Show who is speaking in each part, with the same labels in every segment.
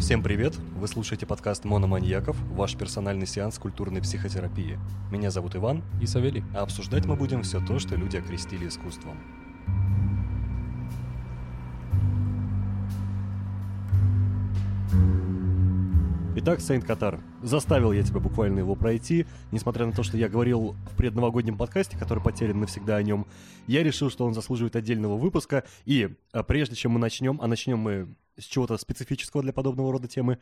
Speaker 1: Всем привет! Вы слушаете подкаст «Мономаньяков», ваш персональный сеанс культурной психотерапии. Меня зовут Иван,
Speaker 2: и Савелий.
Speaker 1: а обсуждать мы будем все то, что люди окрестили искусством. Итак, Сейнт Катар, заставил я тебя буквально его пройти, несмотря на то, что я говорил в предновогоднем подкасте, который потерян навсегда о нем, я решил, что он заслуживает отдельного выпуска, и а, прежде чем мы начнем, а начнем мы с чего-то специфического для подобного рода темы,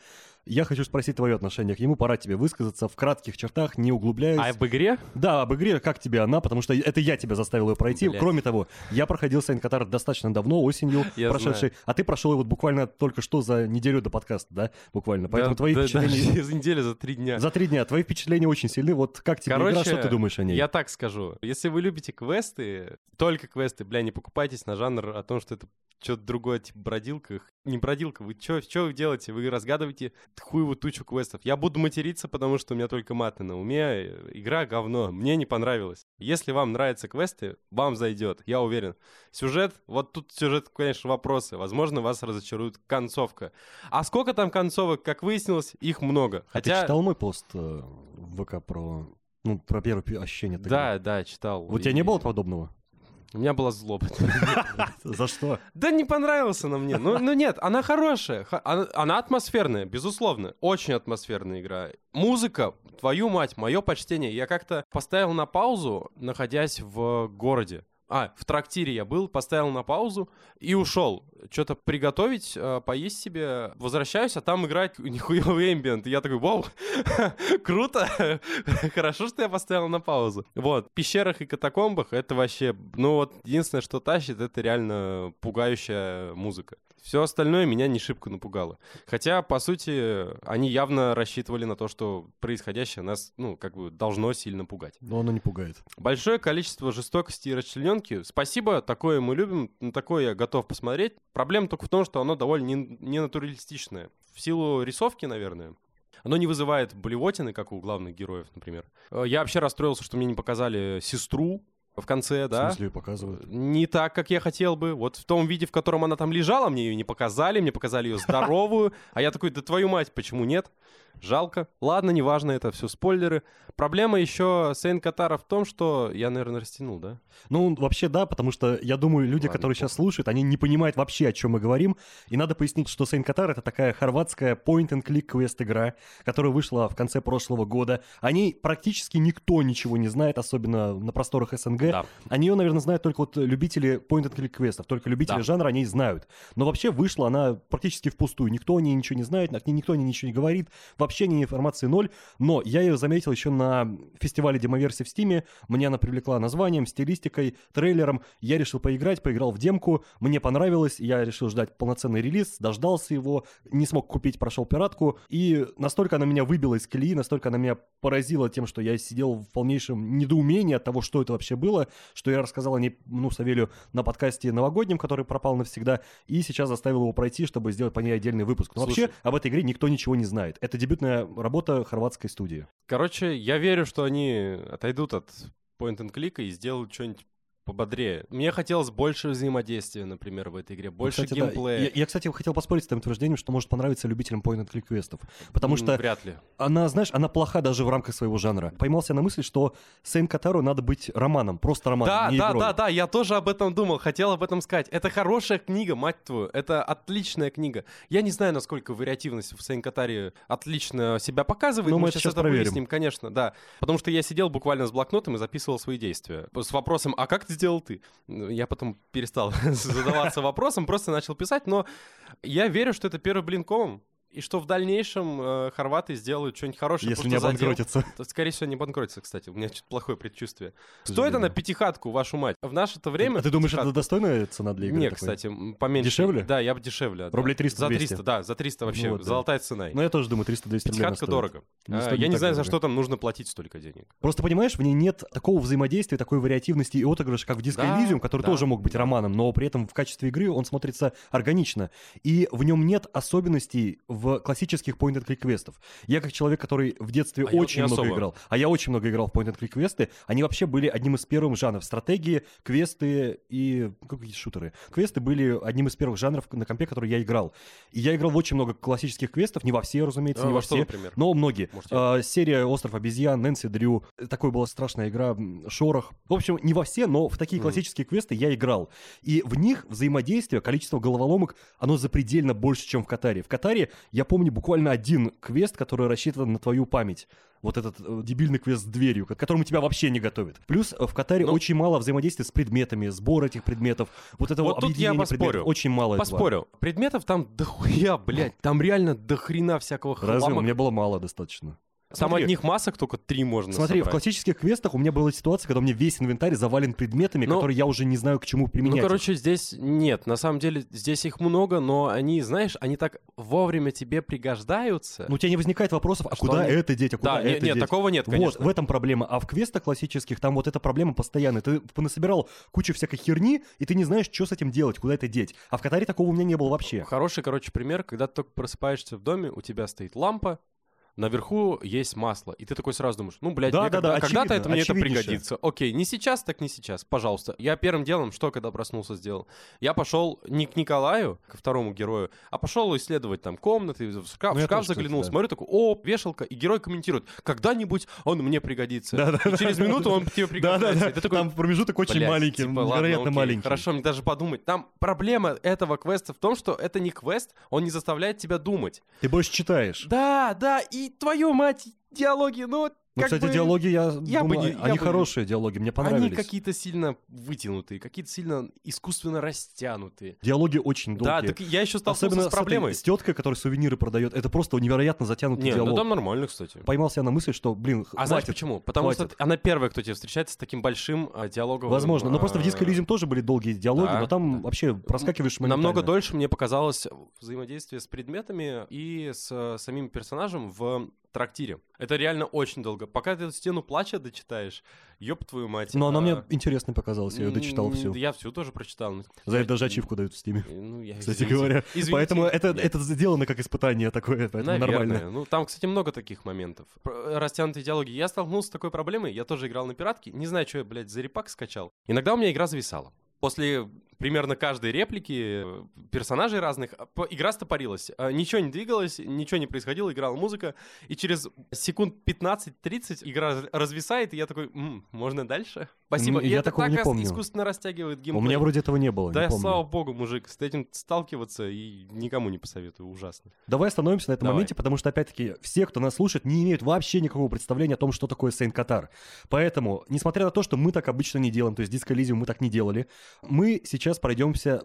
Speaker 1: я хочу спросить твое отношение к нему, пора тебе высказаться в кратких чертах, не углубляясь.
Speaker 2: А в игре?
Speaker 1: Да, об игре, как тебе она, потому что это я тебя заставил ее пройти.
Speaker 2: Блядь.
Speaker 1: Кроме того, я проходил Сайн Катар достаточно давно, осенью
Speaker 2: Я
Speaker 1: прошедшей, а ты прошел его вот буквально только что за неделю до подкаста, да, буквально. Поэтому
Speaker 2: Да,
Speaker 1: твои
Speaker 2: да,
Speaker 1: впечатления...
Speaker 2: даже за неделю, за три дня.
Speaker 1: За три дня твои впечатления очень сильны. Вот как тебе
Speaker 2: Короче,
Speaker 1: игра, что ты думаешь о ней? А
Speaker 2: Я так скажу. Если вы любите квесты, только квесты, бля, не покупайтесь на жанр о том, что это что-то другое, типа бродилках. Не бродилка, вы что вы делаете? Вы разгадываете хуевую тучу квестов. Я буду материться, потому что у меня только маты на уме. э, Игра говно, мне не понравилось. Если вам нравятся квесты, вам зайдет, я уверен. Сюжет, вот тут сюжет, конечно, вопросы. Возможно, вас разочарует концовка. А сколько там концовок, как выяснилось, их много.
Speaker 1: А
Speaker 2: Хотя...
Speaker 1: ты читал мой пост э, в ВК про... Ну, про первое пи- ощущение? от игры?
Speaker 2: Да, да, читал.
Speaker 1: Вот у тебя
Speaker 2: И-
Speaker 1: не было подобного?
Speaker 2: У меня была злоба.
Speaker 1: За что?
Speaker 2: Да не понравился она мне. Ну, ну нет, она хорошая. Ха- Она, она атмосферная, безусловно. Очень атмосферная игра. Музыка, твою мать, мое почтение. Я как-то поставил на паузу, находясь в городе. А, в трактире я был, поставил на паузу и ушел. Что-то приготовить, э, поесть себе. Возвращаюсь, а там играет нихуевый эмбиент. И я такой, вау, круто. Хорошо, что я поставил на паузу. Вот, в пещерах и катакомбах это вообще, ну вот, единственное, что тащит, это реально пугающая музыка. Все остальное меня не шибко напугало. Хотя, по сути, они явно рассчитывали на то, что происходящее нас, ну, как бы должно сильно пугать.
Speaker 1: Но Ну, оно не пугает.
Speaker 2: Большое количество жестокости и расчлененки. Спасибо, такое мы любим, на такое я готов посмотреть. Проблема только в том, что оно довольно не- ненатуралистичное. В силу рисовки, наверное. Оно не вызывает блевотины, как у главных героев, например. Э, Я вообще расстроился, что мне не показали сестру в конце,
Speaker 1: В
Speaker 2: да?
Speaker 1: смысле, её показывают.
Speaker 2: Не так, как я хотел бы. Вот в том виде, в котором она там лежала, мне ее не показали, мне показали ее здоровую. А я такой, да твою мать, почему нет? Жалко. Ладно, неважно, это все спойлеры. Проблема еще Сейн Катара в том, что я, наверное, растянул, да?
Speaker 1: Ну, вообще да, потому что я думаю, люди,
Speaker 2: Ладно,
Speaker 1: которые
Speaker 2: похуй.
Speaker 1: сейчас слушают, они не понимают вообще, о чем мы говорим. И надо пояснить, что Сейн Катар это такая хорватская point-and-click квест-игра, которая вышла в конце прошлого года. О ней практически никто ничего не знает, особенно на просторах СНГ.
Speaker 2: Да.
Speaker 1: О нее, наверное, знают только вот любители point-and-click квестов, только любители
Speaker 2: Да.
Speaker 1: жанра о ней знают. Но вообще вышла она практически впустую. Никто о ней ничего не знает, о ней никто о ней ничего не говорит, вообще о ней информации ноль. Но я ее заметил еще на фестивале демоверсии в Стиме. Мне она привлекла названием, стилистикой, трейлером. Я решил поиграть, поиграл в демку, мне понравилось, я решил ждать полноценный релиз, дождался его, не смог купить, прошел пиратку, и настолько она меня выбила из колеи, настолько она меня поразила тем, что я сидел в полнейшем недоумении от того, что это вообще было, что я рассказал о ней, ну, Савелью на подкасте новогоднем, который пропал навсегда, и сейчас заставил его пройти, чтобы сделать по ней отдельный выпуск. Но
Speaker 2: Слушай.
Speaker 1: вообще об этой игре никто ничего не знает. Это дебютная работа хорватской студии.
Speaker 2: Короче, я верю, что они отойдут от point and click и сделают что-нибудь пободрее. Мне хотелось больше взаимодействия, например, в этой игре, больше
Speaker 1: Кстати, да,
Speaker 2: геймплея.
Speaker 1: я, я, кстати, хотел поспорить с твоим утверждением, что может понравиться любителям point-and-click квестов. Потому
Speaker 2: М,
Speaker 1: что
Speaker 2: Вряд ли.
Speaker 1: она, знаешь, она плоха даже в рамках своего жанра. Поймался на мысли, что Сейн Катару надо быть романом, просто романом,
Speaker 2: Да,
Speaker 1: не
Speaker 2: да,
Speaker 1: игрой.
Speaker 2: да, да, я тоже об этом думал, хотел об этом сказать. Это хорошая книга, мать твою, это отличная книга. Я не знаю, насколько вариативность в Сейн-Катаре отлично себя показывает.
Speaker 1: Ну, мы это
Speaker 2: щас
Speaker 1: сейчас проверим.
Speaker 2: выясним, конечно, да. Потому что я сидел буквально с блокнотом и записывал свои действия. С вопросом, а как ты сделал ты? Ну, Я потом перестал задаваться вопросом, просто начал писать, но я верю, что это первый блинком, и что в дальнейшем э, хорваты сделают что-нибудь хорошее.
Speaker 1: Если
Speaker 2: потому
Speaker 1: не
Speaker 2: что задел-
Speaker 1: обанкротится.
Speaker 2: то, Скорее всего, не банкротится, кстати. У меня что-то плохое предчувствие.
Speaker 1: К
Speaker 2: Стоит она
Speaker 1: сожалению.
Speaker 2: пятихатку, вашу мать. В наше-то время...
Speaker 1: А ты думаешь, это
Speaker 2: пятихатка-
Speaker 1: достойная цена для игры?
Speaker 2: Не,
Speaker 1: такой?
Speaker 2: кстати, м, поменьше.
Speaker 1: Дешевле?
Speaker 2: Да, я бы дешевле. отдал.
Speaker 1: Рублей 300,
Speaker 2: За
Speaker 1: 200.
Speaker 2: 300, да, за 300 вообще.
Speaker 1: Ну вот, да.
Speaker 2: Золотая цена.
Speaker 1: Ну, я тоже думаю, 300-200 рублей она
Speaker 2: Пятихатка
Speaker 1: стоит.
Speaker 2: дорого.
Speaker 1: Не
Speaker 2: А,
Speaker 1: стоит
Speaker 2: я
Speaker 1: не
Speaker 2: не
Speaker 1: так
Speaker 2: знаю, за
Speaker 1: дорого.
Speaker 2: что там нужно платить столько денег.
Speaker 1: Просто понимаешь, в ней нет такого взаимодействия, такой вариативности и отыгрыша, как в Disco
Speaker 2: Да,
Speaker 1: Elysium, который
Speaker 2: да.
Speaker 1: тоже мог быть романом, но при этом в качестве игры он смотрится органично. И в нем нет особенностей в в классических point-and-click квестов. Я как человек, который в детстве
Speaker 2: А я вот
Speaker 1: очень
Speaker 2: не
Speaker 1: много
Speaker 2: особо.
Speaker 1: играл, а я очень много играл в point-and-click квесты, они вообще были одним из первых жанров. Стратегии, квесты и... Какие шутеры? Квесты были одним из первых жанров на компе, который я играл. И я играл в очень много классических квестов, не во все, разумеется,
Speaker 2: А,
Speaker 1: не во
Speaker 2: во что,
Speaker 1: все,
Speaker 2: например?
Speaker 1: но многие.
Speaker 2: Может,
Speaker 1: А, серия «Остров обезьян», «Нэнси Дрю», такой была страшная игра, м, «Шорох». В общем, не во все, но в такие
Speaker 2: Мгм.
Speaker 1: классические квесты я играл. И в них взаимодействие, количество головоломок, оно запредельно больше, чем в Катаре. В Катаре я помню буквально один квест, который рассчитан на твою память. Вот этот э, дебильный квест с дверью, к которому тебя вообще не готовят. Плюс э, в Катаре
Speaker 2: Ну-
Speaker 1: очень мало взаимодействия с предметами, сбор этих предметов, вот этого
Speaker 2: Вот тут я
Speaker 1: объединения
Speaker 2: поспорю.
Speaker 1: предметов. Очень мало этого.
Speaker 2: Поспорю. Предметов там дохуя, блядь. Там реально дохрена всякого хлама.
Speaker 1: Разве? У меня было мало достаточно.
Speaker 2: Там
Speaker 1: Смотри.
Speaker 2: одних масок только три можно
Speaker 1: Смотри, в
Speaker 2: собрать.
Speaker 1: классических квестах у меня была ситуация, когда у меня весь инвентарь завален предметами,
Speaker 2: Ну,
Speaker 1: которые я уже не знаю, к чему применять.
Speaker 2: Ну,
Speaker 1: их.
Speaker 2: короче, здесь нет. На самом деле, здесь их много, но они, знаешь, они так вовремя тебе пригождаются.
Speaker 1: Ну, у тебя не возникает вопросов, а
Speaker 2: Что
Speaker 1: куда
Speaker 2: они-
Speaker 1: это деть, а куда
Speaker 2: да, не-
Speaker 1: это
Speaker 2: нет,
Speaker 1: деть?
Speaker 2: такого нет,
Speaker 1: Вот,
Speaker 2: конечно.
Speaker 1: в этом проблема. А в квестах классических там вот эта проблема постоянная. Ты понасобирал кучу всякой херни, и ты не знаешь, что с этим делать, куда это деть. А в Катаре такого у меня не было вообще.
Speaker 2: Хороший, короче, пример, когда ты только просыпаешься в доме, у тебя стоит лампа, наверху есть масло, и ты такой сразу думаешь, ну, блядь,
Speaker 1: Да,
Speaker 2: мне
Speaker 1: да, да,
Speaker 2: когда- когда-то
Speaker 1: очевидно,
Speaker 2: это мне это
Speaker 1: очевиднейшее.
Speaker 2: пригодится. Окей, не сейчас, так не сейчас, пожалуйста. Я первым делом, что когда проснулся, сделал? Я пошел не к Николаю, ко второму герою, а пошел исследовать там комнаты, в шкаф,
Speaker 1: Ну, я
Speaker 2: в шкаф
Speaker 1: тоже, кстати,
Speaker 2: заглянул,
Speaker 1: да.
Speaker 2: смотрю, такой, о, вешалка, и герой комментирует, когда-нибудь он мне пригодится.
Speaker 1: Да, да,
Speaker 2: и через минуту он тебе пригодится. И ты такой,
Speaker 1: Там промежуток очень
Speaker 2: Блядь,
Speaker 1: маленький,
Speaker 2: типа, ладно,
Speaker 1: невероятно
Speaker 2: окей,
Speaker 1: маленький.
Speaker 2: Хорошо, мне даже подумать. Там проблема этого квеста в том, что это не квест, он не заставляет тебя думать.
Speaker 1: Ты больше читаешь.
Speaker 2: Да, да, и твою мать, диалоги, ну,
Speaker 1: Ну,
Speaker 2: как
Speaker 1: кстати,
Speaker 2: бы,
Speaker 1: диалоги, я,
Speaker 2: я бы
Speaker 1: думаю,
Speaker 2: не- я
Speaker 1: они
Speaker 2: бы-
Speaker 1: хорошие диалоги, мне
Speaker 2: Они
Speaker 1: понравились.
Speaker 2: какие-то сильно вытянутые, какие-то сильно искусственно растянутые.
Speaker 1: Диалоги очень долгие.
Speaker 2: Да, так я еще столкнулся
Speaker 1: Особенно
Speaker 2: с проблемой.
Speaker 1: С, этой- с теткой, которая сувениры продает. Это просто невероятно затянутый
Speaker 2: Не,
Speaker 1: диалог.
Speaker 2: ну там нормально, кстати.
Speaker 1: Поймал себя на мысли, что, блин,
Speaker 2: А
Speaker 1: хватит.
Speaker 2: знаешь почему? Потому
Speaker 1: хватит.
Speaker 2: что она первая, кто тебе встречается с таким большим а, диалоговым...
Speaker 1: Возможно. Но просто в
Speaker 2: а,
Speaker 1: Disco Elysium тоже были долгие диалоги,
Speaker 2: Да,
Speaker 1: но там
Speaker 2: да.
Speaker 1: вообще проскакиваешь моментально.
Speaker 2: Намного дольше мне показалось взаимодействие с предметами и с э, самим персонажем в трактире. Это реально очень долго. Пока ты эту стену плача дочитаешь, ёб твою мать.
Speaker 1: Но она
Speaker 2: а,
Speaker 1: мне интересной показалась, я ее
Speaker 2: м,
Speaker 1: дочитал всю.
Speaker 2: Я всю тоже прочитал.
Speaker 1: За это даже ачивку дают в стиме,
Speaker 2: Ну, я,
Speaker 1: кстати
Speaker 2: извините.
Speaker 1: говоря.
Speaker 2: Извините.
Speaker 1: Поэтому это,
Speaker 2: Нет.
Speaker 1: это сделано как испытание такое, поэтому
Speaker 2: Наверное.
Speaker 1: нормально.
Speaker 2: Ну, там, кстати, много таких моментов. Про- э, Растянутые диалоги. Я столкнулся с такой проблемой. Я тоже играл на пиратке. Не знаю, что я, блядь, за репак скачал. Иногда у меня игра зависала. После примерно каждой реплики э, персонажей разных а, по- игра стопорилась. А, Ничего не двигалось, ничего не происходило, играла музыка. И через секунд 15-30 игра раз- развисает, и я такой, «М, можно дальше? Спасибо.
Speaker 1: М,
Speaker 2: и
Speaker 1: я
Speaker 2: это
Speaker 1: такого
Speaker 2: так
Speaker 1: не
Speaker 2: рас-
Speaker 1: помню.
Speaker 2: искусственно растягивает
Speaker 1: У
Speaker 2: геймплей.
Speaker 1: меня вроде этого не было,
Speaker 2: да,
Speaker 1: не помню.
Speaker 2: слава богу, мужик, с этим сталкиваться и никому не посоветую, ужасно.
Speaker 1: Давай остановимся на этом
Speaker 2: Давай.
Speaker 1: моменте, потому что, опять-таки, все, кто нас слушает, не имеют вообще никакого представления о том, что такое Сейн Катар. Поэтому, несмотря на то, что мы так обычно не делаем, то есть Диско Elysium мы так не делали, мы сейчас пройдемся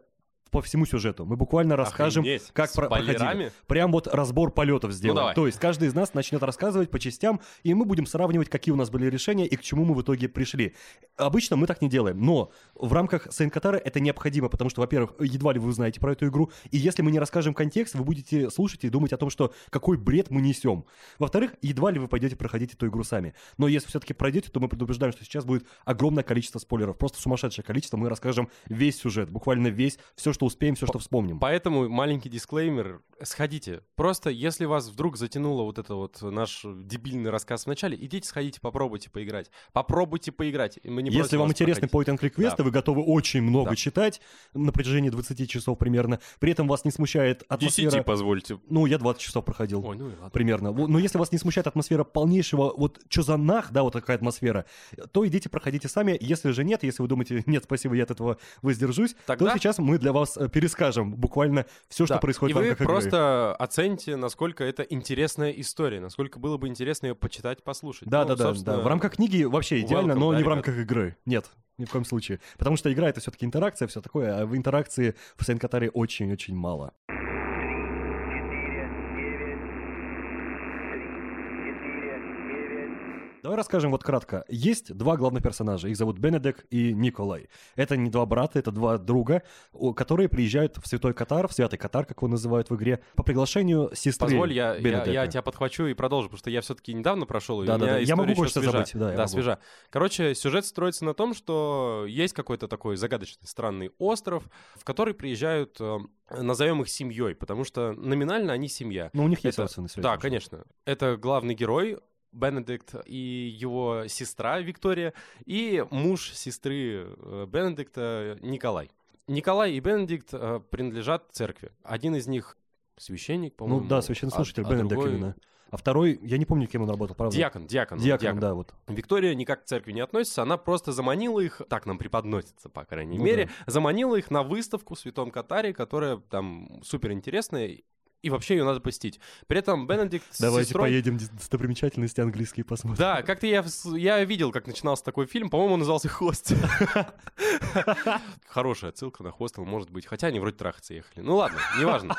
Speaker 1: по всему сюжету. Мы буквально расскажем,
Speaker 2: Охренеть,
Speaker 1: как
Speaker 2: с
Speaker 1: про- проходили.
Speaker 2: спойлерами?
Speaker 1: Прям вот разбор полетов сделаем.
Speaker 2: давай.
Speaker 1: то есть каждый из нас начнет рассказывать по частям, и мы будем сравнивать, какие у нас были решения и к чему мы в итоге пришли. Обычно мы так не делаем, но в рамках Сейн Катара это необходимо, потому что, во-первых, едва ли вы узнаете про эту игру, и если мы не расскажем контекст, вы будете слушать и думать о том, что какой бред мы несем. Во-вторых, едва ли вы пойдете проходить эту игру сами. Но если все-таки пройдете, то мы предупреждаем, что сейчас будет огромное количество спойлеров, просто сумасшедшее количество. Мы расскажем весь сюжет, буквально весь, все, что успеем, все, что вспомним.
Speaker 2: Поэтому маленький дисклеймер. Сходите. Просто если вас вдруг затянуло вот это вот наш дебильный рассказ в начале, идите, сходите, попробуйте поиграть. Попробуйте поиграть. И Мы не
Speaker 1: Если
Speaker 2: просим
Speaker 1: вам
Speaker 2: вас
Speaker 1: интересны point
Speaker 2: проходить.
Speaker 1: and click квесты,
Speaker 2: Да.
Speaker 1: вы готовы очень много
Speaker 2: Да.
Speaker 1: читать на протяжении 20 часов примерно. При этом вас не смущает атмосфера...
Speaker 2: Десяти позвольте.
Speaker 1: Ну, я 20 часов проходил.
Speaker 2: Ой, ну и ладно.
Speaker 1: Примерно. Во- Но если вас не смущает атмосфера полнейшего, вот что за нах, да, вот такая атмосфера, то идите, проходите сами. Если же нет, если вы думаете, нет, спасибо, я от этого воздержусь,
Speaker 2: Тогда-
Speaker 1: то сейчас мы для вас э, перескажем буквально все,
Speaker 2: Да.
Speaker 1: что происходит
Speaker 2: И
Speaker 1: в
Speaker 2: вы
Speaker 1: рамках игры.
Speaker 2: просто оцените, насколько это интересная история, насколько было бы интересно ее почитать, послушать.
Speaker 1: Да,
Speaker 2: Ну,
Speaker 1: да, да,
Speaker 2: собственно,
Speaker 1: да. В рамках книги вообще идеально,
Speaker 2: welcome,
Speaker 1: но
Speaker 2: да,
Speaker 1: не в
Speaker 2: ребят?
Speaker 1: рамках игры. Нет, ни в коем случае. Потому что игра это все-таки интеракция, все такое, а в интеракции в Сен-Катаре очень-очень мало. Давай расскажем вот кратко. Есть два главных персонажа. Их зовут Бенедек и Николай. Это не два брата, это два друга, о- которые приезжают в Святой Катар, в Святый Катар, как его называют в игре, по приглашению сестры
Speaker 2: Позволь, я, я,
Speaker 1: Бенедека.
Speaker 2: я тебя подхвачу и продолжу, потому что я все-таки недавно прошел, и
Speaker 1: Да,
Speaker 2: у
Speaker 1: да,
Speaker 2: меня
Speaker 1: да. Я
Speaker 2: история
Speaker 1: могу
Speaker 2: еще
Speaker 1: кое-что
Speaker 2: свежа.
Speaker 1: забыть, да, я
Speaker 2: да,
Speaker 1: могу.
Speaker 2: свежа. Короче, сюжет строится на том, что есть какой-то такой загадочный, странный остров, в который приезжают, э, назовем их семьей, потому что номинально они семья.
Speaker 1: Ну, у них есть
Speaker 2: Это-
Speaker 1: собственный связь.
Speaker 2: Да, конечно. Это главный герой, Бенедикт и его сестра Виктория, и муж сестры э, Бенедикта Николай. Николай и Бенедикт э, принадлежат церкви. Один из них священник, по-моему.
Speaker 1: Ну да, священнослушатель
Speaker 2: а- а
Speaker 1: Бенедек
Speaker 2: другой-
Speaker 1: именно. А второй, я не помню, кем он работал, правда?
Speaker 2: Диакон, диакон. он
Speaker 1: Диакон,
Speaker 2: диакон.
Speaker 1: да, вот.
Speaker 2: Виктория никак к церкви не относится, она просто заманила их, так нам преподносится, по крайней
Speaker 1: Ну
Speaker 2: мере, заманила их на выставку в Святом Катаре, которая там суперинтересная, и вообще ее надо посетить. При этом Бенедикт с
Speaker 1: Давайте
Speaker 2: сестрой-
Speaker 1: поедем дис- достопримечательности английские посмотрим.
Speaker 2: Да, как-то я, вс- я видел, как начинался такой фильм. По-моему, он назывался «Хост». Хорошая отсылка на «Хостел», может быть. Хотя они вроде трахаться ехали. Ну ладно, неважно.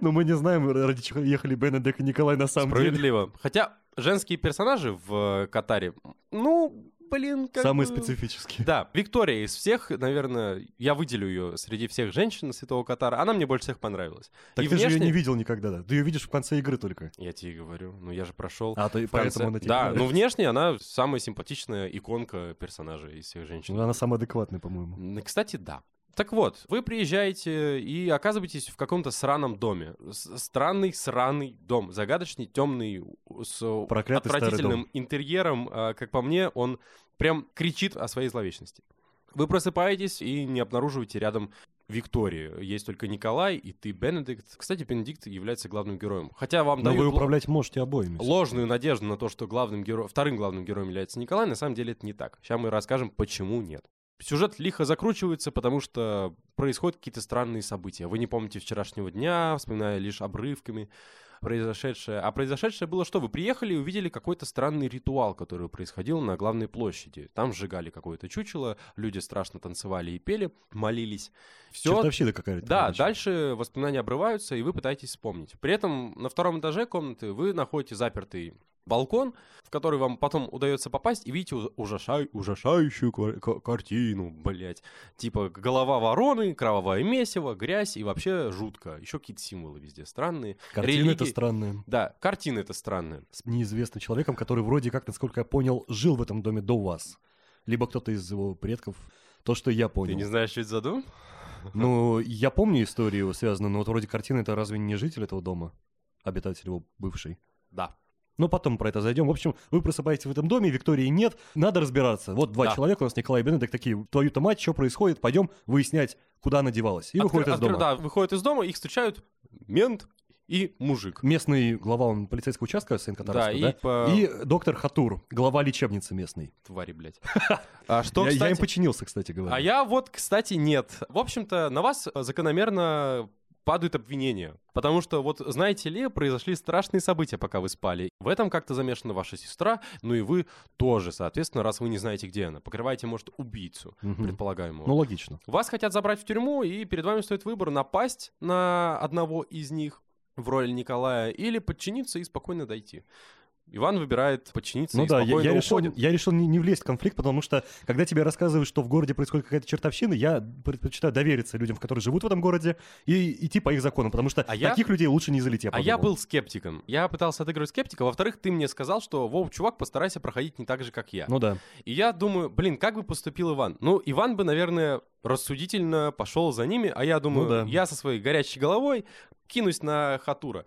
Speaker 1: Но мы не знаем, ради чего ехали Бенедек и Николай на самом деле.
Speaker 2: Справедливо. Хотя женские персонажи в э, «Катаре», ну, блин, как
Speaker 1: Самые
Speaker 2: бы-
Speaker 1: специфические.
Speaker 2: Да, Виктория из всех, наверное, я выделю ее среди всех женщин Святого Катара. Она мне больше всех понравилась.
Speaker 1: Так
Speaker 2: И
Speaker 1: ты же ее
Speaker 2: внешне-
Speaker 1: не видел никогда, да? Ты ее видишь в конце игры только.
Speaker 2: Я тебе говорю, ну я же прошел.
Speaker 1: А, то и
Speaker 2: В конце-
Speaker 1: поэтому она тебе
Speaker 2: Да,
Speaker 1: нравится.
Speaker 2: ну внешне она самая симпатичная иконка персонажа из всех женщин.
Speaker 1: Ну, Она самая адекватная, по-моему.
Speaker 2: М, Кстати, да. Так вот, вы приезжаете и оказываетесь в каком-то сраном доме. С- Странный, сраный дом. Загадочный, темный, у- с э,
Speaker 1: Проклятый старый
Speaker 2: отвратительным интерьером. А, Как по мне, он прям кричит о своей зловечности. Вы просыпаетесь и не обнаруживаете рядом Викторию. Есть только Николай и ты, Бенедикт. Кстати, Бенедикт является главным героем. Хотя вам
Speaker 1: Но
Speaker 2: дают
Speaker 1: вы
Speaker 2: ло-
Speaker 1: управлять можете обоими.
Speaker 2: ложную надежду на то, что главным геро... вторым главным героем является Николай, на самом деле это не так. Сейчас мы расскажем, почему нет. Сюжет лихо закручивается, потому что происходят какие-то странные события. Вы не помните вчерашнего дня, вспоминая лишь обрывками произошедшее. А произошедшее было что? Вы приехали и увидели какой-то странный ритуал, который происходил на главной площади. Там сжигали какое-то чучело, люди страшно танцевали и пели, молились. Все
Speaker 1: Чертовщина какая-то.
Speaker 2: да,
Speaker 1: короче.
Speaker 2: дальше воспоминания обрываются, и вы пытаетесь вспомнить. При этом на втором этаже комнаты вы находите запертый балкон, в который вам потом удается попасть, и видите уз- ужаша- ужасающую кар- ка- картину, блять. Типа голова вороны, кровавое месиво, грязь и вообще жутко. Еще какие-то символы везде странные.
Speaker 1: Картина это
Speaker 2: религии-
Speaker 1: странная.
Speaker 2: Да, картины это странные.
Speaker 1: С неизвестным человеком, который вроде как, насколько я понял, жил в этом доме до вас. Либо кто-то из его предков. То, что я
Speaker 2: Ты не
Speaker 1: понял.
Speaker 2: знаешь, что это за дом?
Speaker 1: Ну, я помню историю связанную, но вот вроде картина это разве не житель этого дома? Обитатель его бывший.
Speaker 2: Да.
Speaker 1: Но потом про это зайдем. В общем, вы просыпаетесь в этом доме, Виктории нет. Надо разбираться. Вот два
Speaker 2: Да.
Speaker 1: человека у нас, Николай и Бенедек, такие, твою-то мать, что происходит? Пойдем выяснять, куда она девалась. И
Speaker 2: Откры-
Speaker 1: выходит из
Speaker 2: откры-
Speaker 1: дома.
Speaker 2: Да, выходит из дома, их встречают мент и мужик.
Speaker 1: Местный глава он, полицейского участка
Speaker 2: Да,
Speaker 1: Сен-Катаровского,
Speaker 2: и,
Speaker 1: да?
Speaker 2: э, по-
Speaker 1: И доктор Хатур, глава лечебницы местной.
Speaker 2: твари, блядь. А что,
Speaker 1: я, я им
Speaker 2: кстати,
Speaker 1: подчинился, кстати говоря.
Speaker 2: А я вот, кстати, нет. В общем-то, на вас э, закономерно падают обвинения. Потому что, вот знаете ли, произошли страшные события, пока вы спали. В этом как-то замешана ваша сестра, ну и вы тоже, соответственно, раз вы не знаете, где она. Покрываете, может, убийцу,
Speaker 1: Мгм.
Speaker 2: предполагаемого.
Speaker 1: Ну, логично.
Speaker 2: Вас хотят забрать в тюрьму, и перед вами стоит выбор напасть на одного из них в роли Николая или подчиниться и спокойно дойти. Иван выбирает подчиниться
Speaker 1: Ну
Speaker 2: и
Speaker 1: да, я,
Speaker 2: спокойно
Speaker 1: я решил,
Speaker 2: уходит.
Speaker 1: я решил не, не влезть в конфликт, потому что, когда тебе рассказывают, что в городе происходит какая-то чертовщина, я предпочитаю довериться людям, которые живут в этом городе, и идти по их законам, потому что
Speaker 2: А я-
Speaker 1: таких людей лучше не залить, я
Speaker 2: а я
Speaker 1: подумал.
Speaker 2: был скептиком. Я пытался отыгрывать скептика. Во-вторых, ты мне сказал, что, Вов, чувак, постарайся проходить не так же, как я.
Speaker 1: Ну да.
Speaker 2: И я думаю, блин, как бы поступил Иван? Ну, Иван бы, наверное, рассудительно пошел за ними, а я думаю,
Speaker 1: Ну да.
Speaker 2: я со своей горячей головой кинусь на Хатура.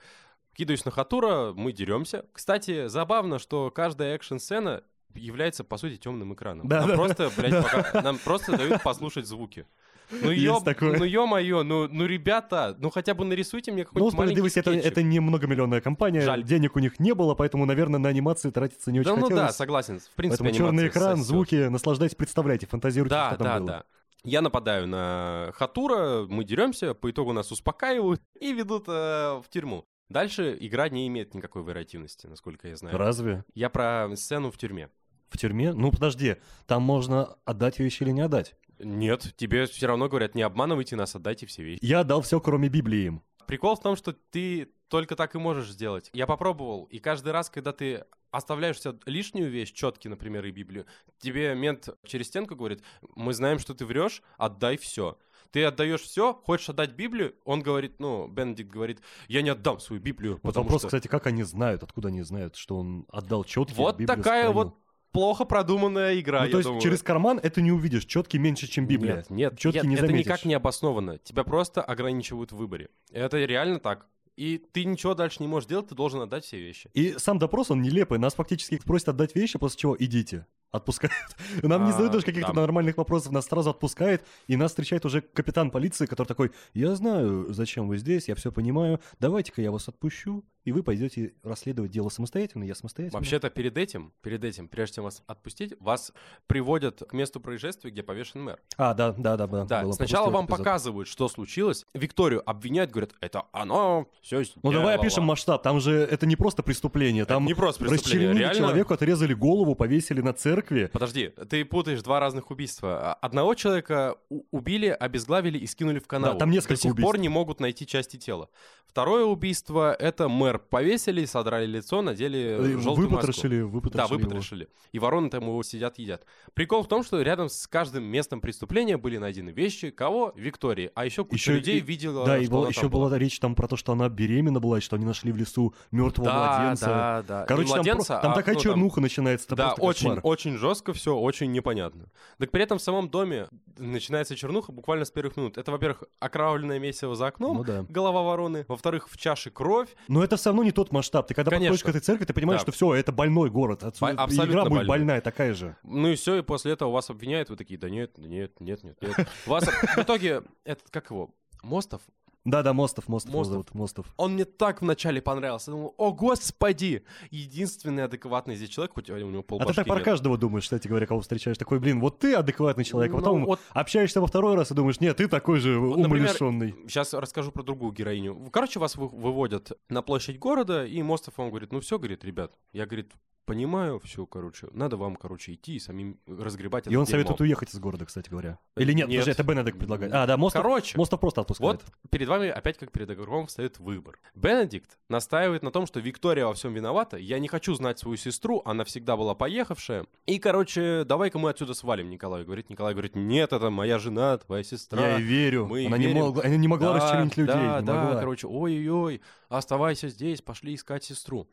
Speaker 2: Кидаюсь на Хатура, мы деремся. Кстати, забавно, что каждая экшн-сцена является, по сути, темным экраном.
Speaker 1: Да,
Speaker 2: нам,
Speaker 1: да,
Speaker 2: просто, блядь,
Speaker 1: да.
Speaker 2: пока- нам просто дают послушать звуки. Ну,
Speaker 1: Есть
Speaker 2: ё,
Speaker 1: такое.
Speaker 2: ну ё-моё, ну, ну, ребята, ну хотя бы нарисуйте мне
Speaker 1: Ну,
Speaker 2: какой-нибудь маленький
Speaker 1: справедливости, это,
Speaker 2: скетчик.
Speaker 1: это не многомиллионная компания,
Speaker 2: Жаль.
Speaker 1: денег у них не было, поэтому, наверное, на анимации тратиться не очень
Speaker 2: Да, ну
Speaker 1: хотелось.
Speaker 2: да, согласен. В принципе,
Speaker 1: поэтому черный
Speaker 2: анимация
Speaker 1: экран,
Speaker 2: сосёт.
Speaker 1: звуки, наслаждайтесь, представляйте, фантазируйте,
Speaker 2: Да,
Speaker 1: что там
Speaker 2: да,
Speaker 1: было.
Speaker 2: да. Я нападаю на Хатура, мы деремся, по итогу нас успокаивают и ведут э, в тюрьму. Дальше игра не имеет никакой вариативности, насколько я знаю.
Speaker 1: Разве?
Speaker 2: Я про сцену в тюрьме.
Speaker 1: В тюрьме? Ну, подожди, там можно отдать вещи или не отдать.
Speaker 2: Нет, тебе все равно говорят, не обманывайте нас, отдайте все вещи.
Speaker 1: Я отдал все, кроме Библии им.
Speaker 2: Прикол в том, что ты только так и можешь сделать. Я попробовал, и каждый раз, когда ты оставляешь себе лишнюю вещь, четки, например, и Библию, тебе мент через стенку говорит, мы знаем, что ты врешь, отдай все. Ты отдаешь все, хочешь отдать Библию, он говорит, ну, Бенедикт говорит, я не отдам свою Библию,
Speaker 1: Вот
Speaker 2: потому
Speaker 1: вопрос,
Speaker 2: что...
Speaker 1: кстати, как они знают, откуда они знают, что он отдал четкий
Speaker 2: Вот такая вот плохо продуманная игра,
Speaker 1: Ну,
Speaker 2: я
Speaker 1: то есть
Speaker 2: думаю. э,
Speaker 1: через карман это не увидишь. Четкий меньше, чем Библия.
Speaker 2: Нет, нет,
Speaker 1: Чётки
Speaker 2: нет,
Speaker 1: не
Speaker 2: это
Speaker 1: заметишь.
Speaker 2: никак не обосновано. Тебя просто ограничивают в выборе. Это реально так. И ты ничего дальше не можешь делать, ты должен отдать все вещи.
Speaker 1: И сам допрос, он нелепый. Нас фактически просят отдать вещи, после чего идите. Отпускают. Нам не
Speaker 2: А,
Speaker 1: задают даже каких-то
Speaker 2: да.
Speaker 1: нормальных вопросов, нас сразу отпускает, и нас встречает уже капитан полиции, который такой, я знаю, зачем вы здесь, я все понимаю, давайте-ка я вас отпущу, и вы пойдете расследовать дело самостоятельно, я самостоятельно.
Speaker 2: Вообще-то перед этим, перед этим, прежде чем вас отпустить, вас приводят к месту происшествия, где повешен мэр.
Speaker 1: А, да, да, да. Да,
Speaker 2: Да,
Speaker 1: было,
Speaker 2: сначала
Speaker 1: пропустил
Speaker 2: вам
Speaker 1: этот эпизод.
Speaker 2: показывают, что случилось. Викторию обвиняют, говорят, это оно все
Speaker 1: Ну давай опишем масштаб, там же это не просто преступление, там
Speaker 2: не просто преступление,
Speaker 1: расчленили
Speaker 2: реально.
Speaker 1: человеку, отрезали голову, повесили на церкви.
Speaker 2: Подожди, ты путаешь два разных убийства. А- Одного человека у- убили, обезглавили и скинули в канал.
Speaker 1: Да, там несколько
Speaker 2: До сих
Speaker 1: убийств.
Speaker 2: пор не могут найти части тела. Второе убийство — это мэр повесили, содрали лицо, надели э, желтую маску.
Speaker 1: Выпотрошили, выпотрошили
Speaker 2: Да,
Speaker 1: его.
Speaker 2: выпотрошили. И вороны там его сидят, едят. Прикол в том, что рядом с каждым местом преступления были найдены вещи. Кого? Виктории. А еще куча
Speaker 1: Еще
Speaker 2: людей
Speaker 1: и-
Speaker 2: видела,
Speaker 1: Да, и
Speaker 2: что
Speaker 1: была-
Speaker 2: она
Speaker 1: еще
Speaker 2: там
Speaker 1: была речь там про то, что она беременна была, и что они нашли в лесу мертвого
Speaker 2: Да,
Speaker 1: младенца.
Speaker 2: да, да. Не
Speaker 1: Короче, там, про-
Speaker 2: младенца,
Speaker 1: там
Speaker 2: а,
Speaker 1: такая
Speaker 2: ну, там-
Speaker 1: чернуха начинается. это
Speaker 2: да,
Speaker 1: просто
Speaker 2: очень,
Speaker 1: кошмар.
Speaker 2: очень жестко все, очень непонятно. Так при этом в самом доме начинается чернуха буквально с первых минут. Это, во-первых, окровавленное месиво за окном,
Speaker 1: Ну да.
Speaker 2: голова вороны, во-вторых, в чаше кровь,
Speaker 1: Но это все равно не тот масштаб. Ты когда
Speaker 2: Конечно.
Speaker 1: подходишь к этой церкви, ты понимаешь,
Speaker 2: Да.
Speaker 1: что все, это больной город. Отсюда
Speaker 2: Бо- абсолютно
Speaker 1: игра будет
Speaker 2: больной.
Speaker 1: больная такая же.
Speaker 2: ну и все, и после этого вас обвиняют, вы такие, да нет, да нет, нет, нет, нет. Вас в итоге, этот, как его, Мостов,
Speaker 1: Да, да, Мостов, Мостов, его
Speaker 2: Мостов.
Speaker 1: зовут, Мостов. А
Speaker 2: он мне так вначале понравился, я думал, о господи, единственный адекватный здесь человек, хоть у него
Speaker 1: А ты
Speaker 2: полбашки
Speaker 1: так про
Speaker 2: нет.
Speaker 1: каждого думаешь, кстати говоря, кого встречаешь. Такой, блин, вот ты адекватный человек, а потом
Speaker 2: Ну, вот-
Speaker 1: общаешься во второй раз и думаешь, нет, ты такой же
Speaker 2: например,
Speaker 1: умалишенный.
Speaker 2: Сейчас расскажу про другую героиню. Короче, вас вы- выводят на площадь города, и Мостов он говорит, ну все, говорит, ребят, я, говорит, понимаю все, короче, надо вам, короче, идти и самим разгребать это
Speaker 1: И он
Speaker 2: Типа, дерьмо». Э,
Speaker 1: советует уехать из города, кстати говоря. Или нет,
Speaker 2: Нет.
Speaker 1: подожди, это Бенедикт предлагает. А, да, Мостов,
Speaker 2: Короче,
Speaker 1: Мостов просто отпускает.
Speaker 2: вот перед вами опять как перед игроком встает выбор. Бенедикт настаивает на том, что Виктория во всем виновата, я не хочу знать свою сестру, она всегда была поехавшая, и, короче, давай-ка мы отсюда свалим, Николай говорит. Николай говорит, нет, это моя жена, твоя сестра.
Speaker 1: Я ей верю.
Speaker 2: Мы
Speaker 1: она, не
Speaker 2: верим.
Speaker 1: могла, она не могла
Speaker 2: Да,
Speaker 1: расчленить людей.
Speaker 2: Да,
Speaker 1: не
Speaker 2: да,
Speaker 1: могла.
Speaker 2: короче, ой-ой-ой, оставайся здесь, пошли искать сестру.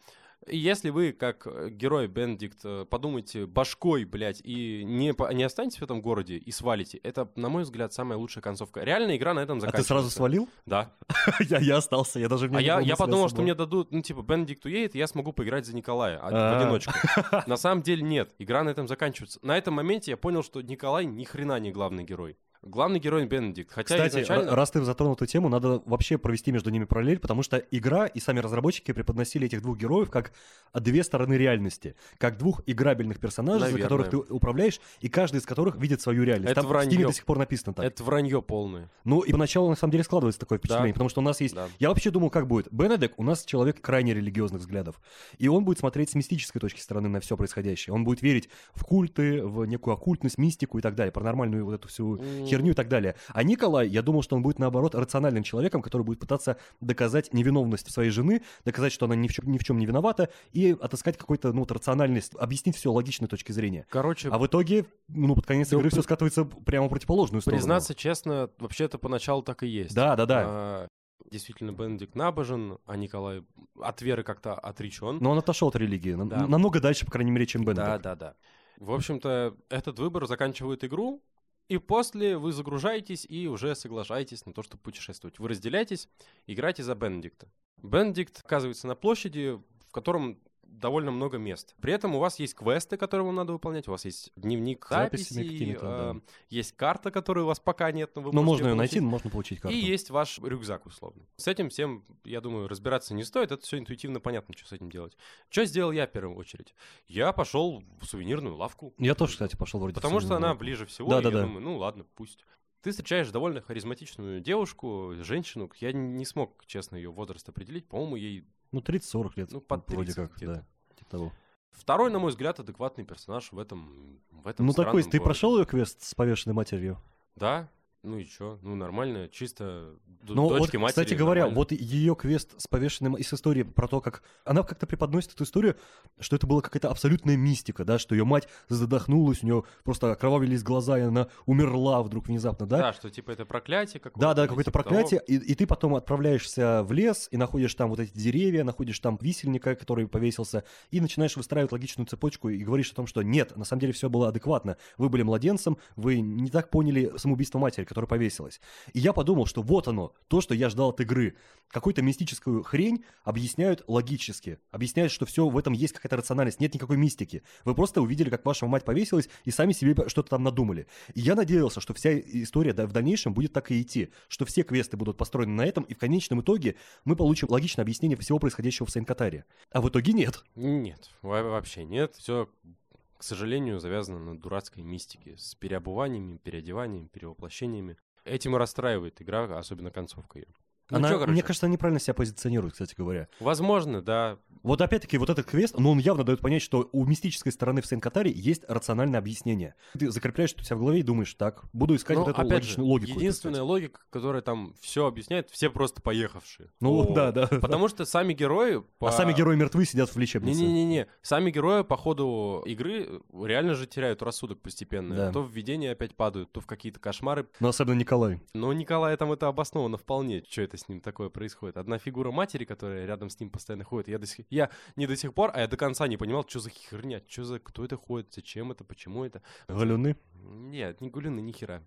Speaker 2: И Если вы, как э, герой Бендикт, э, подумаете башкой, блядь, и не, по- не останетесь в этом городе и свалите, это, на мой взгляд, самая лучшая концовка. Реально игра на этом
Speaker 1: а ты
Speaker 2: заканчивается.
Speaker 1: сразу свалил?
Speaker 2: Да.
Speaker 1: я, я остался, я даже...
Speaker 2: А я, я подумал, что мне дадут, ну, типа, Бенедикт уедет, и я смогу поиграть за Николая а-
Speaker 1: А.
Speaker 2: в одиночку. На самом деле нет, игра на этом заканчивается. На этом моменте я понял, что Николай ни хрена не главный герой. Главный герой Бенедикт. Хотя
Speaker 1: Кстати,
Speaker 2: изначально...
Speaker 1: р- раз ты затронул эту тему, надо вообще провести между ними параллель, потому что игра и сами разработчики преподносили этих двух героев как две стороны реальности, как двух играбельных персонажей,
Speaker 2: Наверное.
Speaker 1: за которых ты управляешь, и каждый из которых видит свою реальность.
Speaker 2: Это
Speaker 1: Там в
Speaker 2: вранье.
Speaker 1: Steam до сих пор написано так.
Speaker 2: Это вранье полное.
Speaker 1: Ну и поначалу на самом деле складывается такое впечатление,
Speaker 2: Да.
Speaker 1: потому что у нас есть...
Speaker 2: Да.
Speaker 1: Я вообще думал, как будет. Бенедек у нас человек крайне религиозных взглядов. И он будет смотреть с мистической точки стороны на все происходящее. Он будет верить в культы, в некую оккультность, мистику и так далее, паранормальную вот эту всю
Speaker 2: М.
Speaker 1: херню и так далее. А Николай, я думал, что он будет, наоборот, рациональным человеком, который будет пытаться доказать невиновность своей жены, доказать, что она ни в чем, ни в чем не виновата, и отыскать какую-то, ну, вот рациональность, объяснить все логичной точки зрения.
Speaker 2: Короче,
Speaker 1: А в итоге, ну, под конец
Speaker 2: Ну,
Speaker 1: игры
Speaker 2: при-
Speaker 1: все скатывается прямо в противоположную сторону.
Speaker 2: Признаться честно, вообще-то поначалу так и есть.
Speaker 1: Да, да, да.
Speaker 2: А, действительно, Бенедикт набожен, а Николай от веры как-то отречен.
Speaker 1: Но он отошел от религии. нам-
Speaker 2: Да.
Speaker 1: Намного дальше, по крайней мере, чем Бенедикт.
Speaker 2: да, да, да. В общем-то, этот выбор заканчивает игру, и после вы загружаетесь и уже соглашаетесь на то, чтобы путешествовать. Вы разделяетесь, играете за Бенедикта. Бенедикт оказывается на площади, в котором довольно много мест. При этом у вас есть квесты, которые вам надо выполнять, у вас есть дневник
Speaker 1: Записями
Speaker 2: записей,
Speaker 1: какими-то, да.
Speaker 2: э, есть карта, которую у вас пока нет, но вы
Speaker 1: Но
Speaker 2: можете
Speaker 1: Ну, можно ее
Speaker 2: получить.
Speaker 1: найти, можно получить карту.
Speaker 2: И есть ваш рюкзак, условно. С этим всем, я думаю, разбираться не стоит. Это все интуитивно понятно, что с этим делать. Что сделал я в первую очередь? Я пошел в сувенирную лавку.
Speaker 1: Я тоже, кстати, пошел вроде.
Speaker 2: Потому
Speaker 1: в
Speaker 2: что она
Speaker 1: Северную
Speaker 2: ближе всего.
Speaker 1: Да,
Speaker 2: и
Speaker 1: да,
Speaker 2: я
Speaker 1: да.
Speaker 2: думаю, ну ладно, пусть. Ты встречаешь довольно харизматичную девушку, женщину. Я н- не смог, честно, ее возраст определить. По-моему, ей
Speaker 1: Европу. Ну, 30-40 лет.
Speaker 2: ну, под 30
Speaker 1: вроде как,
Speaker 2: где-то. Ну,
Speaker 1: да. Типа того.
Speaker 2: Второй, на мой взгляд, адекватный персонаж в этом в этом
Speaker 1: Ну, такой,
Speaker 2: странном
Speaker 1: ты
Speaker 2: городе.
Speaker 1: прошел ее квест с повешенной матерью?
Speaker 2: Да. Ну и чё? Ну нормально, чисто д-
Speaker 1: Ну, вот,
Speaker 2: дочки матери.
Speaker 1: кстати говоря,
Speaker 2: нормально.
Speaker 1: вот ее квест с повешенным и с историей про то, как она как-то преподносит эту историю, что это была какая-то абсолютная мистика, да, что ее мать задохнулась, у нее просто окровавились глаза, и она умерла вдруг внезапно, да?
Speaker 2: Да, что типа это проклятие какое-то.
Speaker 1: Да, да,
Speaker 2: или
Speaker 1: какое-то
Speaker 2: типа того.
Speaker 1: проклятие, и, и ты потом отправляешься в лес и находишь там вот эти деревья, находишь там висельника, который повесился, и начинаешь выстраивать логичную цепочку и говоришь о том, что нет, на самом деле все было адекватно. Вы были младенцем, вы не так поняли самоубийство матери, которая повесилась. И я подумал, что вот оно, то, что я ждал от игры. Какую-то мистическую хрень объясняют логически, объясняют, что все в этом есть какая-то рациональность, нет никакой мистики. Вы просто увидели, как ваша мать повесилась, и сами себе что-то там надумали. И я надеялся, что вся история да, в дальнейшем будет так и идти, что все квесты будут построены на этом, и в конечном итоге мы получим логичное объяснение всего происходящего в Сейнкатаре. А в итоге нет.
Speaker 2: Нет, во- вообще нет. Все, к сожалению, завязано на дурацкой мистике с переобуваниями, переодеваниями, перевоплощениями. Этим и расстраивает игра, особенно концовка ее. Ну
Speaker 1: Она,
Speaker 2: чё, короче,
Speaker 1: мне кажется, она неправильно себя позиционирует, кстати говоря.
Speaker 2: возможно, да.
Speaker 1: Вот опять-таки вот этот квест, но он явно дает понять, что у мистической стороны в Сейнкатаре есть рациональное объяснение. Ты закрепляешь это у себя в голове и думаешь, так, буду искать
Speaker 2: Но,
Speaker 1: вот эту
Speaker 2: Ну, опять же,
Speaker 1: логичную логику. так
Speaker 2: единственная
Speaker 1: сказать.
Speaker 2: логика, которая там все объясняет, все просто поехавшие.
Speaker 1: Ну
Speaker 2: О,
Speaker 1: да, да.
Speaker 2: Потому что сами герои... по-
Speaker 1: А сами герои мертвы сидят в лечебнице.
Speaker 2: Не-не-не, сами герои по ходу игры реально же теряют рассудок постепенно.
Speaker 1: Да.
Speaker 2: То в видение опять падают, то в какие-то кошмары.
Speaker 1: Но Ну, особенно Николай.
Speaker 2: Но у Николая там это обосновано вполне, что это с ним такое происходит. Одна фигура матери, которая рядом с ним постоянно ходит. Я, до сих- я не до сих пор, а я до конца не понимал, что за херня, что за кто это ходит, зачем это, почему это.
Speaker 1: Галюны.
Speaker 2: Нет, не гулины, ни хера.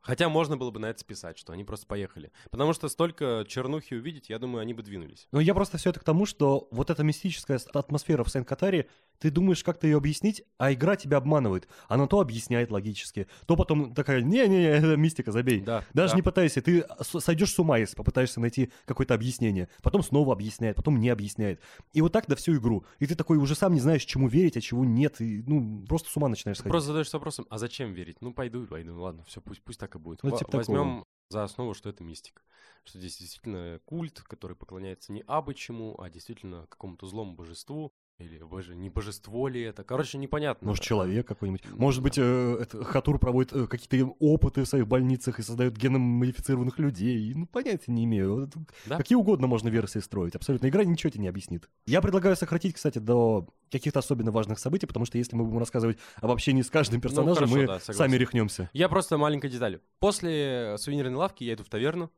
Speaker 2: Хотя можно было бы на это списать, что они просто поехали. Потому что столько чернухи увидеть, я думаю, они бы двинулись.
Speaker 1: Но я просто все это к тому, что вот эта мистическая ст- атмосфера в Сен-Катаре, ты думаешь, как-то ее объяснить, а игра тебя обманывает. Она то объясняет логически, то потом такая, не-не-не, это мистика, забей.
Speaker 2: Да,
Speaker 1: Даже
Speaker 2: да.
Speaker 1: не пытайся, ты с- сойдешь с ума, если попытаешься найти какое-то объяснение. Потом снова объясняет, потом не объясняет. И вот так на всю игру. И ты такой уже сам не знаешь, чему верить, а чего нет. И, ну, просто с ума начинаешь сходить.
Speaker 2: Просто задаешься вопросом, а зачем верить? Ну, пойду и пойду. Ладно, все, пусть, пусть так и будет.
Speaker 1: Ну, типа
Speaker 2: возьмем за основу, что это мистика. Что здесь действительно культ, который поклоняется не абы чему, а действительно какому-то злому божеству. Или боже, не божество ли это? Короче, непонятно.
Speaker 1: Может, человек какой-нибудь. Может быть, э, это Хатур проводит э, какие-то опыты в своих больницах и создает геномодифицированных людей. Ну, понятия не имею. Вот это-
Speaker 2: Да.
Speaker 1: Какие угодно можно версии строить. Абсолютно. Игра ничего тебе не объяснит. Я предлагаю сократить, кстати, до каких-то особенно важных событий, потому что если мы будем рассказывать об общении с каждым персонажем,
Speaker 2: Ну, хорошо,
Speaker 1: мы
Speaker 2: да, согласен.
Speaker 1: сами рехнемся.
Speaker 2: Я просто маленькая деталь. После сувенирной лавки я иду в таверну,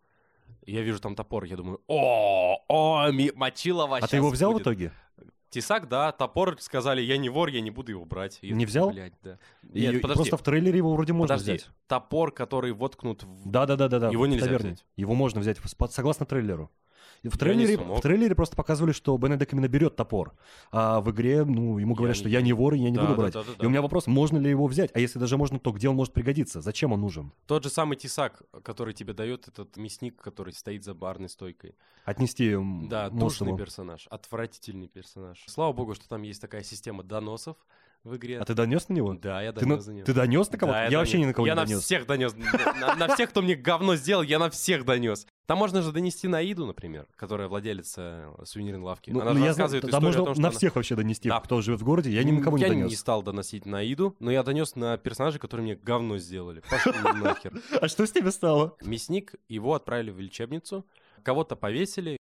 Speaker 2: и я вижу там топор, я думаю, о, о, ми- мочилова
Speaker 1: А ты
Speaker 2: щас
Speaker 1: его взял в
Speaker 2: будет».
Speaker 1: итоге?
Speaker 2: Тесак, да, топор сказали, я не вор, я не буду его брать. Я
Speaker 1: Не
Speaker 2: такой,
Speaker 1: взял?
Speaker 2: «Блядь, да.
Speaker 1: И-
Speaker 2: Нет,
Speaker 1: и
Speaker 2: подожди,
Speaker 1: просто в трейлере его вроде можно
Speaker 2: подожди.
Speaker 1: взять.
Speaker 2: Топор, который воткнут в...
Speaker 1: Да, да, да, да, да.
Speaker 2: Его
Speaker 1: в
Speaker 2: нельзя
Speaker 1: таверне.
Speaker 2: взять.
Speaker 1: Его можно взять с- согласно трейлеру. И В
Speaker 2: не
Speaker 1: трейлере,
Speaker 2: смог.
Speaker 1: в трейлере просто показывали, что Бенедек именно берет топор, а в игре, ну, ему
Speaker 2: Я
Speaker 1: говорят,
Speaker 2: не-
Speaker 1: что я не вор, и я не
Speaker 2: Да,
Speaker 1: буду
Speaker 2: да,
Speaker 1: брать.
Speaker 2: да, да,
Speaker 1: И
Speaker 2: да.
Speaker 1: у меня вопрос, можно ли его взять? А если даже можно, то где он может пригодиться? Зачем он нужен?
Speaker 2: Тот же самый тесак, который тебе дает этот мясник, который стоит за барной стойкой.
Speaker 1: Отнести м,
Speaker 2: Да,
Speaker 1: Мостову.
Speaker 2: душный персонаж, отвратительный персонаж. Слава богу, что там есть такая система доносов в игре.
Speaker 1: А ты донес на него?
Speaker 2: Да, я
Speaker 1: ты, на-
Speaker 2: донес за него.
Speaker 1: ты донес на кого-то?
Speaker 2: Да,
Speaker 1: я вообще
Speaker 2: донес.
Speaker 1: ни на кого
Speaker 2: я
Speaker 1: не
Speaker 2: на
Speaker 1: донес.
Speaker 2: всех донес. На, на всех, кто мне говно сделал, я на всех донес. Там можно же донести на Иду, например, которая владелица сувенирной лавки.
Speaker 1: Ну,
Speaker 2: она
Speaker 1: ну,
Speaker 2: же
Speaker 1: я знаю,
Speaker 2: рассказывает
Speaker 1: да,
Speaker 2: историю
Speaker 1: можно
Speaker 2: о том, что
Speaker 1: на
Speaker 2: она-
Speaker 1: всех вообще донести,
Speaker 2: Да. Ну,
Speaker 1: кто живет в городе. Я ни на кого не
Speaker 2: я
Speaker 1: донес.
Speaker 2: не стал доносить на Иду, но я донес на персонажей, которые мне говно сделали. Пошли нахер.
Speaker 1: А что с тебе стало?
Speaker 2: Мясник, его отправили в лечебницу, кого-то повесили,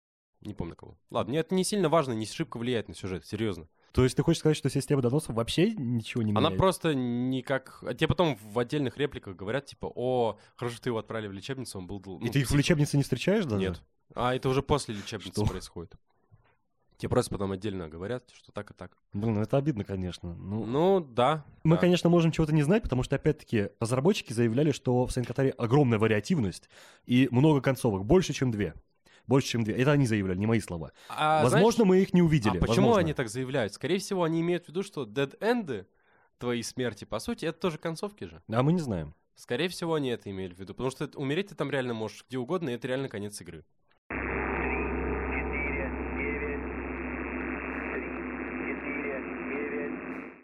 Speaker 2: не помню кого. Ладно, мне это не сильно важно, не шибко влияет на сюжет, серьезно.
Speaker 1: То есть ты хочешь сказать, что система доносов вообще ничего не
Speaker 2: Она
Speaker 1: меняет?
Speaker 2: просто никак... А тебе потом в отдельных репликах говорят, типа, о, хорошо, ты его отправили в лечебницу, он был... дл-
Speaker 1: И
Speaker 2: ну,
Speaker 1: ты их в лечебнице не встречаешь даже?
Speaker 2: Нет. А это уже после лечебницы
Speaker 1: Что?
Speaker 2: происходит. Тебе просто потом отдельно говорят, что так и так.
Speaker 1: Блин, ну это обидно, конечно. Ну,
Speaker 2: Ну, да.
Speaker 1: Мы,
Speaker 2: да.
Speaker 1: конечно, можем чего-то не знать, потому что, опять-таки, разработчики заявляли, что в Сен-Катаре огромная вариативность и много концовок, больше, чем две. Больше, чем две. Это они заявляли, не мои слова.
Speaker 2: А, знаешь,
Speaker 1: возможно, мы их не увидели.
Speaker 2: А почему
Speaker 1: возможно.
Speaker 2: они так заявляют? Скорее всего, они имеют в виду, что дед-энды твоей смерти, по сути, это тоже концовки же.
Speaker 1: А мы не знаем.
Speaker 2: Скорее всего, они это имели в виду. Потому что это- умереть ты там реально можешь где угодно, и это реально конец игры.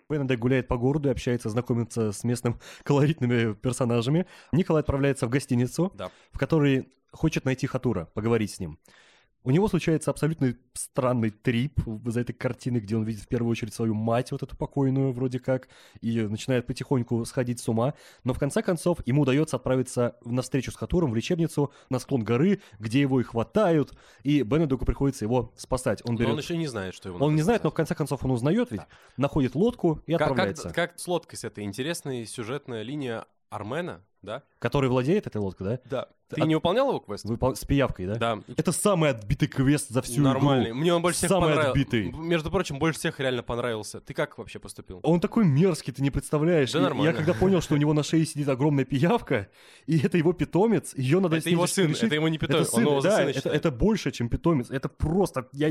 Speaker 1: Бенедек гуляет по городу и общается, знакомится с местным колоритными персонажами. Николай отправляется в гостиницу,
Speaker 2: Да.
Speaker 1: в которой хочет найти Хатура, поговорить с ним. У него случается абсолютно странный трип за этой картины, где он видит в первую очередь свою мать, вот эту покойную вроде как, и начинает потихоньку сходить с ума. Но в конце концов ему удается отправиться на встречу с Хатуром в лечебницу на склон горы, где его и хватают, и Бенедуку приходится его спасать. Он
Speaker 2: Но он
Speaker 1: берет...
Speaker 2: еще не знает, что его
Speaker 1: Он
Speaker 2: надо
Speaker 1: не знает, но
Speaker 2: спасать.
Speaker 1: в конце концов он узнает ведь,
Speaker 2: Да.
Speaker 1: находит лодку и
Speaker 2: Как- как-
Speaker 1: отправляется.
Speaker 2: Как, с лодкой с этой интересная сюжетная линия Армена, да?
Speaker 1: Который владеет этой лодкой, да?
Speaker 2: Да. Ты
Speaker 1: От-
Speaker 2: не выполнял его квест?
Speaker 1: Выпол- С пиявкой, да?
Speaker 2: Да.
Speaker 1: Это самый отбитый квест за всю
Speaker 2: Нормальный.
Speaker 1: игру.
Speaker 2: Мне он больше всех
Speaker 1: Самый
Speaker 2: понравился.
Speaker 1: отбитый.
Speaker 2: Между прочим, больше всех реально понравился. Ты как вообще поступил?
Speaker 1: Он такой мерзкий, ты не представляешь.
Speaker 2: Да
Speaker 1: И
Speaker 2: нормально.
Speaker 1: Я когда понял, что у него на шее сидит огромная пиявка, и это его питомец, ее надо
Speaker 2: это
Speaker 1: с ней
Speaker 2: его сын,
Speaker 1: решить.
Speaker 2: это его не питомец.
Speaker 1: Это сын,
Speaker 2: он его за
Speaker 1: да,
Speaker 2: сына
Speaker 1: это,
Speaker 2: считает.
Speaker 1: это больше, чем питомец. Это просто... Я,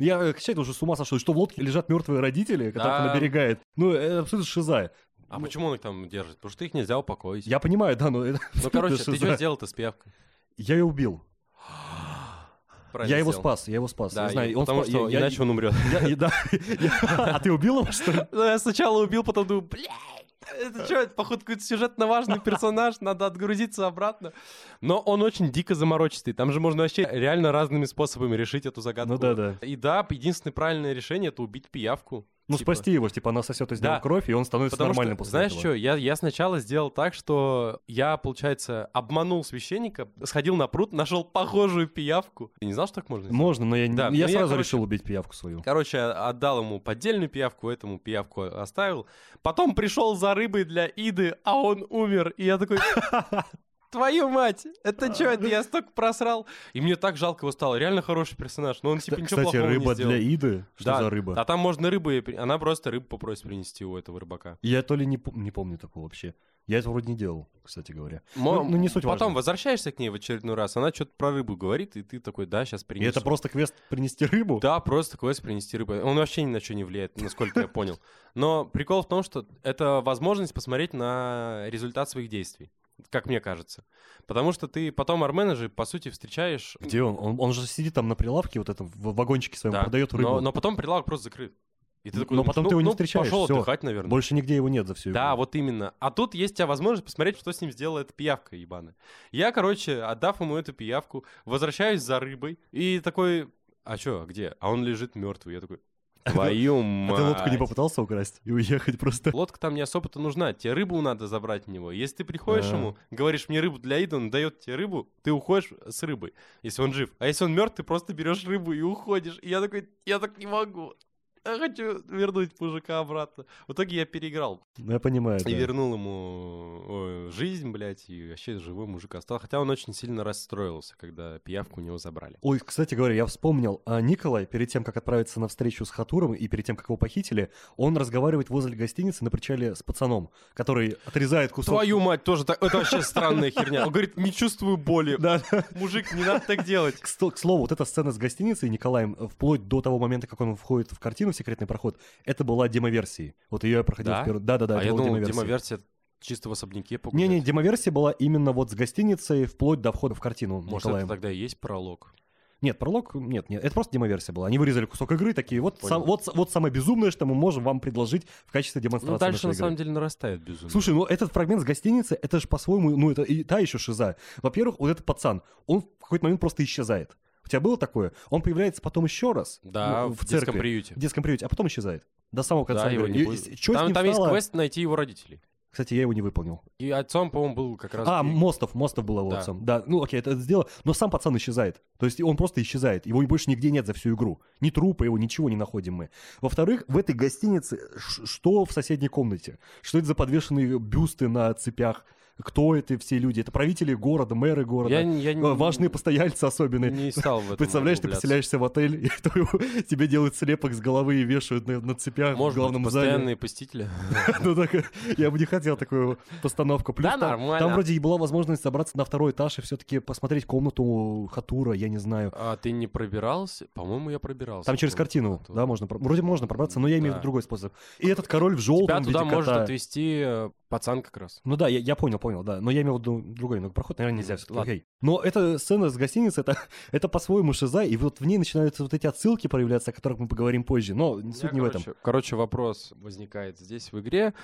Speaker 1: я э, кстати, уже с ума сошел, что в лодке лежат мертвые родители, которых
Speaker 2: Да.
Speaker 1: он оберегает. Ну, это абсолютно шиза.
Speaker 2: А почему он их там держит? Потому что их нельзя упокоить.
Speaker 1: Я понимаю, да, но это
Speaker 2: Ну, короче,
Speaker 1: абсолютно
Speaker 2: ты
Speaker 1: шиза.
Speaker 2: что сделал-то с пиявкой?
Speaker 1: Я ее убил.
Speaker 2: Правильно
Speaker 1: я его
Speaker 2: сделал.
Speaker 1: спас, я его спас.
Speaker 2: Да,
Speaker 1: я знаю,
Speaker 2: и-
Speaker 1: и он
Speaker 2: потому
Speaker 1: спа-
Speaker 2: что
Speaker 1: я- я-
Speaker 2: иначе он умрет.
Speaker 1: я- и да. Я- А ты убил его, что ли?
Speaker 2: Ну, я сначала убил, потом думаю, блядь, это что, это, походу, какой-то сюжетно важный персонаж, надо отгрузиться обратно. Но он очень дико заморочистый, там же можно вообще реально разными способами решить эту загадку.
Speaker 1: Ну да, да.
Speaker 2: И да, единственное правильное решение — это убить пиявку.
Speaker 1: Ну,
Speaker 2: Типа,
Speaker 1: спасти его, типа она сосет из него
Speaker 2: Да.
Speaker 1: кровь, и он становится
Speaker 2: Потому
Speaker 1: нормальным
Speaker 2: что,
Speaker 1: после
Speaker 2: знаешь
Speaker 1: этого.
Speaker 2: что, я, я сначала сделал так, что я, получается, обманул священника, сходил на пруд, нашел похожую пиявку. Ты не знал, что так можно? сделать?
Speaker 1: Можно, но я, не-
Speaker 2: Да,
Speaker 1: я
Speaker 2: ну я,
Speaker 1: сразу
Speaker 2: короче,
Speaker 1: решил убить пиявку свою.
Speaker 2: Короче, отдал ему поддельную пиявку, этому пиявку оставил. Потом пришел за рыбой для Иды, а он умер. И я такой... Твою мать! Это что это? Я столько просрал. И мне так жалко его стало. Реально хороший персонаж, но он типа
Speaker 1: Кста-
Speaker 2: ничего
Speaker 1: Кстати,
Speaker 2: плохого не
Speaker 1: рыба
Speaker 2: сделал.
Speaker 1: для Иды. Что
Speaker 2: Да,
Speaker 1: за рыба?
Speaker 2: А там можно рыбы... и при- Она просто рыбу попросит принести у этого рыбака.
Speaker 1: Я то ли не, пом- не помню такого вообще. Я этого вроде не делал, кстати говоря.
Speaker 2: Мо-
Speaker 1: ну, не суть
Speaker 2: Потом
Speaker 1: важно.
Speaker 2: возвращаешься к ней в очередной раз, она что-то про рыбу говорит, и ты такой, да, сейчас
Speaker 1: И
Speaker 2: принесу.
Speaker 1: это просто квест принести рыбу?
Speaker 2: Да, просто квест принести рыбу. Он вообще ни на что не влияет, насколько я понял. Но прикол в том, что это возможность посмотреть на результат своих действий, как мне кажется. Потому что ты потом Армена же, по сути, встречаешь...
Speaker 1: Где он? он? он же сидит там на прилавке вот этом, в вагончике своем,
Speaker 2: Да,
Speaker 1: продает рыбу.
Speaker 2: но, но потом прилавок просто закрыт. И ты такой,
Speaker 1: Но
Speaker 2: ну,
Speaker 1: потом
Speaker 2: ну-
Speaker 1: ты его не
Speaker 2: ну,
Speaker 1: встречаешь,
Speaker 2: Пошел
Speaker 1: всё.
Speaker 2: отдыхать, наверное.
Speaker 1: Больше нигде его нет за всю
Speaker 2: ну. Да,
Speaker 1: игру.
Speaker 2: вот именно. А тут есть у тебя возможность посмотреть, что с ним сделала эта пиявка ебаная. Я, короче, отдав ему эту пиявку, возвращаюсь за рыбой и такой... А чё, а где? А он лежит мертвый. Я такой, твою
Speaker 1: А
Speaker 2: мать.
Speaker 1: ты лодку не попытался украсть и уехать просто?
Speaker 2: Лодка там не особо-то нужна. Тебе рыбу надо забрать у него. Если ты приходишь
Speaker 1: Да.
Speaker 2: ему, говоришь мне рыбу для еды, он дает тебе рыбу, ты уходишь с рыбой, если он жив. А если он мертв, ты просто берешь рыбу и уходишь. И я такой, я так не могу. Я хочу вернуть мужика обратно. В итоге я переиграл.
Speaker 1: Ну, я понимаю,
Speaker 2: И
Speaker 1: да.
Speaker 2: вернул ему ой, жизнь, блядь, и вообще живой мужик остался. Хотя он очень сильно расстроился, когда пиявку у него забрали.
Speaker 1: Ой, кстати говоря, я вспомнил, а Николай, перед тем, как отправиться на встречу с Хатуром и перед тем, как его похитили, он разговаривает возле гостиницы на причале с пацаном, который отрезает кусок...
Speaker 2: Твою мать, тоже так. Это вообще странная херня. Он говорит, не чувствую боли.
Speaker 1: Да, да.
Speaker 2: Мужик, не надо так делать.
Speaker 1: К, сто- к слову, вот эта сцена с гостиницей и Николаем, э, вплоть до того момента, как он входит в картину в секретный проход, это была демоверсия. Вот ее я проходил
Speaker 2: Да?
Speaker 1: в первый... Да-да-да,
Speaker 2: А
Speaker 1: это
Speaker 2: я
Speaker 1: была
Speaker 2: думал,
Speaker 1: демоверсия.
Speaker 2: демоверсия чисто в особняке погулять.
Speaker 1: Не-не, демоверсия была именно вот с гостиницей вплоть до входа в картину
Speaker 2: Может,
Speaker 1: Николаем.
Speaker 2: это тогда и есть пролог?
Speaker 1: Нет, пролог, нет, нет, это просто демоверсия была. Они вырезали кусок игры, такие, вот,
Speaker 2: Понял.
Speaker 1: сам- вот, с- вот самое безумное, что мы можем вам предложить в качестве демонстрации
Speaker 2: Ну, дальше,
Speaker 1: нашей
Speaker 2: на
Speaker 1: игры.
Speaker 2: самом деле, нарастает безумие.
Speaker 1: Слушай, ну этот фрагмент с гостиницы, это же по-своему, ну это и та еще шиза. Во-первых, вот этот пацан, он в какой-то момент просто исчезает. У тебя было такое? Он появляется потом еще раз
Speaker 2: да,
Speaker 1: ну,
Speaker 2: в, детском приюте.
Speaker 1: в детском приюте, а потом исчезает. До самого конца.
Speaker 2: Да, его
Speaker 1: игры.
Speaker 2: не
Speaker 1: И-
Speaker 2: будет.
Speaker 1: и чё с
Speaker 2: Там,
Speaker 1: ним
Speaker 2: там есть
Speaker 1: стало?
Speaker 2: квест найти его родителей.
Speaker 1: Кстати, я его не выполнил.
Speaker 2: И отцом, по-моему, был как раз...
Speaker 1: А,
Speaker 2: Кирилл.
Speaker 1: Мостов, Мостов был его
Speaker 2: Да.
Speaker 1: отцом. Да, ну окей, это сделал. Но сам пацан исчезает. То есть он просто исчезает. Его больше нигде нет за всю игру. Ни трупа его, ничего не находим мы. Во-вторых, в этой гостинице ш- что в соседней комнате? Что это за подвешенные бюсты на цепях? Кто это все люди? Это правители города, мэры города,
Speaker 2: я, не- я не-
Speaker 1: э, важные постояльцы особенные.
Speaker 2: не стал в этом
Speaker 1: Представляешь, ты
Speaker 2: углубляться.
Speaker 1: поселяешься в отель, и твою- тебе делают слепок с головы и вешают на, на цепях в
Speaker 2: Может
Speaker 1: главном
Speaker 2: быть,
Speaker 1: зале.
Speaker 2: постоянные посетители.
Speaker 1: Ну так, я бы не хотел такую постановку. Плюс
Speaker 2: Да,
Speaker 1: там-
Speaker 2: нормально.
Speaker 1: Там вроде и была возможность собраться на второй этаж и все-таки посмотреть комнату Хатура, я не знаю.
Speaker 2: А ты не пробирался? По-моему, я пробирался.
Speaker 1: Там через
Speaker 2: По-моему,
Speaker 1: картину,
Speaker 2: туда.
Speaker 1: да, можно, про- вроде можно пробраться, но я имею в
Speaker 2: Да.
Speaker 1: виду другой способ. И этот король в желтом
Speaker 2: Тебя
Speaker 1: виде
Speaker 2: туда может
Speaker 1: кота.
Speaker 2: отвезти э, пацан как раз.
Speaker 1: Ну да, я, я понял, понял, да. Но я имел в виду другой многопроход, наверное, нельзя все-таки.
Speaker 2: Ладно.
Speaker 1: Но эта сцена с гостиницы, это, это по-своему шиза, и вот в ней начинаются вот эти отсылки проявляться, о которых мы поговорим позже, но
Speaker 2: Я,
Speaker 1: Ну, суть не в этом.
Speaker 2: короче- Короче, вопрос возникает здесь в игре.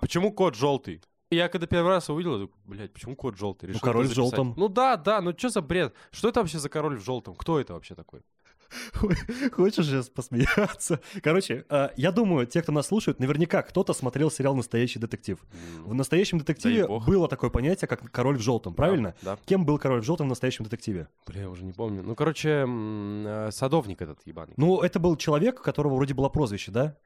Speaker 2: Почему кот желтый? Я когда первый раз увидел, я такой, блядь, почему кот желтый? Решил это
Speaker 1: король в
Speaker 2: записать.
Speaker 1: желтом.
Speaker 2: Ну да, да, ну что за бред? Что это вообще за король в желтом? Кто это вообще такой?
Speaker 1: Хочешь сейчас посмеяться? Короче, э, я думаю, те, кто нас слушает, наверняка кто-то смотрел сериал «Настоящий детектив».
Speaker 2: М,
Speaker 1: В «Настоящем детективе»
Speaker 2: бог.
Speaker 1: было такое понятие, как «король в желтом», правильно?
Speaker 2: Да. да.
Speaker 1: Кем был король в желтом в «Настоящем детективе»?
Speaker 2: Бля, я уже не помню. Ну, короче, м, э, садовник этот ебаный.
Speaker 1: Ну, это был человек, у которого вроде было прозвище, да?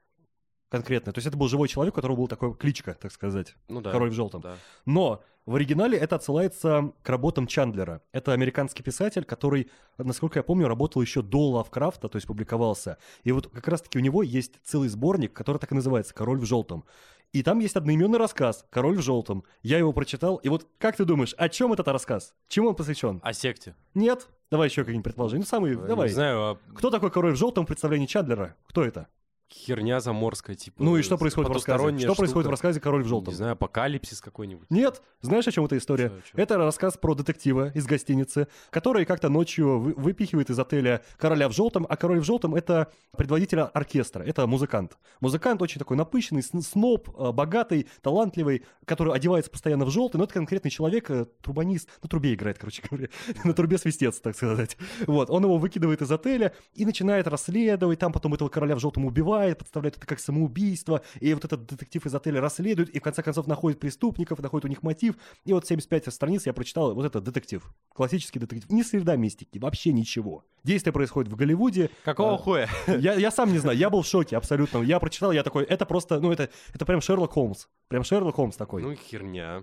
Speaker 1: Конкретно. То есть это был живой человек, у которого была такая кличка, так сказать.
Speaker 2: Ну да.
Speaker 1: Король в желтом.
Speaker 2: Да.
Speaker 1: Но в оригинале это отсылается к работам Чандлера. Это американский писатель, который, насколько я помню, работал еще до Лавкрафта, то есть публиковался. И вот как раз-таки у него есть целый сборник, который так и называется «Король в желтом». И там есть одноименный рассказ «Король в желтом». Я его прочитал. И вот как ты думаешь, о чем этот рассказ? Чему он посвящен?
Speaker 2: О секте.
Speaker 1: Нет? Давай еще какие-нибудь предположения. Ну, самый,
Speaker 2: Э,
Speaker 1: давай.
Speaker 2: Не знаю, а
Speaker 1: Кто такой король в желтом в представлении Чандлера? Кто это?
Speaker 2: херня заморская, типа.
Speaker 1: Ну и что происходит в рассказе?
Speaker 2: потусторонняя
Speaker 1: Что происходит в
Speaker 2: штука.
Speaker 1: рассказе «Король в желтом»?
Speaker 2: Не знаю, апокалипсис какой-нибудь.
Speaker 1: Нет, знаешь, о чем эта история?
Speaker 2: Чё, чё?
Speaker 1: Это рассказ про детектива из гостиницы, который как-то ночью вы- выпихивает из отеля короля в желтом, а король в желтом это предводитель оркестра, это музыкант. Музыкант очень такой напыщенный, сн- сноб, э, богатый, талантливый, который одевается постоянно в желтый, но это конкретный человек, э, трубанист, на трубе играет, короче говоря, на трубе свистец, так сказать. Вот, он его выкидывает из отеля и начинает расследовать, там потом этого короля в желтом убивает, подставляет это как самоубийство, и вот этот детектив из отеля расследует, и в конце концов находит преступников, находит у них мотив, и вот 75 страниц я прочитал вот этот детектив, классический детектив, ни следа мистики, вообще ничего. Действие происходит в Голливуде,
Speaker 2: Какого
Speaker 1: Э,
Speaker 2: хуя?
Speaker 1: я, я сам не знаю, я был в шоке абсолютно, я прочитал, я такой, это просто, ну это, это прям Шерлок Холмс, прям Шерлок Холмс такой.
Speaker 2: Ну, херня.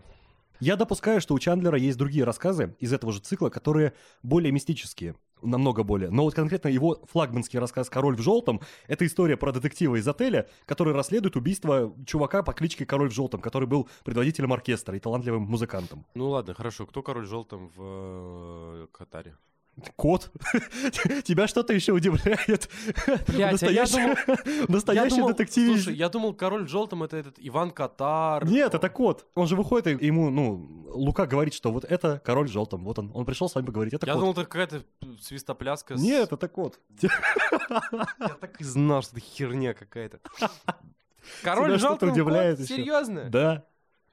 Speaker 1: Я допускаю, что у Чандлера есть другие рассказы из этого же цикла, которые более мистические, намного более. Но вот конкретно его флагманский рассказ «Король в желтом» — это история про детектива из отеля, который расследует убийство чувака по кличке Король в желтом, который был предводителем оркестра и талантливым музыкантом.
Speaker 2: Ну ладно, хорошо. Кто король в желтом в э, Катаре?
Speaker 1: Кот, тебя что-то еще удивляет?
Speaker 2: Блядь, а я думал-
Speaker 1: Настоящий,
Speaker 2: Я
Speaker 1: настоящий
Speaker 2: думал-
Speaker 1: детектив.
Speaker 2: Слушай, я думал, король в желтом это этот Иван Катар.
Speaker 1: Нет, это кот. Он же выходит, и ему, ну, Лука говорит, что вот это король в желтом. Вот он. Он пришел с вами поговорить. Это
Speaker 2: Я
Speaker 1: кот.
Speaker 2: думал, это какая-то п, свистопляска. с-
Speaker 1: Нет, это кот.
Speaker 2: я так и знал, что это херня какая-то. Король
Speaker 1: Тебя что-то
Speaker 2: в желтом
Speaker 1: удивляет ещё.
Speaker 2: Серьезно?
Speaker 1: Да.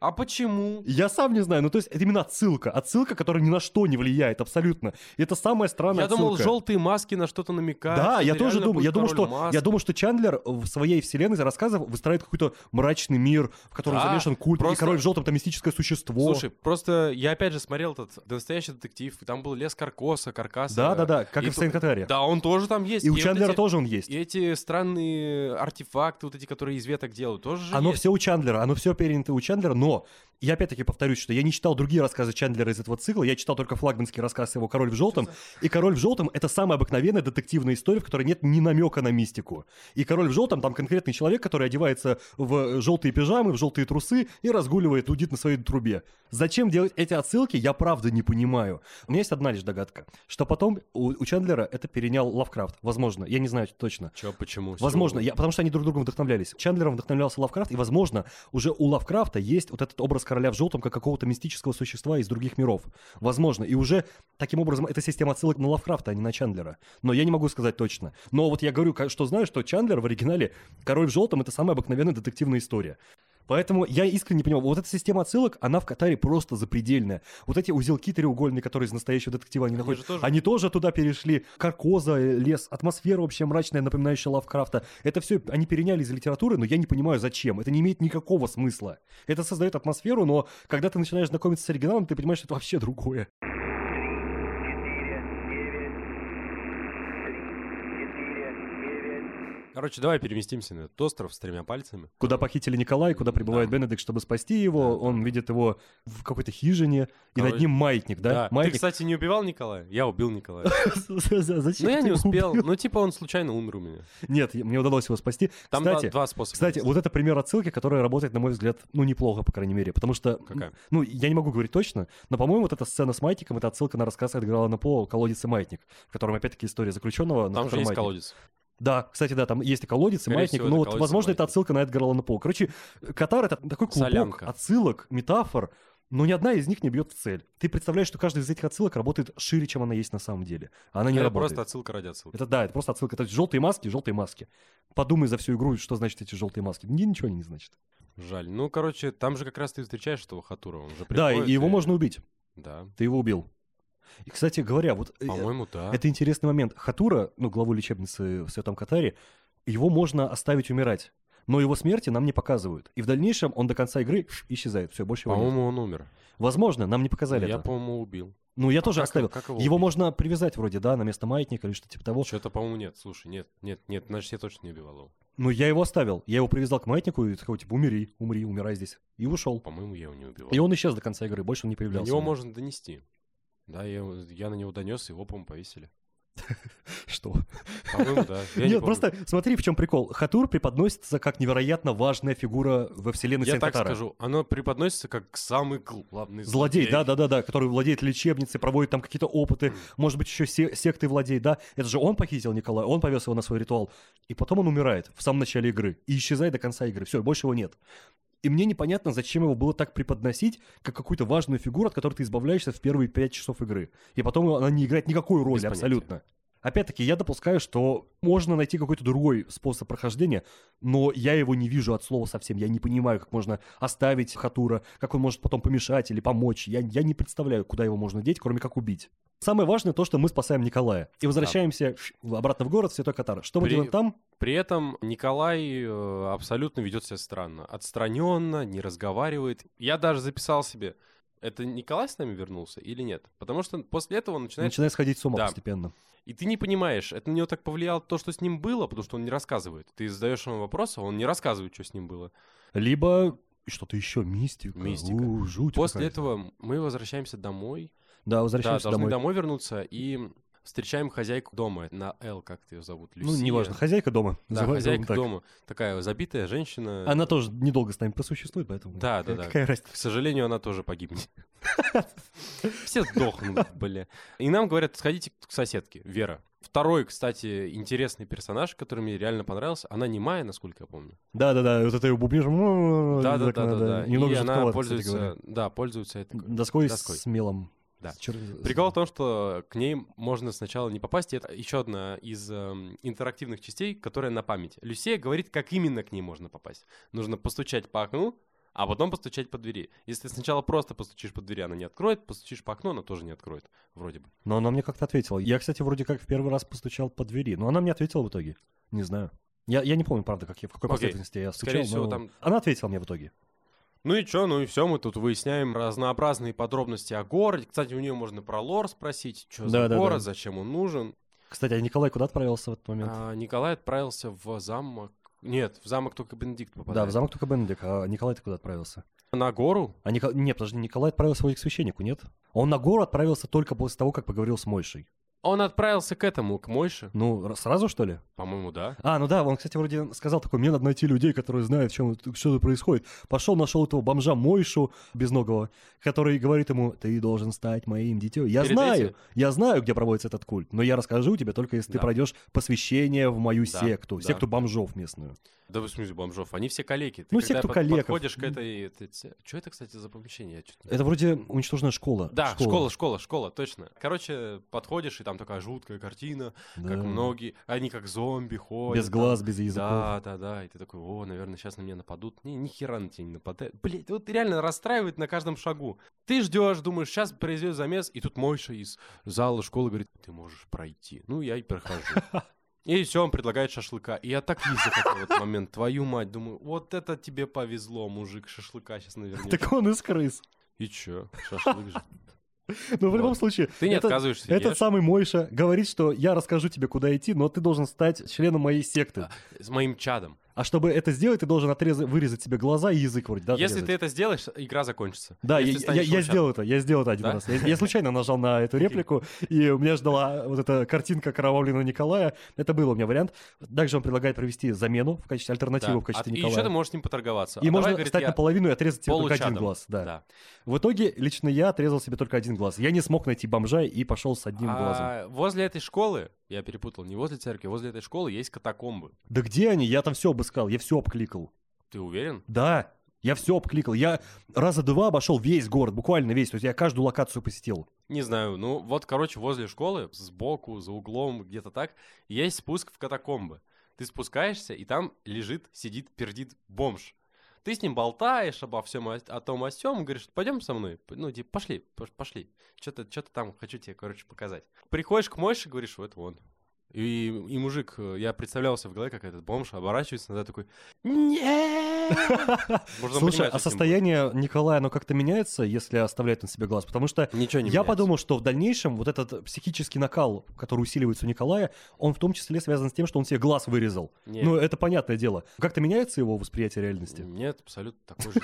Speaker 2: А почему?
Speaker 1: Я сам не знаю, ну то есть это именно отсылка, отсылка, которая ни на что не влияет абсолютно. И это самая странная
Speaker 2: Я думал,
Speaker 1: отсылка.
Speaker 2: желтые маски на что-то намекают.
Speaker 1: Да,
Speaker 2: что
Speaker 1: я
Speaker 2: это
Speaker 1: тоже
Speaker 2: реально
Speaker 1: думаю, я
Speaker 2: будет
Speaker 1: думаю,
Speaker 2: король
Speaker 1: что
Speaker 2: масок.
Speaker 1: я думаю, что Чандлер в своей вселенной за рассказов выстраивает какой-то мрачный мир, в котором
Speaker 2: Да,
Speaker 1: замешан культ, и
Speaker 2: просто-
Speaker 1: король в желтом там мистическое существо.
Speaker 2: Слушай, просто я опять же смотрел этот «Да настоящий детектив, и там был лес Каркоса, Каркаса.
Speaker 1: да, да, да, как и,
Speaker 2: и
Speaker 1: в
Speaker 2: ту-
Speaker 1: Сент-Катаре.
Speaker 2: Да, он тоже там есть.
Speaker 1: И у
Speaker 2: вот
Speaker 1: Чандлера
Speaker 2: эти-
Speaker 1: тоже он есть.
Speaker 2: И эти странные артефакты, вот эти, которые из веток делают, тоже же
Speaker 1: Оно
Speaker 2: есть.
Speaker 1: все у Чандлера, оно все перенято у Чандлера, но я опять-таки повторюсь, что я не читал другие рассказы Чандлера из этого цикла, я читал только флагманский рассказ его «Король в желтом», и «Король в желтом» — это самая обыкновенная детективная история, в которой нет ни намека на мистику. И «Король в желтом» — там конкретный человек, который одевается в желтые пижамы, в желтые трусы и разгуливает, удит на своей трубе. Зачем делать эти отсылки, я правда не понимаю. У меня есть одна лишь догадка, что потом у, у Чандлера это перенял Лавкрафт, возможно, я не знаю точно.
Speaker 2: Чё, почему? С чего
Speaker 1: Возможно,
Speaker 2: вы?
Speaker 1: я, потому что они друг другом вдохновлялись. Чандлером вдохновлялся Лавкрафт, и, возможно, уже у Лавкрафта есть вот этот образ короля в желтом, как какого-то мистического существа из других миров. Возможно, и уже таким образом эта система отсылок на Лавкрафта, а не на Чандлера. Но я не могу сказать точно. Но вот я говорю, ка- что знаю, что Чандлер в оригинале «Король в желтом» — это самая обыкновенная детективная история. Поэтому я искренне не понимаю, вот эта система отсылок, она в Катаре просто запредельная. Вот эти узелки треугольные, которые из настоящего детектива они, находят,
Speaker 2: же тоже-
Speaker 1: они тоже туда перешли. Каркоза, э, лес, атмосфера вообще мрачная, напоминающая Лавкрафта. Это все они переняли из литературы, но я не понимаю, зачем. Это не имеет никакого смысла. Это создает атмосферу, но когда ты начинаешь знакомиться с оригиналом, ты понимаешь, что это вообще другое.
Speaker 2: Короче, давай переместимся на этот остров с тремя пальцами.
Speaker 1: Куда похитили Николая, куда прибывает Бенедикт, чтобы спасти его.
Speaker 2: Да,
Speaker 1: Он видит его в какой-то хижине, и над
Speaker 2: Короче,
Speaker 1: ним маятник, да?
Speaker 2: Ты,
Speaker 1: Маятник.
Speaker 2: кстати, не убивал Николая? Я убил Николая.
Speaker 1: Зачем
Speaker 2: Но я
Speaker 1: ты
Speaker 2: не
Speaker 1: его
Speaker 2: успел.
Speaker 1: убил?
Speaker 2: Ну, типа, он случайно умер у меня.
Speaker 1: Нет, я- мне удалось его спасти.
Speaker 2: Там
Speaker 1: Кстати,
Speaker 2: два- два способа.
Speaker 1: Кстати,
Speaker 2: есть.
Speaker 1: вот это пример отсылки, которая работает, на мой взгляд, ну, неплохо, по крайней мере, потому что...
Speaker 2: Какая?
Speaker 1: Ну, я не могу говорить точно, но, по-моему, вот эта сцена с маятником — это отсылка на рассказ Эдгара Алана По «Колодец и маятник», в котором, опять-таки, история заключенного. на
Speaker 2: Там же
Speaker 1: котором
Speaker 2: есть
Speaker 1: маятник.
Speaker 2: колодец.
Speaker 1: Да, кстати, да, там есть и колодец, и
Speaker 2: Скорее
Speaker 1: маятник,
Speaker 2: всего,
Speaker 1: но
Speaker 2: это
Speaker 1: вот,
Speaker 2: колодец и
Speaker 1: возможно, это
Speaker 2: маятник.
Speaker 1: отсылка на Эдгара Алана По. Короче, Катар — это такой клубок
Speaker 2: Солянка.
Speaker 1: отсылок, метафор, но ни одна из них не бьет в цель. Ты представляешь, что каждая из этих отсылок работает шире, чем она есть на самом деле. А Она не
Speaker 2: Это
Speaker 1: работает.
Speaker 2: Э, просто отсылка ради отсылки.
Speaker 1: Это да, это просто отсылка. То есть желтые маски, желтые маски. Подумай за всю игру, что значит эти желтые маски. Ни- Ничего они не значат.
Speaker 2: Жаль. Ну, короче, там же как раз ты встречаешь этого Хатурова. Он же
Speaker 1: Да,
Speaker 2: приходит
Speaker 1: и его можно убить.
Speaker 2: Да,
Speaker 1: Ты его убил. И, кстати говоря, вот э,
Speaker 2: по-моему, да.
Speaker 1: это интересный момент. Хатура, ну, главу лечебницы в Святом Катаре, его можно оставить умирать. Но его смерти нам не показывают. И в дальнейшем он до конца игры исчезает. Все, больше его нет.
Speaker 2: По-моему, он умер.
Speaker 1: Возможно, нам не показали
Speaker 2: Я,
Speaker 1: это.
Speaker 2: по-моему, убил.
Speaker 1: Ну, я тоже
Speaker 2: Как-
Speaker 1: оставил.
Speaker 2: как
Speaker 1: Его можно привязать вроде, да, на место маятника или что-то типа того.
Speaker 2: Что-то, по-моему, нет. Слушай, нет, нет, нет, значит, я точно не убивал его.
Speaker 1: Но я его оставил. Я его привязал к маятнику и такой, типа, умери, умри, умирай здесь. И ушел.
Speaker 2: По-моему, я его не убивал.
Speaker 1: И он исчез до конца игры, больше он не
Speaker 2: На
Speaker 1: появлялся.
Speaker 2: него
Speaker 1: у меня.
Speaker 2: можно донести. Да, я, его- я на него донес, его, по-моему, повесили.
Speaker 1: Что?
Speaker 2: По-моему, да. Я не
Speaker 1: Нет,
Speaker 2: помню.
Speaker 1: просто смотри, в чем прикол. Хатур преподносится как невероятно важная фигура во вселенной
Speaker 2: Я так
Speaker 1: Сен-Катара.
Speaker 2: скажу, оно преподносится как самый главный
Speaker 1: Злодей, да, да, да, да, который владеет лечебницей, проводит там какие-то опыты, может быть, еще се- сектой владеет, да. Это же он похитил Николая, он повез его на свой ритуал. И потом он умирает в самом начале игры и исчезает до конца игры. Все, больше его нет. И мне непонятно, зачем его было так преподносить, как какую-то важную фигуру, от которой ты избавляешься в первые пять часов игры. И потом она не играет никакую роли
Speaker 2: Без понятия.
Speaker 1: абсолютно. Опять-таки, я допускаю, что можно найти какой-то другой способ прохождения, но я его не вижу от слова совсем. Я не понимаю, как можно оставить Хатура, как он может потом помешать или помочь. Я, я не представляю, куда его можно деть, кроме как убить. Самое важное то, что мы спасаем Николая. И возвращаемся в- обратно в город в Святой Катар. Что мы
Speaker 2: При-
Speaker 1: делаем там?
Speaker 2: При этом Николай э, абсолютно ведет себя странно. Отстраненно, не разговаривает. Я даже записал себе, это Николай с нами вернулся или нет? Потому что после этого он начинает...
Speaker 1: Начинает сходить с ума
Speaker 2: да.
Speaker 1: постепенно.
Speaker 2: И ты не понимаешь, это на него так повлияло то, что с ним было, потому что он не рассказывает. Ты задаешь ему вопрос, а он не рассказывает, что с ним было.
Speaker 1: Либо что-то еще, мистика.
Speaker 2: Мистика.
Speaker 1: У, жуть
Speaker 2: После
Speaker 1: какая-то.
Speaker 2: этого мы возвращаемся домой,
Speaker 1: Да,
Speaker 2: Да,
Speaker 1: возвращаемся
Speaker 2: должны домой.
Speaker 1: домой.
Speaker 2: вернуться и встречаем хозяйку дома. На Л, как ты ее зовут, Люсия.
Speaker 1: Ну, неважно, хозяйка дома.
Speaker 2: Да,
Speaker 1: Называй-
Speaker 2: хозяйка
Speaker 1: так.
Speaker 2: дома. Такая забитая женщина.
Speaker 1: Она тоже недолго с нами посуществует, поэтому...
Speaker 2: Да, да,
Speaker 1: какая-
Speaker 2: да.
Speaker 1: Какая разница?
Speaker 2: К сожалению, она тоже погибнет. Все сдохнут, бля. И нам говорят, сходите к соседке, Вера. Второй, кстати, интересный персонаж, который мне реально понравился. Она немая, насколько я помню.
Speaker 1: Да-да-да, вот это его бубнишь.
Speaker 2: Да, да, да,
Speaker 1: так
Speaker 2: да,
Speaker 1: Ну, надо.
Speaker 2: да.
Speaker 1: Немного
Speaker 2: И она
Speaker 1: жутковато, кстати говоря.
Speaker 2: пользуется, да, пользуется этой
Speaker 1: Доской,
Speaker 2: доской.
Speaker 1: с мелом.
Speaker 2: Да.
Speaker 1: С чер-
Speaker 2: Прикол в том, что к ней можно сначала не попасть. и Это еще одна из эм, интерактивных частей, которая на память. Люсия говорит, как именно к ней можно попасть. Нужно постучать по окну, а потом постучать по двери. Если ты сначала просто постучишь по двери, она не откроет, постучишь по окну, она тоже не откроет, вроде бы.
Speaker 1: Но она мне как-то ответила. Я, кстати, вроде как в первый раз постучал по двери, но она мне ответила в итоге. Не знаю. Я, я не помню, правда, как я, в какой
Speaker 2: Окей.
Speaker 1: последовательности я стучал,
Speaker 2: Скорее всего,
Speaker 1: но
Speaker 2: там-
Speaker 1: Она ответила мне в итоге.
Speaker 2: Ну и чё, ну и все, мы тут выясняем разнообразные подробности о городе. Кстати, у нее можно про лор спросить, что за
Speaker 1: Да-да-да.
Speaker 2: город, зачем он нужен.
Speaker 1: Кстати, а Николай куда отправился в этот момент?
Speaker 2: А, Николай отправился в замок. Нет, в замок только Бенедикт попадает.
Speaker 1: да, в замок только Бенедик, а Николай-то куда отправился?
Speaker 2: На гору?
Speaker 1: А Нико... Нет, подожди, Николай отправился вроде к священнику, нет? Он на гору отправился только после того, как поговорил с Мойшей.
Speaker 2: Он отправился к этому, к Мойше.
Speaker 1: Ну, р- сразу, что ли?
Speaker 2: По-моему, да.
Speaker 1: А, ну да, он, кстати, вроде сказал такой, мне надо найти людей, которые знают, в чем, что тут происходит. Пошел, нашел этого бомжа Мойшу безногого, который говорит ему, ты должен стать моим дитё. Я
Speaker 2: Перед
Speaker 1: знаю,
Speaker 2: этим-
Speaker 1: я знаю, где проводится этот культ, но я расскажу тебе только, если ты
Speaker 2: Да.
Speaker 1: пройдешь посвящение в мою
Speaker 2: Да,
Speaker 1: секту,
Speaker 2: да.
Speaker 1: секту бомжов местную.
Speaker 2: Да вы в смысле бомжов, они все калеки. Ты
Speaker 1: Ну,
Speaker 2: когда
Speaker 1: секту
Speaker 2: под-
Speaker 1: калеков.
Speaker 2: подходишь к этой... Что это, кстати, за помещение? Я чё-то не-
Speaker 1: Это вроде уничтоженная школа.
Speaker 2: Да, школа, школа, школа, точно. Короче, подходишь, и там такая жуткая картина,
Speaker 1: Да.
Speaker 2: как многие, они как зомби ходят.
Speaker 1: Без
Speaker 2: там.
Speaker 1: глаз, без языков.
Speaker 2: Да, да, да, и ты такой, о, наверное, сейчас на меня нападут. Не, ни хера на тебя не нападают. Блин, вот реально расстраивает на каждом шагу. Ты ждешь, думаешь, сейчас произойдет замес, и тут Мойша из зала школы говорит, ты можешь пройти. Ну, я и прохожу. И все, он предлагает шашлыка. И я так есть захотел в этот момент. Твою мать, думаю, вот это тебе повезло, мужик, шашлыка сейчас наверное.
Speaker 1: Так он из крыс.
Speaker 2: И чё? Шашлык же.
Speaker 1: Ну, в
Speaker 2: Вот.
Speaker 1: любом случае,
Speaker 2: Ты не
Speaker 1: этот-
Speaker 2: отказываешься,
Speaker 1: этот
Speaker 2: ешь.
Speaker 1: самый Мойша говорит, что я расскажу тебе, куда идти, но ты должен стать членом моей секты.
Speaker 2: С моим чадом.
Speaker 1: А чтобы это сделать, ты должен отрезать, вырезать себе глаза и язык вроде, да?
Speaker 2: Если
Speaker 1: отрезать?
Speaker 2: ты это сделаешь, игра закончится.
Speaker 1: Да,
Speaker 2: Если
Speaker 1: я, я-
Speaker 2: станешь
Speaker 1: я
Speaker 2: его чадом.
Speaker 1: сделал это, я сделал это один
Speaker 2: Да?
Speaker 1: раз. Я, я случайно нажал на эту реплику, и у меня ждала вот эта картинка кровавленного Николая. Это был у меня вариант. Также он предлагает провести замену в качестве альтернативы в
Speaker 2: Да. А-
Speaker 1: качестве
Speaker 2: И
Speaker 1: Николая.
Speaker 2: еще ты можешь с ним поторговаться.
Speaker 1: И
Speaker 2: А давай,
Speaker 1: можно
Speaker 2: говорит,
Speaker 1: стать
Speaker 2: я
Speaker 1: наполовину и отрезать тебе только один
Speaker 2: получадом.
Speaker 1: глаз. Да.
Speaker 2: Да.
Speaker 1: В итоге лично я отрезал себе только один глаз. Я не смог найти бомжа и пошел с одним глазом.
Speaker 2: А, возле этой школы, я перепутал, не возле церкви, возле этой школы есть катакомбы.
Speaker 1: Да где они? Я там все обыскал, я все обкликал.
Speaker 2: Ты уверен?
Speaker 1: Да, я все обкликал. Я раза два обошел весь город, буквально весь. То есть я каждую локацию посетил.
Speaker 2: Не знаю. Ну, вот, короче, возле школы, сбоку, за углом, где-то так, есть спуск в катакомбы. Ты спускаешься, и там лежит, сидит, пердит бомж. Ты с ним болтаешь обо всем, о, о том, о сём, говоришь, пойдем со мной, ну, типа, пошли, пош- пошли, что-то что там хочу тебе, короче, показать. Приходишь к Мойше, говоришь, вот он. И, и мужик, э, я представлялся в голове, как этот бомж оборачивается, иногда такой, нет! Можно
Speaker 1: Слушай,
Speaker 2: понимать,
Speaker 1: а
Speaker 2: с этим
Speaker 1: состояние Николая, оно как-то меняется, если оставляет на себе глаз? Потому что
Speaker 2: будет. Ничего не
Speaker 1: я
Speaker 2: меняется.
Speaker 1: подумал, что в дальнейшем вот этот психический накал, который усиливается у Николая, он в том числе связан с тем, что он себе глаз вырезал.
Speaker 2: Нет.
Speaker 1: Ну, это понятное дело. Как-то меняется его восприятие реальности?
Speaker 2: Нет, абсолютно такой же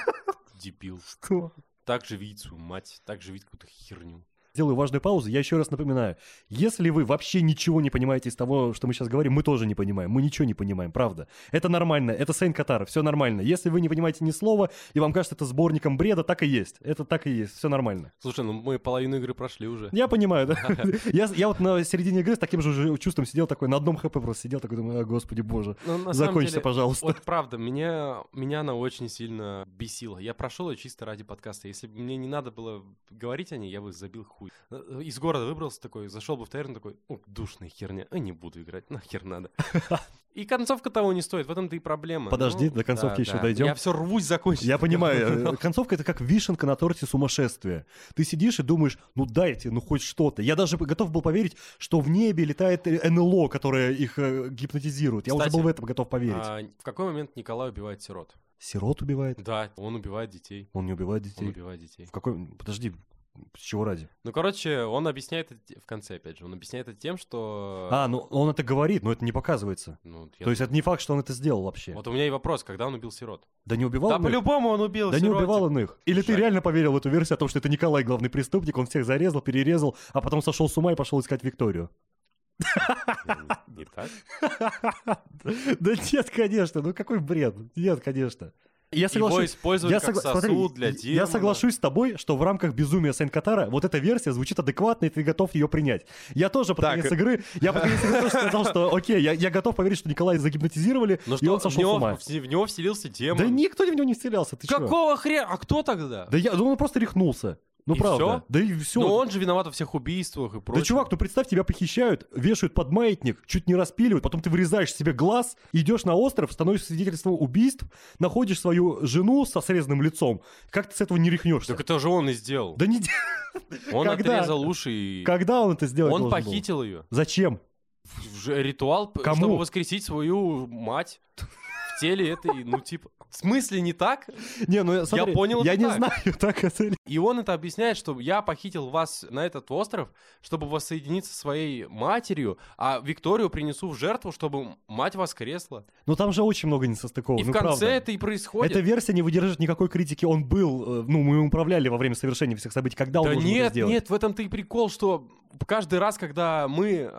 Speaker 2: дебил.
Speaker 1: Что?
Speaker 2: Так же видит свою мать, так же видит какую-то херню.
Speaker 1: Сделаю важную паузу. Я еще раз напоминаю, если вы вообще ничего не понимаете из того, что мы сейчас говорим, мы тоже не понимаем. Мы ничего не понимаем, правда. Это нормально. Это Сейн Катар. Все нормально. Если вы не понимаете ни слова, и вам кажется это сборником бреда, так и есть. Это так и есть. Все нормально.
Speaker 2: Слушай, ну мы половину игры прошли уже.
Speaker 1: Я понимаю, да. Я, я вот на середине игры с таким же уже чувством сидел такой, на одном хп просто сидел такой, думаю, «А, господи боже,
Speaker 2: Ну, на самом
Speaker 1: закончится,
Speaker 2: деле,
Speaker 1: пожалуйста.
Speaker 2: Вот правда, меня, меня она очень сильно бесила. Я прошел ее чисто ради подкаста. Если бы мне не надо было говорить о ней, я бы забил хуй. Э, Из города выбрался такой, зашел бы в таверну такой, ну, душная херня, э, не буду играть, нахер надо. И концовка того не стоит, в этом-то и проблема.
Speaker 1: Подожди,
Speaker 2: Ну,
Speaker 1: до концовки
Speaker 2: да,
Speaker 1: еще
Speaker 2: да.
Speaker 1: дойдем.
Speaker 2: Я все рвусь закончить.
Speaker 1: Я понимаю, э, концовка это как вишенка на торте сумасшествия. Ты сидишь и думаешь, ну дайте, ну хоть что-то. Я даже готов был поверить, что в небе летает э, НЛО, которое их э, гипнотизирует. Я уже
Speaker 2: Кстати,
Speaker 1: был в этом готов поверить.
Speaker 2: А, в какой момент Николай убивает сирот?
Speaker 1: Сирот убивает?
Speaker 2: Да, он убивает детей.
Speaker 1: Он не убивает
Speaker 2: Он
Speaker 1: детей.
Speaker 2: убивает детей.
Speaker 1: В какой... Подожди, с чего ради?
Speaker 2: Ну, короче, он объясняет это те- в конце, опять же, он объясняет это тем, что...
Speaker 1: А, ну он это говорит, но это не показывается.
Speaker 2: Ну, я-
Speaker 1: То есть это не факт, что он это сделал вообще.
Speaker 2: Вот у меня и вопрос, когда он убил сирот?
Speaker 1: Да не убивал
Speaker 2: да
Speaker 1: он их?
Speaker 2: по-любому он убил
Speaker 1: Да не
Speaker 2: сиротин.
Speaker 1: убивал он их. Или ты
Speaker 2: Жаль.
Speaker 1: реально поверил в эту версию о том, что это Николай главный преступник, он всех зарезал, перерезал, а потом сошел с ума и пошел искать Викторию?
Speaker 2: Не, не так?
Speaker 1: Да нет, конечно, ну какой бред. Нет, конечно. Я
Speaker 2: Его
Speaker 1: соглашусь.
Speaker 2: используют
Speaker 1: Я,
Speaker 2: как
Speaker 1: согла-
Speaker 2: сосуд
Speaker 1: смотри,
Speaker 2: для
Speaker 1: я-
Speaker 2: демона.
Speaker 1: я соглашусь с тобой, что в рамках безумия Сент-Катара вот эта версия звучит адекватно, и ты готов ее принять. Я тоже под
Speaker 2: Так.
Speaker 1: конец игры, я под конец игры тоже сказал, что окей, я, я готов поверить, что Николая загипнотизировали,
Speaker 2: Ну
Speaker 1: и
Speaker 2: что,
Speaker 1: он
Speaker 2: в
Speaker 1: сошел с
Speaker 2: него,
Speaker 1: ума.
Speaker 2: в в него вселился демон.
Speaker 1: Да никто в него не вселялся, ты чё?
Speaker 2: Какого хрена? А кто тогда?
Speaker 1: Да я, ну он просто рехнулся. Ну
Speaker 2: И
Speaker 1: правда.
Speaker 2: всё?
Speaker 1: Да и все.
Speaker 2: Ну он же виноват во всех убийствах и прочем.
Speaker 1: Да, чувак, ну представь, тебя похищают, вешают под маятник, чуть не распиливают, потом ты вырезаешь себе глаз, идешь на остров, становишься свидетельством убийств, находишь свою жену со срезанным лицом. Как ты с этого не рехнешься?
Speaker 2: Так это же он и сделал.
Speaker 1: Да не... де-
Speaker 2: он
Speaker 1: когда?
Speaker 2: отрезал уши и...
Speaker 1: Когда он это сделал?
Speaker 2: он похитил ее.
Speaker 1: Зачем?
Speaker 2: Ритуал, п-
Speaker 1: Кому?
Speaker 2: чтобы воскресить свою мать в теле этой, ну типа... В смысле не так?
Speaker 1: Не, ну смотри,
Speaker 2: понял
Speaker 1: Я
Speaker 2: это
Speaker 1: не
Speaker 2: так.
Speaker 1: знаю, так это или...
Speaker 2: И он это объясняет, что я похитил вас на этот остров, чтобы воссоединиться со своей матерью, а Викторию принесу в жертву, чтобы мать воскресла.
Speaker 1: Ну там же очень много несостыковок,
Speaker 2: и
Speaker 1: ну
Speaker 2: в конце
Speaker 1: правда.
Speaker 2: это и происходит.
Speaker 1: Эта версия не выдержит никакой критики. Он был, э, ну, мы им управляли во время совершения всех событий. Когда он
Speaker 2: Да
Speaker 1: должен был это
Speaker 2: нет,
Speaker 1: сделать?
Speaker 2: нет, в этом-то и прикол, что каждый раз, когда мы...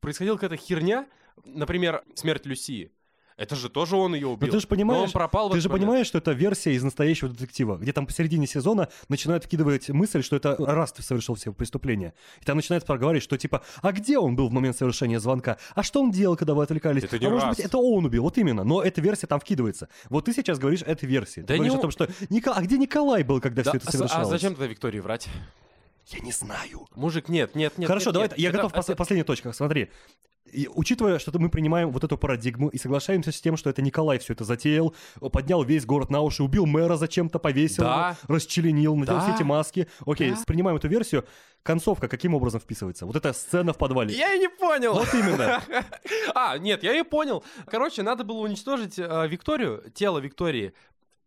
Speaker 2: Происходила какая-то херня, например, смерть Люсии, это же тоже он ее убил.
Speaker 1: Ну ты же
Speaker 2: Но
Speaker 1: понимаешь,
Speaker 2: он пропал в
Speaker 1: Ты
Speaker 2: этот
Speaker 1: же
Speaker 2: момент.
Speaker 1: понимаешь, что это версия из настоящего детектива, где там посередине сезона начинают вкидывать мысль, что это Раст совершил все преступления. И там начинают проговаривать, что типа, а где он был в момент совершения звонка? А что он делал, когда вы отвлекались?
Speaker 2: Это не
Speaker 1: а может
Speaker 2: Раст.
Speaker 1: быть, это он убил, вот именно. Но эта версия там вкидывается. Вот ты сейчас говоришь этой версии. Ты
Speaker 2: Да не
Speaker 1: говоришь о
Speaker 2: он-
Speaker 1: том, что «Ника- а где Николай был, когда
Speaker 2: Да,
Speaker 1: все это
Speaker 2: а с- а,
Speaker 1: совершалось?
Speaker 2: зачем тогда Виктории врать?
Speaker 1: Я не знаю.
Speaker 2: Мужик, нет, нет, нет.
Speaker 1: Хорошо,
Speaker 2: нет,
Speaker 1: давай,
Speaker 2: нет.
Speaker 1: я
Speaker 2: Это-
Speaker 1: готов, пос-
Speaker 2: это-
Speaker 1: последняя точка, смотри. И учитывая, что мы принимаем вот эту парадигму и соглашаемся с тем, что это Николай все это затеял, поднял весь город на уши, убил мэра зачем-то, повесил,
Speaker 2: Да.
Speaker 1: его, расчленил, надел
Speaker 2: Да.
Speaker 1: все эти маски. Окей,
Speaker 2: Да.
Speaker 1: принимаем эту версию. Концовка каким образом вписывается? Вот эта сцена в подвале.
Speaker 2: Я и не понял.
Speaker 1: Вот именно.
Speaker 2: А, нет, я ее понял. Короче, надо было уничтожить э, Викторию, тело Виктории,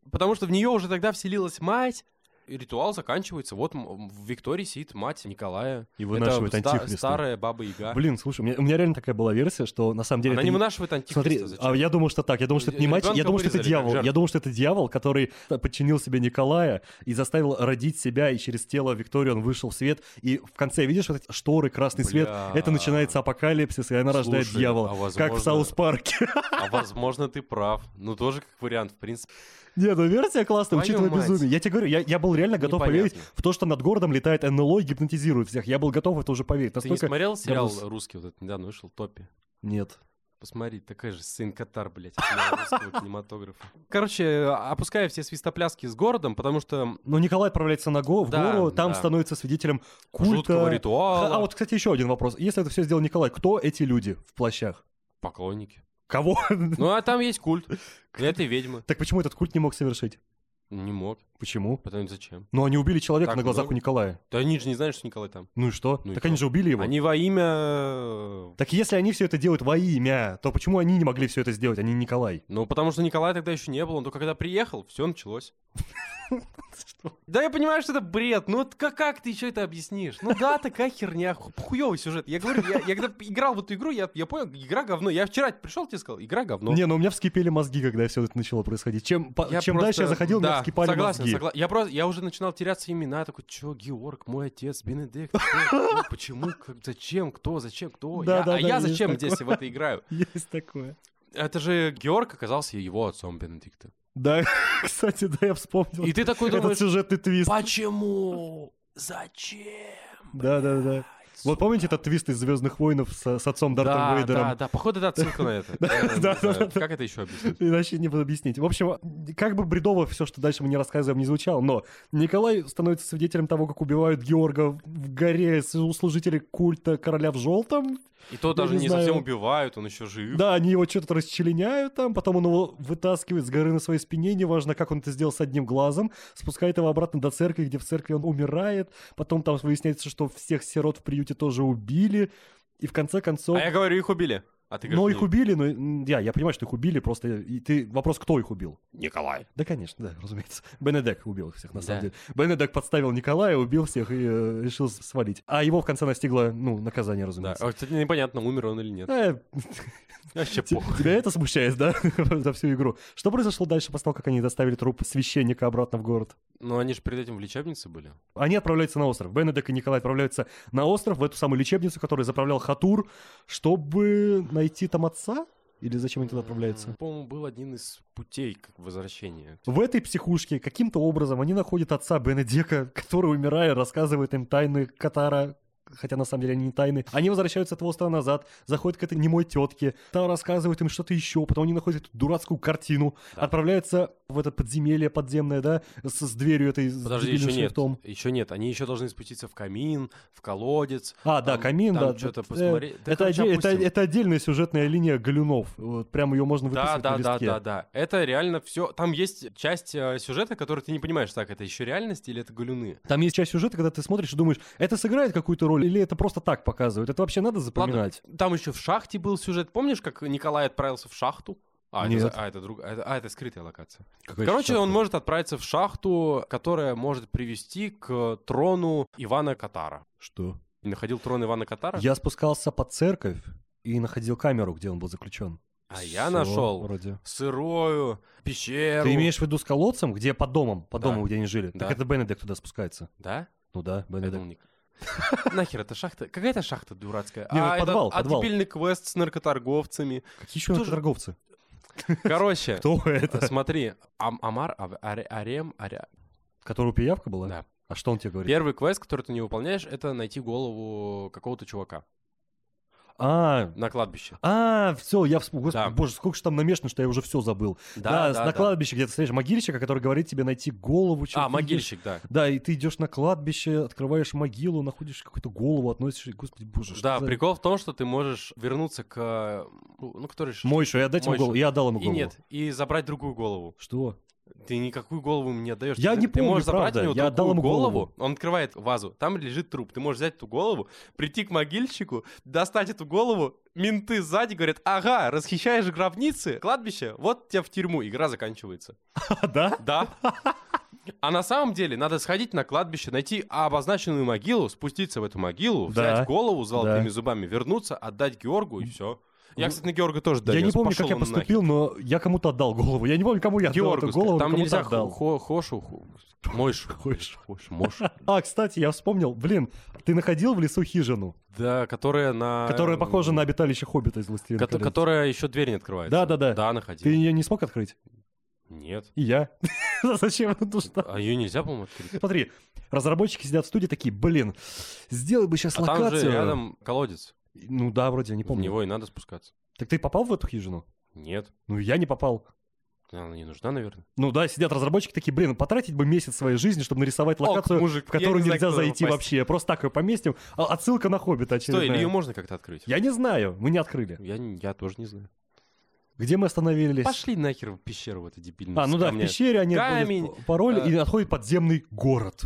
Speaker 2: потому что в нее уже тогда вселилась мать. И ритуал заканчивается. Вот м- в Виктории сидит мать Николая.
Speaker 1: И
Speaker 2: Это
Speaker 1: вынашивает
Speaker 2: ста-
Speaker 1: антихриста.
Speaker 2: старая баба Яга.
Speaker 1: Блин, слушай, у меня, у меня реально такая была версия, что на самом деле...
Speaker 2: Она
Speaker 1: это
Speaker 2: не
Speaker 1: не-
Speaker 2: вынашивает
Speaker 1: Смотри,
Speaker 2: антихриста.
Speaker 1: а
Speaker 2: Типа зачем?
Speaker 1: я думал, что так. Я думал, что это не мать, я
Speaker 2: Ребенка
Speaker 1: думал, что это
Speaker 2: вырезали как
Speaker 1: дьявол. Я
Speaker 2: жертву.
Speaker 1: думал, что это дьявол, который подчинил себе Николая и заставил родить себя, и через тело Викторию он вышел в свет. И в конце, видишь, вот эти шторы, красный свет,
Speaker 2: Бля.
Speaker 1: это начинается апокалипсис, и она рождает
Speaker 2: Слушай,
Speaker 1: дьявола.
Speaker 2: а
Speaker 1: Как в
Speaker 2: возможно-
Speaker 1: Саус-Парке.
Speaker 2: А возможно, ты прав. Ну, тоже как вариант, в принципе.
Speaker 1: Не, ну версия классная,
Speaker 2: Твою
Speaker 1: учитывая
Speaker 2: мать.
Speaker 1: безумие. Я тебе говорю, я, я был реально готов
Speaker 2: Непонятно.
Speaker 1: поверить в то, что над городом летает НЛО и гипнотизирует всех. Я был готов в это уже поверить.
Speaker 2: Ты не
Speaker 1: Настолько...
Speaker 2: смотрел сериал
Speaker 1: с-
Speaker 2: русский вот этот недавно вышел, Топи?
Speaker 1: Нет.
Speaker 2: Посмотри, такая же сын Катар, блядь, от моего русского кинематографа. Короче, опуская все свистопляски с городом, потому что
Speaker 1: Но Николай отправляется на го, в
Speaker 2: Да,
Speaker 1: гору, там
Speaker 2: да.
Speaker 1: становится свидетелем культа.
Speaker 2: жуткого ритуала.
Speaker 1: А вот, кстати, еще один вопрос. Если это все сделал Николай, кто эти люди в плащах?
Speaker 2: Поклонники.
Speaker 1: Кого?
Speaker 2: Ну, а там есть культ. И этой ведьмы.
Speaker 1: Так почему этот культ не мог совершить?
Speaker 2: Не мог.
Speaker 1: Почему?
Speaker 2: Потому зачем?
Speaker 1: Ну, они убили человека
Speaker 2: Так
Speaker 1: на глазах
Speaker 2: много?
Speaker 1: у Николая.
Speaker 2: Да они же не знают, что Николай там.
Speaker 1: Ну и что?
Speaker 2: Ну и
Speaker 1: так
Speaker 2: что?
Speaker 1: они же убили его.
Speaker 2: Они во имя...
Speaker 1: Так если они все это делают во имя, то почему они не могли все это сделать, а не Николай?
Speaker 2: Ну, потому что Николая тогда еще не было, он только когда приехал, все началось. Да я понимаю, что это бред, ну вот как, как ты еще это объяснишь? Ну да, такая херня, ху- хуёвый сюжет. Я говорю, я, я когда играл в эту игру, я, я понял, игра говно. Я вчера пришел тебе сказал, игра говно.
Speaker 1: Не, ну у меня вскипели мозги, когда все это начало происходить. Чем, по-
Speaker 2: Я
Speaker 1: чем
Speaker 2: просто-
Speaker 1: дальше я заходил, у
Speaker 2: да,
Speaker 1: меня вскипали
Speaker 2: согласен,
Speaker 1: мозги.
Speaker 2: согла- Я, просто, я уже начинал теряться имена, такой, чё, Георг, мой отец, Бенедикт, чё, ну почему, как, зачем, кто, зачем, кто,
Speaker 1: Да,
Speaker 2: Я-
Speaker 1: да,
Speaker 2: а
Speaker 1: да,
Speaker 2: я
Speaker 1: есть
Speaker 2: зачем
Speaker 1: такое.
Speaker 2: здесь в это играю?
Speaker 1: Есть такое.
Speaker 2: Это же Георг оказался его отцом Бенедикта.
Speaker 1: Да, кстати, да, я вспомнил.
Speaker 2: И ты такой
Speaker 1: этот
Speaker 2: думаешь,
Speaker 1: сюжетный твист.
Speaker 2: почему, зачем?
Speaker 1: Да, да, да. Вот помните этот твист из Звездных войнов с, с отцом Дартом
Speaker 2: да,
Speaker 1: Вейдером?
Speaker 2: Да, да, походу это отсылка на это.
Speaker 1: Да,
Speaker 2: Я не
Speaker 1: да,
Speaker 2: знаю,
Speaker 1: да, да.
Speaker 2: Как это еще объяснить?
Speaker 1: Иначе не буду объяснить. В общем, как бы бредово все, что дальше мы не рассказываем, не звучало, но Николай становится свидетелем того, как убивают Георга в горе с- у служителей культа короля в желтом.
Speaker 2: И то
Speaker 1: Я
Speaker 2: даже
Speaker 1: не
Speaker 2: не
Speaker 1: знаю.
Speaker 2: совсем убивают, он еще жив.
Speaker 1: Да, они его что-то расчленяют там, потом он его вытаскивает с горы на своей спине, неважно, как он это сделал с одним глазом, спускает его обратно до церкви, где в церкви он умирает, потом там выясняется, что всех сирот в приюте тоже убили, и в конце концов...
Speaker 2: А я говорю, их убили. А ты говоришь,
Speaker 1: Но Ну, их
Speaker 2: «Не».
Speaker 1: убили, но м, я, я понимаю, что их убили, просто и ты вопрос, кто их убил?
Speaker 2: Николай.
Speaker 1: Да, конечно, да, разумеется. Бенедек убил их всех, на самом
Speaker 2: Да.
Speaker 1: деле. Бенедек подставил Николая, убил всех и э, решил с- свалить. А его в конце настигло, ну, наказание,
Speaker 2: Да.
Speaker 1: разумеется.
Speaker 2: А, Кстати, непонятно, умер он или нет. Типа.
Speaker 1: Э,
Speaker 2: Вообще
Speaker 1: те-
Speaker 2: похуй.
Speaker 1: тебя это смущает, да, за всю игру? Что произошло дальше после того, как они доставили труп священника обратно в город?
Speaker 2: Ну, они же перед этим в лечебнице были.
Speaker 1: Они отправляются на остров. Бенедек и Николай отправляются на остров, в эту самую лечебницу, которую заправлял Хатур, чтобы найти там отца? Или зачем они туда отправляются?
Speaker 2: М, По-моему, был один из путей к возвращения.
Speaker 1: В этой психушке каким-то образом они находят отца Бенедека, который, умирая, рассказывает им тайны Катара, хотя на самом деле они не тайны. Они возвращаются от острова назад, заходят к этой немой тетке, та рассказывает им что-то еще, потом они находят эту дурацкую картину,
Speaker 2: Да.
Speaker 1: отправляются в это подземелье подземное, да, с, с дверью этой с
Speaker 2: Подожди,
Speaker 1: дебильным
Speaker 2: еще нет.
Speaker 1: шрифтом.
Speaker 2: Еще нет. Они еще должны спуститься в камин, в колодец.
Speaker 1: А, да,
Speaker 2: Там-
Speaker 1: камин,
Speaker 2: там
Speaker 1: да.
Speaker 2: что-то
Speaker 1: Э,
Speaker 2: посмотреть. Да,
Speaker 1: это,
Speaker 2: короче,
Speaker 1: отде- это-
Speaker 2: опустим.
Speaker 1: это отдельная сюжетная линия Галюнов. Вот, прям ее можно
Speaker 2: Да,
Speaker 1: выписать
Speaker 2: да,
Speaker 1: на
Speaker 2: да,
Speaker 1: листке.
Speaker 2: да, да. Это реально все. Там есть часть э, сюжета, который ты не понимаешь, так это еще реальность или это галюны.
Speaker 1: Там есть часть сюжета, когда ты смотришь и думаешь, это сыграет какую-то роль или это просто так показывают? Это вообще надо запоминать?
Speaker 2: Там еще в шахте был сюжет. Помнишь, как Николай отправился в шахту? А, это
Speaker 1: Нет.
Speaker 2: за- а, это друг- а, это, а, это скрытая локация. Короче, он может отправиться в шахту, которая может привести к э, трону Ивана Катара.
Speaker 1: Что?
Speaker 2: Находил трон Ивана Катара?
Speaker 1: Я спускался под церковь и находил камеру, где он был заключен.
Speaker 2: А я нашел
Speaker 1: Вроде.
Speaker 2: сырую пещеру.
Speaker 1: Ты имеешь в виду с колодцем, где под домом, по
Speaker 2: Да.
Speaker 1: дому, где они жили?
Speaker 2: Да.
Speaker 1: Так это Бенедек туда спускается.
Speaker 2: Да?
Speaker 1: Ну да,
Speaker 2: Я
Speaker 1: Бенедек.
Speaker 2: думал, Ник. Нахер это шахта? Какая это шахта дурацкая?
Speaker 1: Не, ну,
Speaker 2: это-
Speaker 1: подвал,
Speaker 2: а
Speaker 1: подвал.
Speaker 2: дебильный квест с наркоторговцами.
Speaker 1: Какие еще
Speaker 2: Кто же- Э, а
Speaker 1: торговцы?
Speaker 2: Короче,
Speaker 1: Кто это?
Speaker 2: смотри, Ам- Амар, Ав- Аре- Арем, Аря.
Speaker 1: Которого пиявка была?
Speaker 2: Да.
Speaker 1: А что он тебе говорит?
Speaker 2: Первый квест, который ты не выполняешь, это найти голову какого-то чувака
Speaker 1: А,
Speaker 2: на кладбище.
Speaker 1: а, все, я вспомнил. Господи,
Speaker 2: Да.
Speaker 1: боже, сколько же там намешано, что я уже все забыл.
Speaker 2: Да, да,
Speaker 1: на
Speaker 2: да.
Speaker 1: кладбище где-то встретишь могильщика, который говорит тебе найти голову. чего
Speaker 2: А,
Speaker 1: ты идёшь.
Speaker 2: могильщик, да.
Speaker 1: Да, и ты идешь на кладбище, открываешь могилу, находишь какую-то голову, относишь, и, господи, боже, что
Speaker 2: Да,
Speaker 1: за-
Speaker 2: прикол в том, что ты можешь вернуться к... э, Ну, который... ш-
Speaker 1: Мойшу, я дать ему
Speaker 2: Мойшу.
Speaker 1: голову, я отдал ему
Speaker 2: И
Speaker 1: голову.
Speaker 2: нет, и забрать другую голову.
Speaker 1: Что?
Speaker 2: Ты никакую голову мне не отдаешь.
Speaker 1: Я
Speaker 2: ты,
Speaker 1: не
Speaker 2: ты
Speaker 1: помню,
Speaker 2: можешь забрать
Speaker 1: правда.
Speaker 2: у него
Speaker 1: Я отдал
Speaker 2: другую
Speaker 1: ему голову.
Speaker 2: Он открывает вазу, там лежит труп. Ты можешь взять эту голову, прийти к могильщику, достать эту голову. Менты сзади говорят, ага, расхищаешь гробницы, кладбище, вот тебя в тюрьму, игра заканчивается.
Speaker 1: Да?
Speaker 2: Да. А на самом деле надо сходить на кладбище, найти обозначенную могилу, спуститься в эту могилу,
Speaker 1: Да.
Speaker 2: взять голову с золотыми зубами, вернуться, отдать Георгу и все. Я,
Speaker 1: Ну,
Speaker 2: кстати, на Георга тоже
Speaker 1: я
Speaker 2: донес.
Speaker 1: не помню,
Speaker 2: Пошел
Speaker 1: как я
Speaker 2: он нахер.
Speaker 1: поступил, но я кому-то отдал голову. Я не помню, кому я отдал
Speaker 2: Георгу,
Speaker 1: эту голову, но
Speaker 2: там
Speaker 1: кому-то
Speaker 2: нельзя
Speaker 1: отдал.
Speaker 2: хо- хошу, ху- мойшу,
Speaker 1: Хошу.
Speaker 2: хошу, мошу.
Speaker 1: А, кстати, я вспомнил, блин, ты находил в лесу хижину,
Speaker 2: Да, которая на...
Speaker 1: которая похожа на обиталище хоббита из «Властелина
Speaker 2: А, Кото-
Speaker 1: колец».
Speaker 2: Которая еще дверь не открывается.
Speaker 1: Да-да-да.
Speaker 2: Да,
Speaker 1: Ты
Speaker 2: находил.
Speaker 1: ее не смог открыть?
Speaker 2: Нет.
Speaker 1: И я. Зачем она нужна?
Speaker 2: А ее нельзя, по-моему, открыть.
Speaker 1: Смотри, разработчики сидят в студии такие, блин, сделай бы сейчас
Speaker 2: А там
Speaker 1: локацию.
Speaker 2: же рядом колодец.
Speaker 1: Ну да, вроде, я не
Speaker 2: В
Speaker 1: помню.
Speaker 2: него и надо спускаться.
Speaker 1: Так ты попал в эту хижину?
Speaker 2: Нет.
Speaker 1: Ну, я не попал.
Speaker 2: Она не нужна, наверное.
Speaker 1: Ну да, сидят разработчики такие, блин, ну потратить бы месяц своей жизни, чтобы нарисовать локацию,
Speaker 2: мужик,
Speaker 1: в которую
Speaker 2: я не знаю,
Speaker 1: нельзя
Speaker 2: куда
Speaker 1: зайти
Speaker 2: попасть.
Speaker 1: вообще. Просто так ее поместим. А- Отсылка на Хоббита
Speaker 2: Стой, или
Speaker 1: очередная.
Speaker 2: ее можно как-то открыть?
Speaker 1: Я не знаю, мы не открыли.
Speaker 2: Я, не- я тоже не знаю.
Speaker 1: Где мы остановились?
Speaker 2: Пошли нахер в пещеру в эту дебильную.
Speaker 1: А, ну да, в
Speaker 2: камня.
Speaker 1: пещере они
Speaker 2: Камень,
Speaker 1: вводят пароль
Speaker 2: э,
Speaker 1: и отходит подземный город.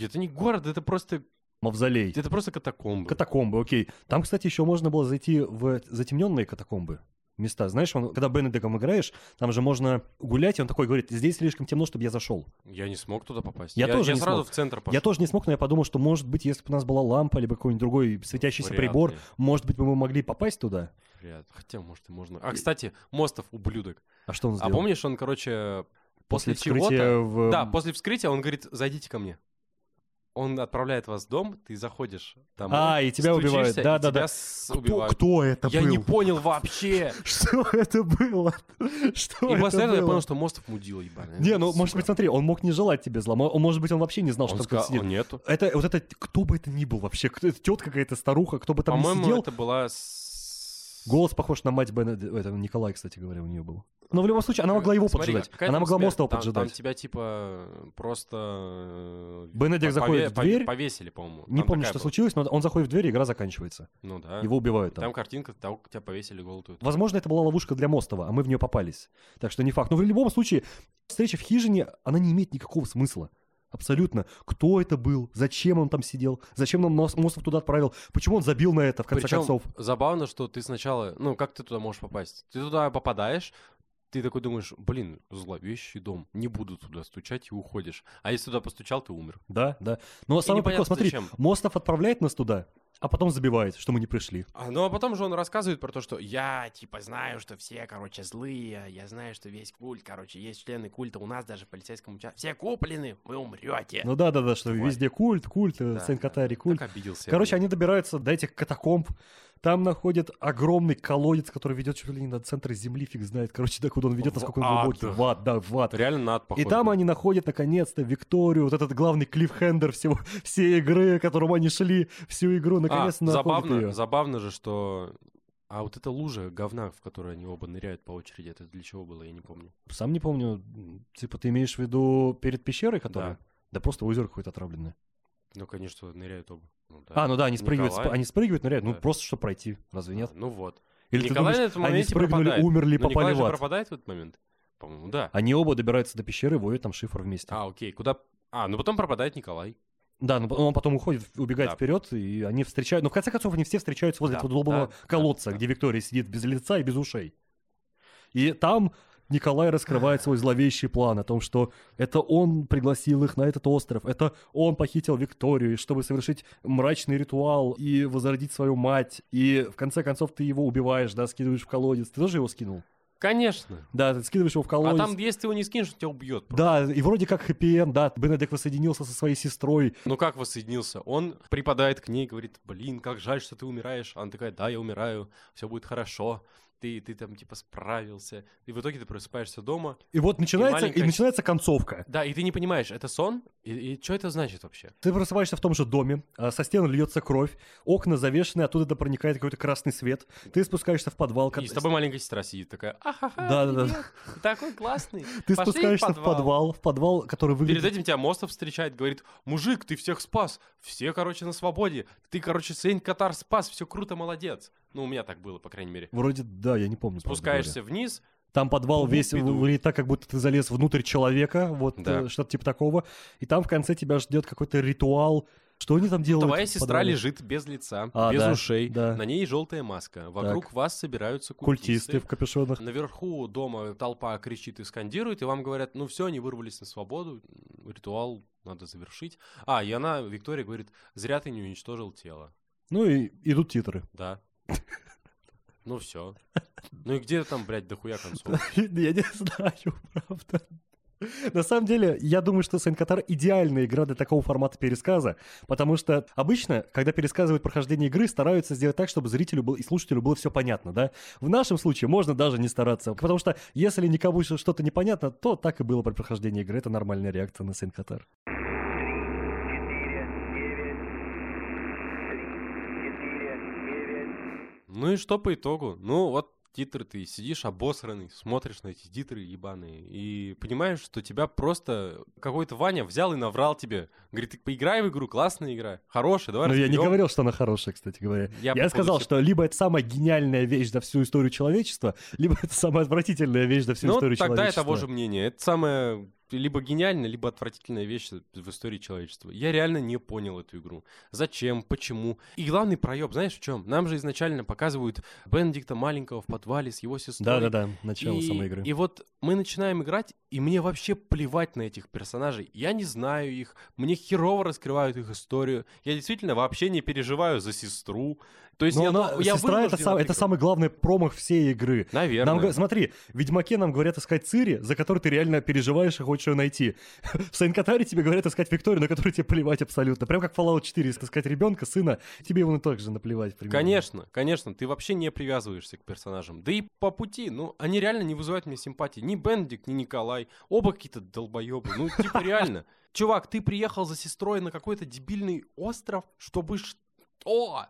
Speaker 2: Это не город, это просто,
Speaker 1: Мавзолей.
Speaker 2: это просто катакомбы.
Speaker 1: Катакомбы, окей. Там, кстати, еще можно было зайти в затемненные катакомбы места. Знаешь, он, когда Бенедиком играешь, там же можно гулять, и он такой говорит, здесь слишком темно, чтобы я зашел.
Speaker 2: Я не смог туда попасть.
Speaker 1: Я тоже не
Speaker 2: сразу
Speaker 1: смог.
Speaker 2: в центр пошел.
Speaker 1: Я тоже не смог, но я подумал, что, может быть, если бы у нас была лампа, либо какой-нибудь другой светящийся
Speaker 2: Вряд
Speaker 1: прибор,
Speaker 2: ли,
Speaker 1: может быть, бы мы могли попасть туда.
Speaker 2: вряд ли. Хотя, может, и можно. А, кстати, Мостов, ублюдок.
Speaker 1: А что он
Speaker 2: А
Speaker 1: сделал?
Speaker 2: помнишь, он, короче, после,
Speaker 1: вскрытия э,
Speaker 2: чего-то...
Speaker 1: в...
Speaker 2: Да, после вскрытия он говорит, зайдите ко мне. Он отправляет вас в дом, ты заходишь там. ну,
Speaker 1: А, и тебя убивают. Да-да-да. кто,
Speaker 2: убивают.
Speaker 1: кто это
Speaker 2: Я
Speaker 1: был?
Speaker 2: не понял вообще.
Speaker 1: Что это было? Что
Speaker 2: И
Speaker 1: это
Speaker 2: после этого я
Speaker 1: было?
Speaker 2: понял, что Мостов мудил, ебаный.
Speaker 1: Не, ну, может
Speaker 2: Сука.
Speaker 1: быть, смотри, он мог не желать тебе зла. мо- Он, может быть, он вообще не знал,
Speaker 2: он
Speaker 1: что
Speaker 2: сказал,
Speaker 1: там сидит.
Speaker 2: нету.
Speaker 1: Это вот это кто бы это ни был вообще, кто, это тетка какая-то старуха, кто бы там ни
Speaker 2: По-моему,
Speaker 1: сидел.
Speaker 2: это была... с-
Speaker 1: Голос похож на мать Бена, это Николай, кстати говоря, у нее был. Но в любом случае, она могла его
Speaker 2: Смотри,
Speaker 1: поджидать.
Speaker 2: какая
Speaker 1: она
Speaker 2: там
Speaker 1: могла
Speaker 2: смерть?
Speaker 1: Мостова
Speaker 2: Там-
Speaker 1: поджидать.
Speaker 2: Там тебя, типа, просто... э,
Speaker 1: Бенедикт
Speaker 2: пове-
Speaker 1: заходит в
Speaker 2: пове-
Speaker 1: дверь.
Speaker 2: Повесили, по-моему.
Speaker 1: Не
Speaker 2: Там
Speaker 1: помню,
Speaker 2: такая
Speaker 1: что
Speaker 2: была.
Speaker 1: случилось, но он заходит в дверь, и игра заканчивается.
Speaker 2: Ну да.
Speaker 1: Его убивают там.
Speaker 2: Там картинка того, как тебя повесили голую.
Speaker 1: Возможно, это была ловушка для Мостова, а мы в нее попались. Так что не факт. Но в любом случае, встреча в хижине, она не имеет никакого смысла. Абсолютно. Кто это был? Зачем он там сидел? Зачем нам Мос- Мостов туда отправил? Почему он забил на это, в конце
Speaker 2: Причём
Speaker 1: концов?
Speaker 2: забавно, что ты сначала... Ну, как ты туда можешь попасть? Ты туда попадаешь, ты такой думаешь, блин, зловещий дом, не буду туда стучать и уходишь. А если туда постучал, ты умер.
Speaker 1: Да, да. Но самое прикол,
Speaker 2: непонятно,
Speaker 1: смотри,
Speaker 2: зачем.
Speaker 1: Мостов отправляет нас туда, а потом забивает, что мы не пришли.
Speaker 2: А, ну, а потом же он рассказывает про то, что я, типа, знаю, что все, короче, злые, я знаю, что весь культ, короче, есть члены культа, у нас даже в полицейском участке. Все куплены, вы умрете.
Speaker 1: Ну да, да, да, что
Speaker 2: Тварь.
Speaker 1: везде культ, культ, э,
Speaker 2: Да,
Speaker 1: Сен-Катари,
Speaker 2: да,
Speaker 1: культ.
Speaker 2: Так обиделся. я
Speaker 1: Короче,
Speaker 2: на
Speaker 1: они добираются до этих катакомб. Там находят огромный колодец, который ведет чуть ли не до центра земли, фиг знает. Короче, докуда он ведет,
Speaker 2: В
Speaker 1: насколько он
Speaker 2: ад.
Speaker 1: глубокий. В ад, да, в ад.
Speaker 2: него. Реально на ад
Speaker 1: И
Speaker 2: похож
Speaker 1: там
Speaker 2: был.
Speaker 1: они находят наконец-то Викторию, вот этот главный клиффхендер всего, всей игры, к которому они шли всю игру,
Speaker 2: А,
Speaker 1: наконец-то находят
Speaker 2: забавно,
Speaker 1: ее.
Speaker 2: забавно же, что... А вот эта лужа говна, в которую они оба ныряют по очереди, это для чего было, я не помню.
Speaker 1: Сам не помню, типа ты имеешь в виду перед пещерой, которая?
Speaker 2: Да.
Speaker 1: Да просто озеро какое-то отравленное.
Speaker 2: Ну, конечно, ныряют оба. Ну, да.
Speaker 1: А, ну да, они спрыгивают,
Speaker 2: Николай.
Speaker 1: сп- они спрыгивают, но реально, ну
Speaker 2: Да.
Speaker 1: просто чтобы пройти, разве нет?
Speaker 2: А, Ну вот.
Speaker 1: Или
Speaker 2: Николай
Speaker 1: ты
Speaker 2: на
Speaker 1: думаешь,
Speaker 2: этом
Speaker 1: они
Speaker 2: моменте
Speaker 1: спрыгнули,
Speaker 2: пропадает.
Speaker 1: умерли,
Speaker 2: Но
Speaker 1: попали
Speaker 2: Николай
Speaker 1: в
Speaker 2: же
Speaker 1: ад?
Speaker 2: пропадает в этот момент? По-моему, да.
Speaker 1: Они оба добираются до пещеры, воют там шифр вместе.
Speaker 2: А, окей, куда... А, ну потом пропадает Николай.
Speaker 1: Да, но он потом уходит, убегает
Speaker 2: Да.
Speaker 1: вперед, и они встречают. Но в конце концов они все встречаются возле
Speaker 2: Да,
Speaker 1: этого долбанного
Speaker 2: да,
Speaker 1: колодца,
Speaker 2: да,
Speaker 1: где Виктория сидит без лица и без ушей. И там Николай раскрывает свой зловещий план о том, что это он пригласил их на этот остров, это он похитил Викторию, и чтобы совершить мрачный ритуал и возродить свою мать. И в конце концов ты его убиваешь, да, скидываешь в колодец. Ты тоже его скинул?
Speaker 2: Конечно.
Speaker 1: Да, ты скидываешь его в
Speaker 2: А
Speaker 1: колодец.
Speaker 2: там, если ты его не скинешь, он тебя убьет.
Speaker 1: Да, и вроде как хэппи да, Бенедикт воссоединился со своей сестрой,
Speaker 2: Ну как воссоединился? Он припадает к ней, говорит, блин, как жаль, что ты умираешь. Она такая, да, я умираю, все будет хорошо. Ты, ты там типа справился. И в итоге ты просыпаешься дома.
Speaker 1: И вот начинается, и,
Speaker 2: маленькая-
Speaker 1: начинается концовка.
Speaker 2: Да, и ты не понимаешь, это сон? И, что это значит вообще?
Speaker 1: Ты просыпаешься в том же доме, а со стен льется кровь, окна завешены, оттуда до проникает какой-то красный свет. Ты спускаешься в подвал.
Speaker 2: И с тобой маленькая сестра сидит такая, ахаха,
Speaker 1: Да-да-да.
Speaker 2: привет, ты такой классный.
Speaker 1: Ты
Speaker 2: Пошли
Speaker 1: спускаешься в подвал, в подвал, который
Speaker 2: Перед
Speaker 1: выглядит...
Speaker 2: этим тебя Мостов встречает, говорит, мужик, ты всех спас, все, короче, на свободе, ты, короче, Сейн Катар спас, все круто, молодец. Ну, у меня так было, по крайней мере.
Speaker 1: Вроде, да, я не помню. правда говоря.
Speaker 2: Спускаешься вниз,
Speaker 1: Там подвал
Speaker 2: Плыву,
Speaker 1: весь
Speaker 2: иду.
Speaker 1: выглядит так, как будто ты залез внутрь человека, вот
Speaker 2: Да.
Speaker 1: э, что-то типа такого. И там в конце тебя ждет какой-то ритуал. Что они там делают?
Speaker 2: твоя
Speaker 1: в
Speaker 2: сестра
Speaker 1: подвале?
Speaker 2: лежит без лица,
Speaker 1: А,
Speaker 2: без
Speaker 1: да,
Speaker 2: ушей,
Speaker 1: да.
Speaker 2: на ней желтая маска, вокруг вас собираются культисты.
Speaker 1: Культисты в капюшонах.
Speaker 2: Наверху дома толпа кричит и скандирует, и вам говорят, ну все, они вырвались на свободу, ритуал надо завершить. А, и она, Виктория, говорит, зря ты не уничтожил тело.
Speaker 1: Ну и идут титры.
Speaker 2: Да. Ну все. Ну и где там, блядь, дохуя концов?
Speaker 1: Я не знаю, правда. На самом деле, я думаю, что Сен Катар идеальная игра для такого формата пересказа, потому что обычно, когда пересказывают прохождение игры, стараются сделать так, чтобы зрителю был, и слушателю было все понятно, да? В нашем случае можно даже не стараться, потому что если никому ещё что-то непонятно, то так и было при прохождении игры, это нормальная реакция на Сен Катар.
Speaker 2: Ну и что по итогу? Ну вот титры, ты сидишь обосранный, смотришь на эти титры ебаные и понимаешь, что тебя просто какой-то Ваня взял и наврал тебе. Говорит, ты поиграй в игру, классная игра, хорошая, давай
Speaker 1: Но Ну, я не
Speaker 2: разберём».
Speaker 1: говорил, что она хорошая, кстати говоря. Я,
Speaker 2: получил-
Speaker 1: сказал, что либо это самая гениальная вещь за всю историю человечества, либо это самая отвратительная вещь за всю
Speaker 2: Ну,
Speaker 1: историю
Speaker 2: тогда я
Speaker 1: человечества.
Speaker 2: того же мнения. Это самая либо гениальная, либо отвратительная вещь в истории человечества. Я реально не понял эту игру. Зачем, почему. И главный проеб, знаешь, в чем? Нам же изначально показывают Бенедикта маленького в подвале с его сестрой.
Speaker 1: Да-да-да, начало
Speaker 2: Ну и,
Speaker 1: самой игры.
Speaker 2: И вот мы начинаем играть, и мне вообще плевать на этих персонажей. Я не знаю их, мне херово раскрывают их историю. Я действительно вообще не переживаю за сестру. То есть
Speaker 1: Но
Speaker 2: я,
Speaker 1: она-
Speaker 2: ну, я
Speaker 1: сестра это,
Speaker 2: вынужден
Speaker 1: сам-
Speaker 2: это
Speaker 1: это
Speaker 2: играть.
Speaker 1: самый главный промах всей игры.
Speaker 2: Наверное.
Speaker 1: Нам, га- смотри, в Ведьмаке нам говорят искать Цири, за которую ты реально переживаешь и хочешь ее найти. В Сайнкатаре тебе говорят искать Викторию, на которую тебе плевать абсолютно. Прям как в Fallout 4, если искать ребенка, сына, тебе его также наплевать. примерно.
Speaker 2: Конечно, конечно, ты вообще не привязываешься к персонажам. Да и по пути, ну, они реально не вызывают мне симпатии. Ни Бендик, ни Николай. Оба какие-то долбоебы. Ну, типа реально. Чувак, ты приехал за сестрой на какой-то дебильный остров, чтобы что?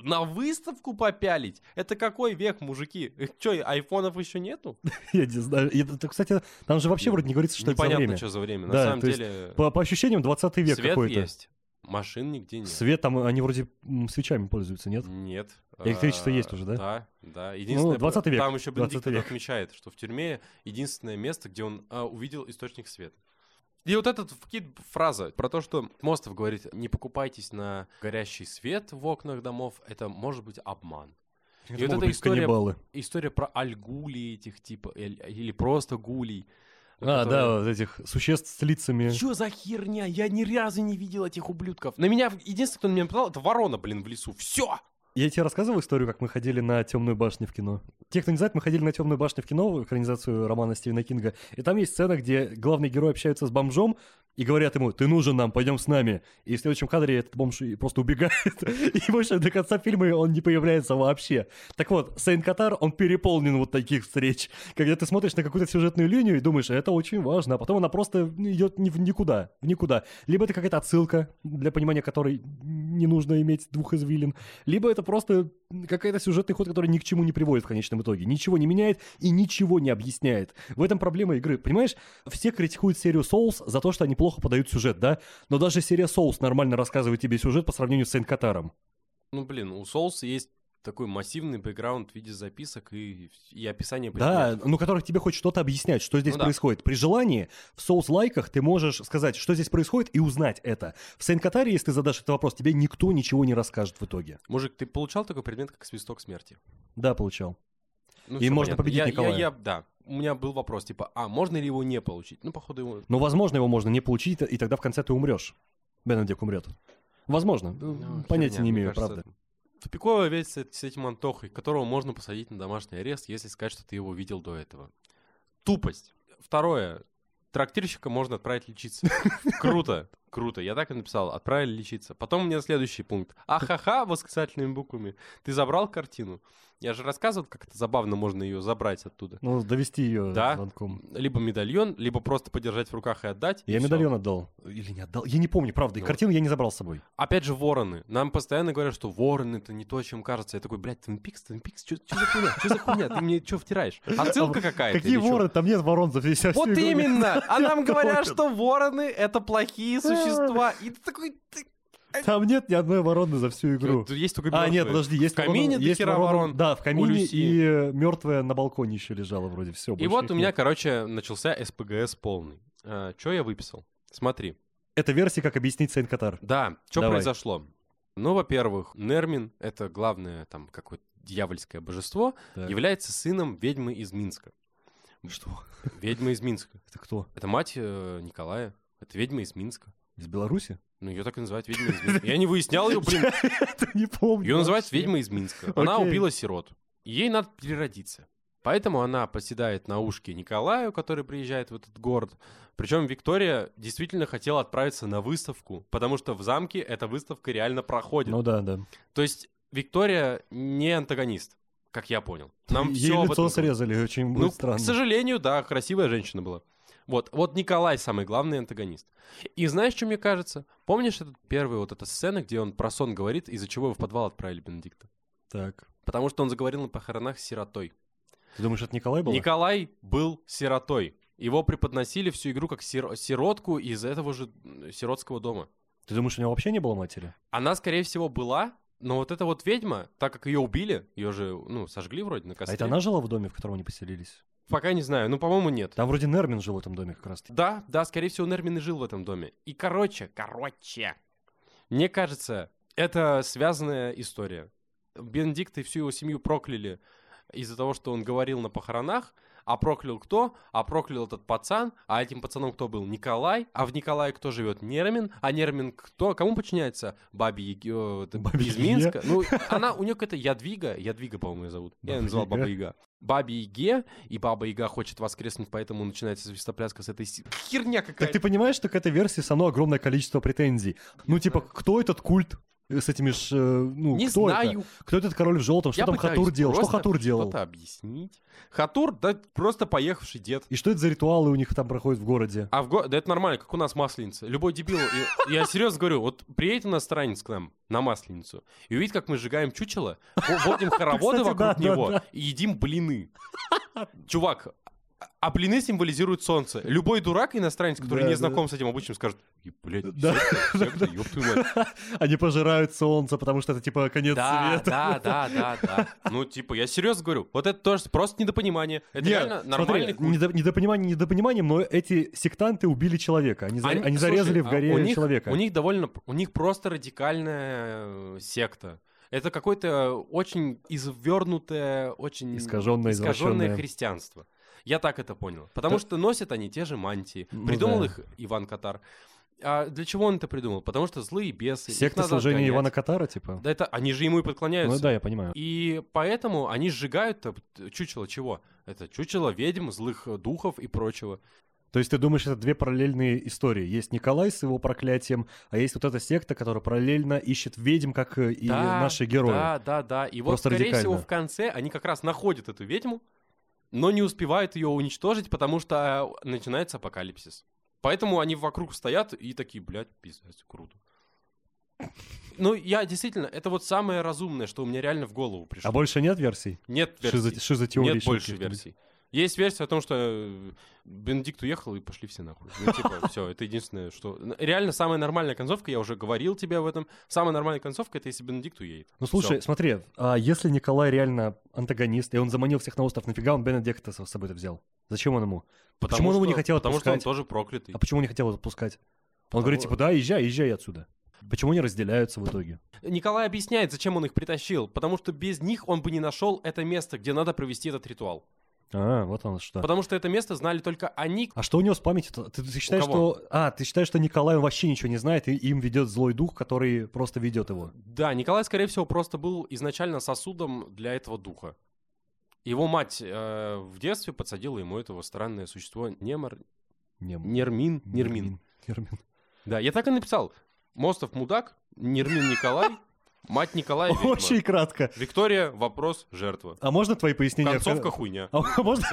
Speaker 2: На выставку попялить? Это какой век, мужики? Че, айфонов еще нету?
Speaker 1: Я не знаю. И это, кстати, там же вообще вроде не говорится, что это за
Speaker 2: Непонятно,
Speaker 1: время.
Speaker 2: что за время. На
Speaker 1: Да,
Speaker 2: самом
Speaker 1: то есть
Speaker 2: деле,
Speaker 1: По, по ощущениям, 20 век
Speaker 2: свет
Speaker 1: какой-то.
Speaker 2: есть, машин нигде нет.
Speaker 1: Свет там, они вроде м, свечами пользуются, нет?
Speaker 2: Нет.
Speaker 1: Электричество
Speaker 2: А,
Speaker 1: есть уже, да?
Speaker 2: Да, да. Единственное,
Speaker 1: 20 век,
Speaker 2: Там еще
Speaker 1: 20
Speaker 2: Бенедикт
Speaker 1: век.
Speaker 2: отмечает, что в тюрьме единственное место, где он а, увидел источник света. И вот эта фраза про то, что Мостов говорит, не покупайтесь на горящий свет в окнах домов, это может быть обман.
Speaker 1: Это
Speaker 2: И вот
Speaker 1: могут
Speaker 2: эта
Speaker 1: быть
Speaker 2: история-
Speaker 1: каннибалы.
Speaker 2: История про альгули этих типа, эль- или просто гулей.
Speaker 1: А, да, э, вот этих существ с лицами.
Speaker 2: Чё за херня? Я ни разу не видел этих ублюдков. На меня, единственное, кто на меня нападал, это ворона, блин, в лесу. Все!
Speaker 1: Я тебе рассказывал историю, как мы ходили на темную башню в кино. Те, кто не знает, мы ходили на темную башню в кино, в экранизацию романа Стивена Кинга. И там есть сцена, где главный герой общается с бомжом и говорят ему: Ты нужен нам, пойдем с нами. И в следующем кадре этот бомж и просто убегает. И больше до конца фильма он не появляется вообще. Так вот, Сейн Катар, он переполнен вот таких встреч. Когда ты смотришь на какую-то сюжетную линию и думаешь, это очень важно, а потом она просто идет ни в никуда, в никуда. Либо это какая-то отсылка, для понимания которой не нужно иметь двух извилин, либо это просто какая-то сюжетный ход, который ни к чему не приводит в конечном итоге, ничего не меняет и ничего не объясняет. В этом проблема игры. Понимаешь, все критикуют серию Souls за то, что они плохо подают сюжет, да? Но даже серия Souls нормально рассказывает тебе сюжет по сравнению с Сен-Катаром.
Speaker 2: Ну, блин, у Souls есть такой массивный бэкграунд в виде записок и, и описания предметов.
Speaker 1: Да, ну которых тебе хоть что-то объяснять, что здесь
Speaker 2: Ну да.
Speaker 1: происходит. При желании в соус-лайках ты можешь сказать, что здесь происходит, и узнать это. В Сен-Катаре, если ты задашь этот вопрос, тебе никто ничего не расскажет в итоге.
Speaker 2: Мужик, ты получал такой предмет, как свисток смерти?
Speaker 1: Да, получал.
Speaker 2: Ну,
Speaker 1: И
Speaker 2: всё
Speaker 1: можно
Speaker 2: понятно.
Speaker 1: победить
Speaker 2: Я- я-
Speaker 1: Николая.
Speaker 2: я- да. У меня был вопрос, типа, а, можно ли его не получить? Ну, походу, его...
Speaker 1: Но, возможно, его можно не получить, и тогда в конце ты умрешь. Бенедик умрет. Возможно.
Speaker 2: Ну,
Speaker 1: Понятия
Speaker 2: херня,
Speaker 1: не
Speaker 2: мне
Speaker 1: имею,
Speaker 2: кажется,
Speaker 1: правда.
Speaker 2: это- Тупиковая вещь с, эт- с этим Антохой, которого можно посадить на домашний арест, если сказать, что ты его видел до этого. Тупость. Второе. Трактирщика можно отправить лечиться. Круто, круто. Я так и написал. Отправили лечиться. Потом у меня следующий пункт. Ахаха, восклицательными буквами. Ты забрал картину? Я же рассказывал, как это забавно можно ее забрать оттуда.
Speaker 1: Ну, довести ее
Speaker 2: Да.
Speaker 1: звонком.
Speaker 2: Либо медальон, либо просто подержать в руках и отдать. и
Speaker 1: Я
Speaker 2: всё.
Speaker 1: медальон отдал. Или не отдал. Я не помню, правда. И
Speaker 2: Ну.
Speaker 1: картину я не забрал с собой.
Speaker 2: Опять же, вороны. Нам постоянно говорят, что вороны это не то, чем кажется. Я такой, блядь, Твин Пикс, Твин Пикс, что за хуйня? Что за хуйня? Ты мне что втираешь? Отсылка какая-то?
Speaker 1: Какие
Speaker 2: А, или чё?
Speaker 1: вороны? Там нет ворон за всю
Speaker 2: Вот
Speaker 1: игру.
Speaker 2: именно! А нам говорят,
Speaker 1: понял. А.
Speaker 2: что вороны это плохие существа. И ты такой... ты-
Speaker 1: Там нет ни одной вороны за всю игру.
Speaker 2: Тут Есть только
Speaker 1: А, нет,
Speaker 2: мёртвые.
Speaker 1: подожди, есть
Speaker 2: В камине
Speaker 1: ворона- есть
Speaker 2: дохера
Speaker 1: ворона-
Speaker 2: ворон.
Speaker 1: Да, в камине
Speaker 2: Люси.
Speaker 1: и мертвая на балконе еще лежала вроде все.
Speaker 2: И вот у меня, короче, начался СПГС полный. Что я выписал? Смотри.
Speaker 1: Это версия, как объяснить Сейн Катар.
Speaker 2: Да, что
Speaker 1: Давай.
Speaker 2: произошло? Ну, во-первых, Нермин — это главное там какое-то дьявольское божество,
Speaker 1: Так.
Speaker 2: является сыном ведьмы из Минска.
Speaker 1: Что?
Speaker 2: Ведьма из Минска.
Speaker 1: Это кто?
Speaker 2: Это мать э, Николая. Это ведьма из Минска.
Speaker 1: Из Беларуси?
Speaker 2: Ну, ее так и называют ведьма из Минска. Я не выяснял ее, блин.
Speaker 1: Это не помню.
Speaker 2: Ее называют
Speaker 1: вообще.
Speaker 2: ведьма из Минска. Она
Speaker 1: Окей.
Speaker 2: убила сирот. Ей надо переродиться. Поэтому она поседает на ушке Николаю, который приезжает в этот город. Причем Виктория действительно хотела отправиться на выставку, потому что в замке эта выставка реально проходит.
Speaker 1: Ну да, да.
Speaker 2: То есть Виктория не антагонист, как я понял. Нам
Speaker 1: Ей
Speaker 2: все об этом
Speaker 1: лицо
Speaker 2: говорят.
Speaker 1: срезали, очень
Speaker 2: Ну,
Speaker 1: будет
Speaker 2: к
Speaker 1: странно.
Speaker 2: сожалению, да, красивая женщина была. Вот, вот Николай самый главный антагонист. И знаешь, что мне кажется? Помнишь этот первый вот эта сцена, где он про сон говорит, из-за чего его в подвал отправили Бенедикта?
Speaker 1: Так.
Speaker 2: Потому что он заговорил на похоронах с сиротой.
Speaker 1: Ты думаешь, это Николай был?
Speaker 2: Николай был сиротой. Его преподносили всю игру как сиро- сиротку из этого же м, сиротского дома.
Speaker 1: Ты думаешь, у него вообще не было матери?
Speaker 2: Она, скорее всего, была, но вот эта вот ведьма, так как ее убили, ее же, ну, сожгли вроде на
Speaker 1: А
Speaker 2: костре.
Speaker 1: это она жила в доме, в котором они поселились?
Speaker 2: Пока не знаю, ну, по-моему, нет.
Speaker 1: Там вроде Нермин жил в этом доме как раз таки.
Speaker 2: Да, да, скорее всего, Нермин и жил в этом доме. И короче, короче. Мне кажется, это связанная история. Бенедикт и всю его семью прокляли из-за того, что он говорил на похоронах. А проклял кто? А проклял этот пацан. А этим пацаном кто был? Николай. А в Николае кто живет? Нермин. А Нермин кто? Кому подчиняется? Бабе Яге, э, это,
Speaker 1: Бабе
Speaker 2: из
Speaker 1: Яге.
Speaker 2: Минска. Ну, она, у нее какая-то Ядвига. Ядвига, по-моему, ее зовут. Я ее
Speaker 1: Баба
Speaker 2: назвал
Speaker 1: Яга.
Speaker 2: Баба Яга. Бабе Яге. И Баба Яга хочет воскреснуть, поэтому начинается свистопляска с этой си- херня
Speaker 1: Так
Speaker 2: какая-то.
Speaker 1: ты понимаешь, что к этой версии со мной огромное количество претензий. Ну, типа,
Speaker 2: знаю.
Speaker 1: кто этот культ э, с этими ж... э, Ну,
Speaker 2: Не
Speaker 1: кто это?
Speaker 2: знаю,
Speaker 1: Кто этот король в желтом? Что
Speaker 2: Я
Speaker 1: там
Speaker 2: пытаюсь
Speaker 1: Хатур делал? Что
Speaker 2: просто
Speaker 1: Хатур делал?
Speaker 2: что-то объяснить. Хатур, да просто поехавший дед.
Speaker 1: И что это за ритуалы у них там проходят в городе?
Speaker 2: А в го... да это нормально, как у нас масленица. Любой дебил, и- я серьезно говорю, вот приедет иностранец к нам на масленицу и увидит, как мы сжигаем чучело, во- водим
Speaker 1: Кстати,
Speaker 2: хороводы
Speaker 1: да,
Speaker 2: вокруг
Speaker 1: да,
Speaker 2: него
Speaker 1: да.
Speaker 2: и едим блины. Чувак, а блины символизируют солнце. Любой дурак иностранец, который
Speaker 1: Да,
Speaker 2: не
Speaker 1: да.
Speaker 2: знаком с этим обычным, скажет, «И, блядь,
Speaker 1: Да.
Speaker 2: секта, секта, ёб твою мать».
Speaker 1: Они пожирают солнце, потому что это типа конец
Speaker 2: Да,
Speaker 1: света.
Speaker 2: да, да, да, да. Ну, типа, я серьезно говорю, вот это тоже просто недопонимание. Это
Speaker 1: Нет,
Speaker 2: реально нормальный
Speaker 1: смотри, недо- недопонимание недопониманием, но эти сектанты убили человека. Они, за- они
Speaker 2: слушай,
Speaker 1: зарезали в
Speaker 2: а
Speaker 1: горе
Speaker 2: у них,
Speaker 1: человека.
Speaker 2: У них довольно, у них просто радикальная э, секта. Это какое-то очень извернутое, очень
Speaker 1: Искажённое,
Speaker 2: искажённое
Speaker 1: извращённое.
Speaker 2: христианство. Я так это понял. Потому
Speaker 1: Да.
Speaker 2: что носят они те же мантии.
Speaker 1: Ну
Speaker 2: придумал
Speaker 1: да.
Speaker 2: их Иван Катар. А для чего он это придумал? Потому что злые бесы. их
Speaker 1: Секта
Speaker 2: надо
Speaker 1: служения
Speaker 2: отгонять.
Speaker 1: Ивана Катара, типа?
Speaker 2: Да это они же ему и подклоняются.
Speaker 1: ну да, я понимаю.
Speaker 2: И поэтому они сжигают э, чучело чего? Это чучело ведьм, злых э, духов и прочего.
Speaker 1: То есть ты думаешь, это две параллельные истории. Есть Николай с его проклятием, а есть вот эта секта, которая параллельно ищет ведьм, как э, и
Speaker 2: Да,
Speaker 1: наши герои.
Speaker 2: Да, да, да. И вот,
Speaker 1: Просто
Speaker 2: скорее
Speaker 1: радикально.
Speaker 2: всего, в конце они как раз находят эту ведьму, но не успевают ее уничтожить, потому что э, начинается апокалипсис. Поэтому они вокруг стоят и такие, блядь, пиздец, круто. Ну, я действительно, это вот самое разумное, что у меня реально в голову пришло.
Speaker 1: А больше нет версий?
Speaker 2: Нет версий.
Speaker 1: Шизо- шизотеорий
Speaker 2: Нет
Speaker 1: еще
Speaker 2: больше
Speaker 1: каких-нибудь?
Speaker 2: версий. Есть версия о том, что э, Бенедикт уехал и пошли все нахуй. Ну, типа, все, это единственное, что... Н- Реально, самая нормальная концовка, я уже говорил тебе об этом, самая нормальная концовка — это если Бенедикт уедет.
Speaker 1: Ну слушай,
Speaker 2: Всё.
Speaker 1: смотри, а если Николай реально антагонист, и он заманил всех на остров, нафига он Бенедикта с собой взял? Зачем он ему? почему он его не хотел
Speaker 2: Потому что он
Speaker 1: отпускать?
Speaker 2: тоже проклятый.
Speaker 1: А почему не хотел отпускать? Он
Speaker 2: Потому-
Speaker 1: говорит, типа, да, езжай, езжай отсюда. Почему не разделяются в итоге?
Speaker 2: Николай объясняет, зачем он их притащил, потому что без них он бы не нашел это место, где надо провести этот ритуал.
Speaker 1: А, вот он что.
Speaker 2: Потому что это место знали только они.
Speaker 1: А что у него с памятью? Ты, ты считаешь,
Speaker 2: У кого?
Speaker 1: что... А, ты считаешь, что Николай он вообще ничего не знает, и им ведет злой дух, который просто ведет его?
Speaker 2: Да, Николай, скорее всего, просто был изначально сосудом для этого духа. Его мать э, в детстве подсадила ему этого странное существо Немар...
Speaker 1: Не,
Speaker 2: Нермин. Нермин.
Speaker 1: Нермин.
Speaker 2: Да, я так и написал. Мостов мудак, Нермин Николай, мать Николая ведьма.
Speaker 1: Очень кратко.
Speaker 2: Виктория, вопрос, жертва.
Speaker 1: А можно твои пояснения? в кон-
Speaker 2: Концовка хуйня.
Speaker 1: А можно,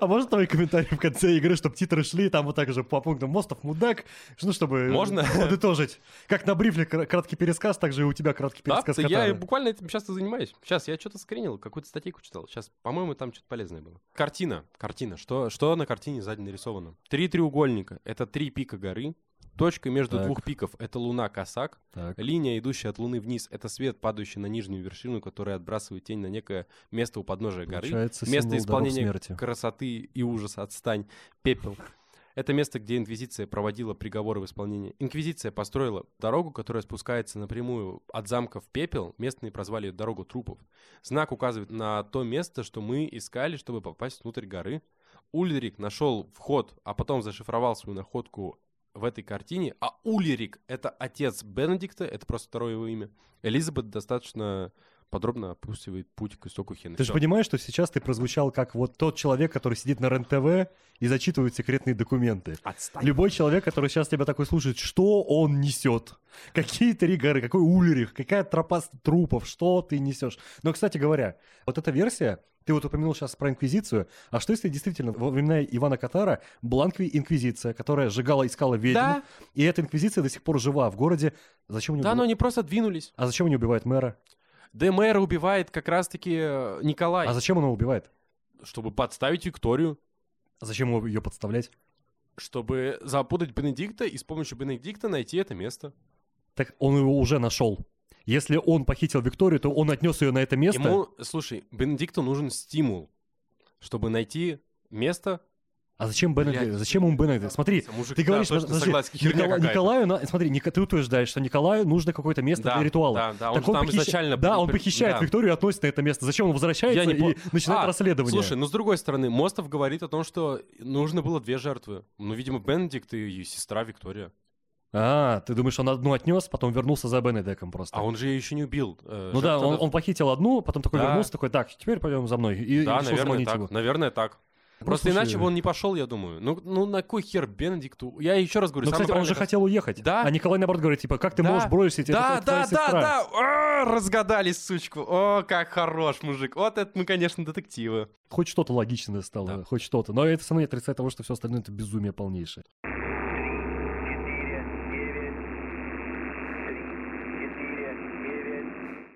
Speaker 1: а можно твои комментарии в конце игры, чтобы титры шли, там вот так же по пунктам мостов, мудак, ну, чтобы
Speaker 2: Можно?
Speaker 1: подытожить. Как на брифле кра- краткий пересказ, так же и у тебя краткий
Speaker 2: Да,
Speaker 1: пересказ
Speaker 2: я и
Speaker 1: Катары.
Speaker 2: буквально этим часто занимаюсь. Сейчас я что-то скринил, какую-то статейку читал. Сейчас, по-моему, там что-то полезное было. Картина. Картина. Что, что на картине сзади нарисовано? Три треугольника. Это три пика горы. Точка между
Speaker 1: Так.
Speaker 2: двух пиков — это луна-косак.
Speaker 1: Так.
Speaker 2: Линия, идущая от луны вниз, это свет, падающий на нижнюю вершину, которая отбрасывает тень на некое место у подножия горы.
Speaker 1: Получается,
Speaker 2: Место
Speaker 1: символ даров
Speaker 2: исполнения
Speaker 1: смерти.
Speaker 2: красоты и ужаса, отстань, пепел. Это место, где Инквизиция проводила приговоры в исполнении. Инквизиция построила дорогу, которая спускается напрямую от замка в пепел. Местные прозвали ее дорогу трупов. Знак указывает на то место, что мы искали, чтобы попасть внутрь горы. Ульрик нашел вход, а потом зашифровал свою находку в этой картине. А Ульрик — это отец Бенедикта, это просто второе его имя. Элизабет достаточно подробно описывает путь к истоку Хены.
Speaker 1: Ты же
Speaker 2: Всё.
Speaker 1: понимаешь, что сейчас ты прозвучал как вот тот человек, который сидит на РЕН-ТВ и зачитывает секретные документы.
Speaker 2: Отстань.
Speaker 1: Любой человек, который сейчас тебя такой слушает, что он несет? Какие три горы, какой Ульрих, какая тропа с- трупов, что ты несешь? Но, кстати говоря, вот эта версия, ты вот упомянул сейчас про Инквизицию, а что если действительно во времена Ивана Катара была инкви- Инквизиция, которая сжигала, искала ведьм,
Speaker 2: Да,
Speaker 1: и эта Инквизиция до сих пор жива в городе, зачем они
Speaker 2: да,
Speaker 1: убивают?
Speaker 2: но они просто двинулись.
Speaker 1: А зачем они убивают мэра?
Speaker 2: Демера убивает как раз-таки э, Николай.
Speaker 1: А зачем он его убивает?
Speaker 2: чтобы подставить Викторию,
Speaker 1: Зачем его- ее подставлять?
Speaker 2: чтобы запутать Бенедикта и с помощью Бенедикта найти это место.
Speaker 1: Так он его уже нашел. Если он похитил Викторию, то он отнес ее на это место.
Speaker 2: Ему, слушай, Бенедикту нужен стимул, чтобы найти место.
Speaker 1: А зачем Бенедикт?
Speaker 2: Блядь.
Speaker 1: зачем ему Бенедикт? Смотри,
Speaker 2: Мужик,
Speaker 1: ты
Speaker 2: да,
Speaker 1: говоришь,
Speaker 2: точно
Speaker 1: подожди,
Speaker 2: согласен, херня
Speaker 1: Никола-
Speaker 2: какая-то.
Speaker 1: Николаю, на- смотри, Ник- ты утверждаешь, что Николаю нужно какое-то место
Speaker 2: Да,
Speaker 1: для ритуала.
Speaker 2: Да, да, он
Speaker 1: Так
Speaker 2: же там
Speaker 1: похищ-
Speaker 2: изначально...
Speaker 1: Да, он
Speaker 2: при-
Speaker 1: похищает
Speaker 2: да.
Speaker 1: Викторию и относит на это место. Зачем он возвращается
Speaker 2: Я не
Speaker 1: и начинает
Speaker 2: А,
Speaker 1: расследование?
Speaker 2: Слушай, ну с другой стороны, Мостов говорит о том, что нужно было две жертвы. Ну, видимо, Бенедикт и, и сестра Виктория.
Speaker 1: А, ты думаешь, он одну отнес, потом вернулся за Бенедеком просто.
Speaker 2: А он же ее еще не убил. Э,
Speaker 1: Ну да,
Speaker 2: жертва-
Speaker 1: он, он похитил одну, потом такой
Speaker 2: Да.
Speaker 1: вернулся, такой, так, теперь пойдем за мной. И, и
Speaker 2: Да,
Speaker 1: решил
Speaker 2: наверное,
Speaker 1: заманить
Speaker 2: так.
Speaker 1: его.
Speaker 2: Наверное, так.
Speaker 1: Ну,
Speaker 2: Просто
Speaker 1: слушай,
Speaker 2: иначе бы он не пошел, я думаю. Ну, ну на кой хер Бенедикту? Я еще раз говорю,
Speaker 1: Ну,
Speaker 2: самое
Speaker 1: кстати, он же
Speaker 2: правильное-
Speaker 1: хотел уехать.
Speaker 2: Да.
Speaker 1: А Николай, наоборот, говорит, типа, как ты
Speaker 2: Да.
Speaker 1: можешь бросить это твоя
Speaker 2: Да, да, да,
Speaker 1: сестра?
Speaker 2: да. А, разгадали, сучку. О, как хорош, мужик. Вот это мы, конечно, детективы.
Speaker 1: Хоть что-то логичное стало,
Speaker 2: Да.
Speaker 1: хоть что-то. Но это все равно не отрицает того, что все остальное это безумие полнейшее.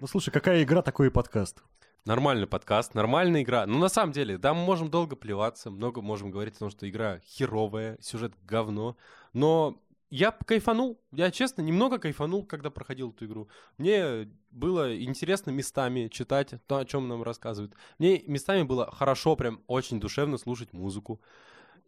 Speaker 1: Ну слушай, какая игра, такой и подкаст.
Speaker 2: Нормальный подкаст, нормальная игра. Ну, на самом деле, да, мы можем долго плеваться, много можем говорить о том, что игра херовая, сюжет говно. Но я п- кайфанул, я честно немного кайфанул, когда проходил эту игру. Мне было интересно местами читать то, о чем нам рассказывают. Мне местами было хорошо, прям очень душевно слушать музыку.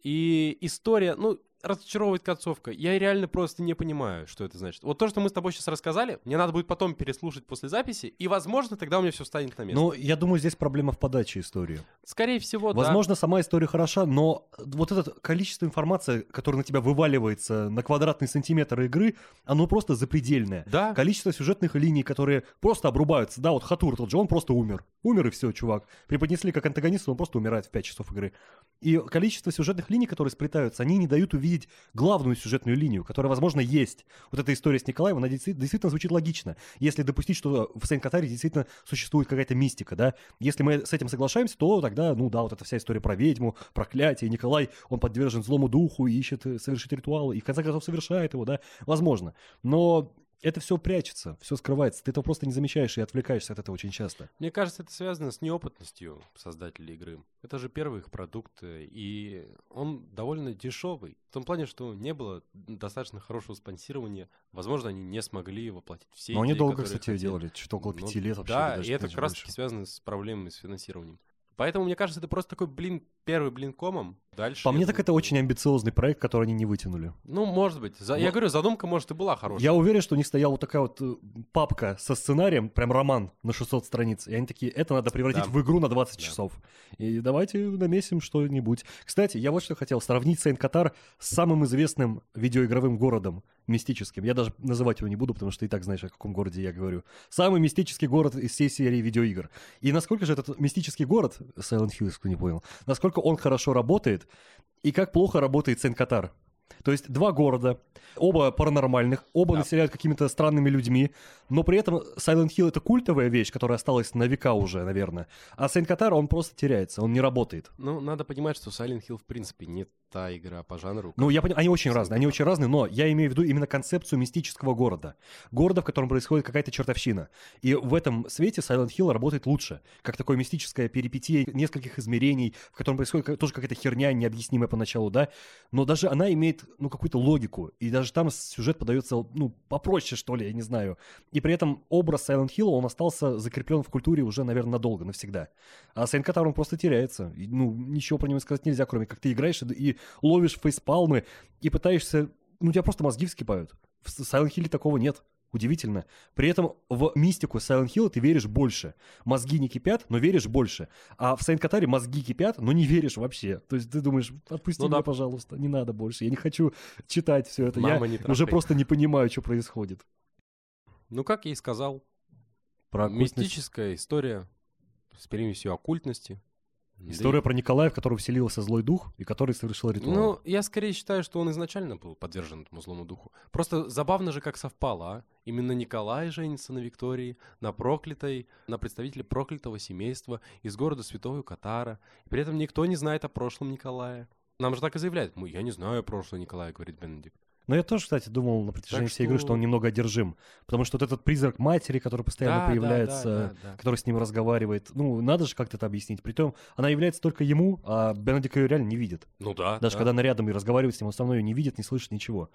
Speaker 2: И история, ну, разочаровывает концовка. Я реально просто не понимаю, что это значит. Вот то, что мы с тобой сейчас рассказали, мне надо будет потом переслушать после записи, и, возможно, тогда у меня все встанет на место.
Speaker 1: Ну, я думаю, здесь проблема в подаче истории.
Speaker 2: Скорее всего, да.
Speaker 1: Возможно, сама история хороша, но вот это количество информации, которое на тебя вываливается на квадратный сантиметр игры, оно просто запредельное.
Speaker 2: Да.
Speaker 1: Количество сюжетных линий, которые просто обрубаются. Да, вот Хатур тот же, он просто умер. Умер и все, чувак. Преподнесли как антагониста, он просто умирает в 5 часов игры. И количество сюжетных линий, которые сплетаются, они не дают увидеть главную сюжетную линию, которая, возможно, есть. Вот эта история с Николаем, она действи- действительно звучит логично. Если допустить, что в Сейн-Катаре действительно существует какая-то мистика, да, если мы с этим соглашаемся, то тогда, ну да, вот эта вся история про ведьму, проклятие, Николай, он подвержен злому духу и ищет э, совершить ритуал, и в конце концов совершает его, да, возможно. Но это все прячется, все скрывается, ты этого просто не замечаешь и отвлекаешься от этого очень часто.
Speaker 2: Мне кажется, это связано с неопытностью создателей игры. Это же первый их продукт, э, и он довольно дешевый. В том плане, что не было достаточно хорошего спонсирования. Возможно, они не смогли воплотить все
Speaker 1: Но они
Speaker 2: идеи,
Speaker 1: долго,
Speaker 2: которые
Speaker 1: кстати,
Speaker 2: хотели.
Speaker 1: делали, что-то около
Speaker 2: Ну
Speaker 1: пяти лет вообще. или
Speaker 2: Да,
Speaker 1: даже
Speaker 2: и это
Speaker 1: даже
Speaker 2: как раз
Speaker 1: больше.
Speaker 2: таки связано с проблемами с финансированием. Поэтому, мне кажется, это просто такой блин, первый блин комом. Дальше.
Speaker 1: По
Speaker 2: я
Speaker 1: мне,
Speaker 2: думаю,
Speaker 1: так это очень амбициозный проект, который они не вытянули.
Speaker 2: Ну, может быть. За- Я
Speaker 1: Вот.
Speaker 2: говорю, задумка, может, и была хорошая.
Speaker 1: Я уверен, что у них стояла вот такая вот э, папка со сценарием, прям роман на 600 страниц. И они такие, это надо превратить
Speaker 2: Да.
Speaker 1: в игру на 20
Speaker 2: Да.
Speaker 1: часов. И давайте намесим что-нибудь. Кстати, я вот что хотел, сравнить Сейн-Катар с самым известным видеоигровым городом мистическим. Я даже называть его не буду, потому что ты и так знаешь, о каком городе я говорю. Самый мистический город из всей серии видеоигр. И насколько же этот мистический город, Silent Hill, если кто не понял, насколько он хорошо работает и как плохо работает Сен-Катар. То есть два города, оба паранормальных, оба
Speaker 2: Да.
Speaker 1: населяют какими-то странными людьми, но при этом Silent Hill это культовая вещь, которая осталась на века уже, наверное. А Сен-Катар, он просто теряется, он не работает.
Speaker 2: Ну, надо понимать, что Silent Hill, в принципе, не та игра по жанру.
Speaker 1: Ну, я понимаю, они очень
Speaker 2: Абсолютно
Speaker 1: разные, они очень разные, но я имею в виду именно концепцию мистического города. Города, в котором происходит какая-то чертовщина. И в этом свете Silent Hill работает лучше, как такое мистическое перипетие нескольких измерений, в котором происходит ка- тоже какая-то херня необъяснимая поначалу, да? Но даже она имеет, ну, какую-то логику, и даже там сюжет подается, ну, попроще, что ли, я не знаю. И при этом образ Silent Hill, он остался закреплен в культуре уже, наверное, надолго, навсегда. А Silent Hill, он просто теряется. И, ну, ничего про него сказать нельзя, кроме как ты играешь и- и ловишь фейспалмы, и пытаешься... Ну, у тебя просто мозги вскипают. В С- Silent Hill такого нет. Удивительно. При этом в мистику Silent Hill ты веришь больше. Мозги не кипят, но веришь больше. А в Saint Катаре мозги кипят, но не веришь вообще. То есть ты думаешь, отпусти
Speaker 2: Ну да.
Speaker 1: меня, пожалуйста, не надо больше. Я не хочу читать все это.
Speaker 2: Мама, не
Speaker 1: я уже
Speaker 2: трахай.
Speaker 1: просто не понимаю, что происходит.
Speaker 2: Ну, как я и сказал,
Speaker 1: Про оккультность.
Speaker 2: Мистическая история с перемесью оккультности.
Speaker 1: История про Николая, в которого вселился злой дух, и который совершил
Speaker 2: Да и-
Speaker 1: ритуал.
Speaker 2: Ну, я скорее считаю, что он изначально был подвержен этому злому духу. Просто забавно же, как совпало, а? Именно Николай женится на Виктории, на проклятой, на представителе проклятого семейства из города Святого Катара. При этом никто не знает о прошлом Николая. Нам же так и заявляют. Мы, я не знаю прошлого Николая, говорит Бенедикт.
Speaker 1: Но я тоже, кстати, думал на протяжении
Speaker 2: Так
Speaker 1: всей игры,
Speaker 2: что-
Speaker 1: что он немного одержим. Потому что вот этот призрак матери, который постоянно
Speaker 2: Да, да, да,
Speaker 1: появляется,
Speaker 2: да, да.
Speaker 1: который с ним разговаривает, ну, надо же как-то это объяснить. Притом, она является только ему, а Бенедикт ее реально не видит.
Speaker 2: Ну да.
Speaker 1: Даже
Speaker 2: да.
Speaker 1: когда она рядом и разговаривает с ним, он все равно ее не видит, не слышит ничего.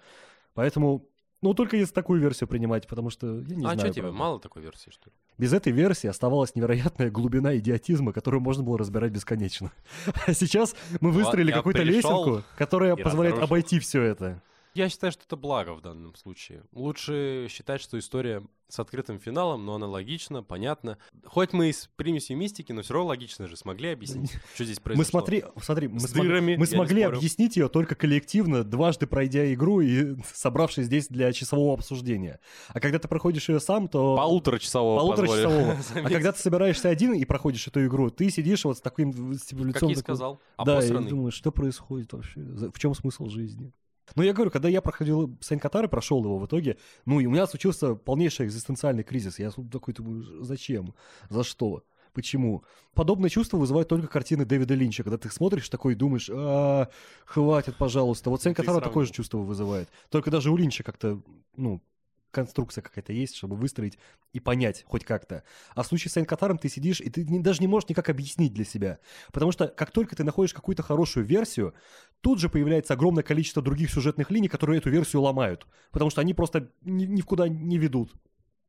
Speaker 1: Поэтому, ну, только если такую версию принимать, потому что я не
Speaker 2: а
Speaker 1: знаю.
Speaker 2: что тебе,
Speaker 1: правда.
Speaker 2: мало такой версии, что ли?
Speaker 1: Без этой версии оставалась невероятная глубина идиотизма, которую можно было разбирать бесконечно. А сейчас мы выстроили
Speaker 2: Ну, я
Speaker 1: какую-то
Speaker 2: пришёл
Speaker 1: лесенку, которая
Speaker 2: и
Speaker 1: позволяет
Speaker 2: разрушил.
Speaker 1: обойти все это.
Speaker 2: Я считаю, что это благо в данном случае. Лучше считать, что история с открытым финалом, но она логична, понятна. Хоть мы и с примесью мистики, но все равно логично же смогли объяснить, что здесь произошло.
Speaker 1: Мы смотри, смотри, мы,
Speaker 2: С
Speaker 1: смог-
Speaker 2: дырами,
Speaker 1: мы
Speaker 2: я не
Speaker 1: смогли
Speaker 2: спорю.
Speaker 1: объяснить ее только коллективно, дважды пройдя игру и собравшись здесь для часового обсуждения. А когда ты проходишь ее сам, то
Speaker 2: Полуторачасового
Speaker 1: полуторачасового.
Speaker 2: позволю
Speaker 1: А когда ты собираешься один и проходишь эту игру, ты сидишь вот с таким с тем лицом.
Speaker 2: заметить. Как я и
Speaker 1: такой-
Speaker 2: сказал,
Speaker 1: да, и
Speaker 2: обосранный.
Speaker 1: думаешь, что происходит вообще? За- В чем смысл жизни? Ну, я говорю, когда я проходил Сен-Катар и прошел его в итоге, ну, и у меня случился полнейший экзистенциальный кризис. Я тут такой думаю, зачем? За что? Почему? Подобное чувство вызывают только картины Дэвида Линча, когда ты их смотришь такой и думаешь, «А, хватит, пожалуйста. Вот Сен Катара
Speaker 2: сравнил.
Speaker 1: такое же чувство вызывает. Только даже у Линча как-то, ну, конструкция какая-то есть, чтобы выстроить и понять хоть как-то. А в случае с Сен Катаром ты сидишь, и ты не- даже не можешь никак объяснить для себя. Потому что как только ты находишь какую-то хорошую версию, тут же появляется огромное количество других сюжетных линий, которые эту версию ломают. Потому что они просто ни, ни в куда не ведут.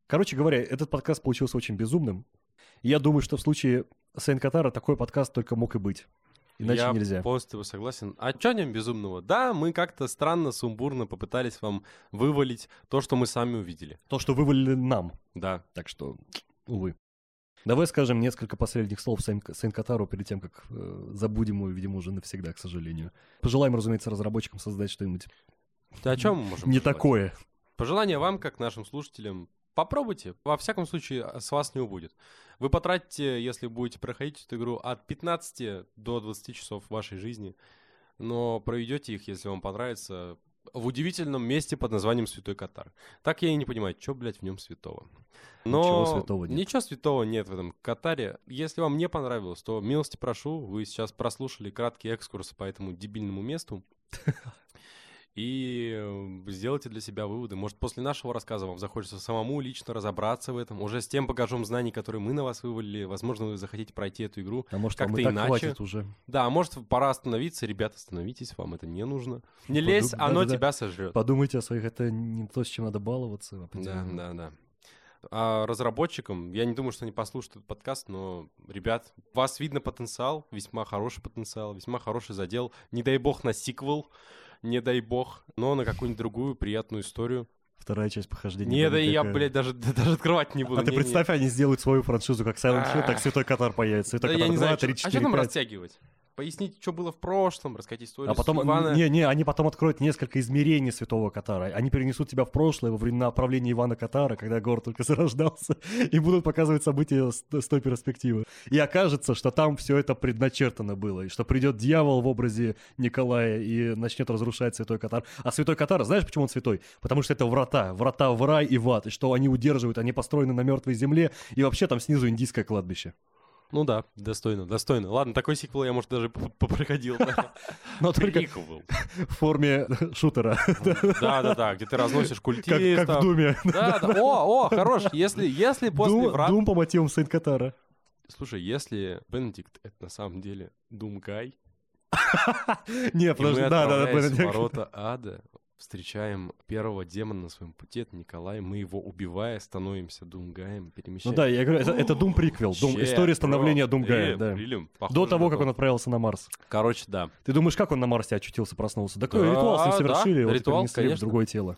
Speaker 1: Короче говоря, этот подкаст получился очень безумным. Я думаю, что в случае Сен Катара такой подкаст только мог и быть. Иначе
Speaker 2: я
Speaker 1: нельзя.
Speaker 2: полностью с тобой согласен. А чё в нем безумного? Да, мы как-то странно, сумбурно попытались вам вывалить то, что мы сами увидели.
Speaker 1: То, что вывалили нам.
Speaker 2: Да.
Speaker 1: Так что, увы. Давай скажем несколько последних слов Сен-Катару перед тем, как э, забудем его, видимо, уже навсегда, к сожалению. Пожелаем, разумеется, разработчикам создать что-нибудь
Speaker 2: Да о чем мы можем
Speaker 1: не
Speaker 2: пожелать?
Speaker 1: такое.
Speaker 2: Пожелание вам, как нашим слушателям, попробуйте. Во всяком случае, а, с вас не убудет. Вы потратите, если будете проходить эту игру, от 15 до 20 часов вашей жизни, но проведете их, если вам понравится, в удивительном месте под названием Святой Катар. Так я и не понимаю, что, блядь, в нем святого. Но
Speaker 1: Ничего святого нет.
Speaker 2: Ничего святого нет в этом Катаре. Если вам не понравилось, то милости прошу, вы сейчас прослушали краткий экскурс по этому дебильному месту. И э, сделайте для себя выводы. Может, после нашего рассказа вам захочется самому лично разобраться в этом. Уже с тем багажом знаний, который мы на вас вывалили, возможно, вы захотите пройти эту игру.
Speaker 1: А может, вам
Speaker 2: Как-то
Speaker 1: и так
Speaker 2: иначе.
Speaker 1: хватит уже.
Speaker 2: Да, а может, пора остановиться. Ребята, остановитесь, вам это не нужно. Не лезь,
Speaker 1: Подумай,
Speaker 2: оно
Speaker 1: да-да-да.
Speaker 2: тебя сожрет.
Speaker 1: Подумайте о своих, это не то, с чем надо баловаться.
Speaker 2: Да,
Speaker 1: определенно.
Speaker 2: да, да. А разработчикам, я не думаю, что они послушают этот подкаст, но, ребят, у вас видно потенциал, весьма хороший потенциал, весьма хороший задел. Не дай бог на сиквел, не дай бог, но на какую-нибудь другую приятную историю.
Speaker 1: Вторая часть похождения.
Speaker 2: Не, да
Speaker 1: Бенедикта
Speaker 2: и я,
Speaker 1: Кэмбера.
Speaker 2: блядь, даже, да даже открывать не буду.
Speaker 1: А ты
Speaker 2: не, не.
Speaker 1: представь, они сделают свою франшизу, как Silent Hill, так Святой Катар появится.
Speaker 2: да
Speaker 1: Святой
Speaker 2: я
Speaker 1: Катар
Speaker 2: не
Speaker 1: 2,
Speaker 2: знаю, чё-
Speaker 1: 3,
Speaker 2: а что
Speaker 1: 4,
Speaker 2: там
Speaker 1: 5.
Speaker 2: растягивать? Пояснить, что было в прошлом, рассказать историю
Speaker 1: А потом,
Speaker 2: Ивана.
Speaker 1: не, не, они потом откроют несколько измерений Святого Катара. Они перенесут тебя в прошлое во времена правления Ивана Катара, когда город только зарождался, и будут показывать события с, с той перспективы. И окажется, что там все это предначертано было, и что придет дьявол в образе Николая и начнет разрушать Святой Катар. А Святой Катар, знаешь, почему он святой? Потому что это врата, врата в рай и в ад, и что они удерживают, они построены на мертвой земле, и вообще там снизу индийское кладбище.
Speaker 2: Ну да, достойно, достойно. Ладно, такой сиквел я, может, даже п- попроходил.
Speaker 1: Но только
Speaker 2: Приквел.
Speaker 1: в форме шутера,
Speaker 2: Да-да-да, где ты разносишь
Speaker 1: как,
Speaker 2: культистов.
Speaker 1: как в Думе.
Speaker 2: Да, да. О, о, хорош. Если, если после
Speaker 1: Дум,
Speaker 2: врат...
Speaker 1: Дум по мотивам Сент-Катара.
Speaker 2: Слушай, если Бенедикт это на самом деле Думгай,
Speaker 1: Не,
Speaker 2: и мы
Speaker 1: подожди, да, да, да,
Speaker 2: отправляясь в
Speaker 1: Бенедикт.
Speaker 2: ворота ада, встречаем первого демона на своем пути, это Николай, мы его убивая, становимся Думгаем,
Speaker 1: Ну
Speaker 2: перемещаемся.
Speaker 1: да, я говорю, это, это Дум приквел, Дум, история становления
Speaker 2: Э,
Speaker 1: Думгая, да. До того, как он отправился на Марс.
Speaker 2: Короче, да.
Speaker 1: Ты думаешь, как он на Марсе очутился, проснулся? Да,
Speaker 2: Да,
Speaker 1: какой ритуал с ним
Speaker 2: да,
Speaker 1: совершили, вот
Speaker 2: ритуал,
Speaker 1: перенесли в
Speaker 2: конечно.
Speaker 1: другое тело.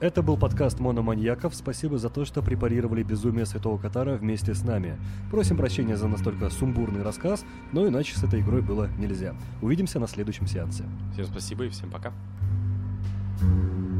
Speaker 1: Это был подкаст «Мономаньяков». Спасибо за то, что препарировали безумие Святого Катара вместе с нами. Просим прощения за настолько сумбурный рассказ, но иначе с этой игрой было нельзя. Увидимся на следующем сеансе.
Speaker 2: Всем спасибо и всем пока.
Speaker 3: Thank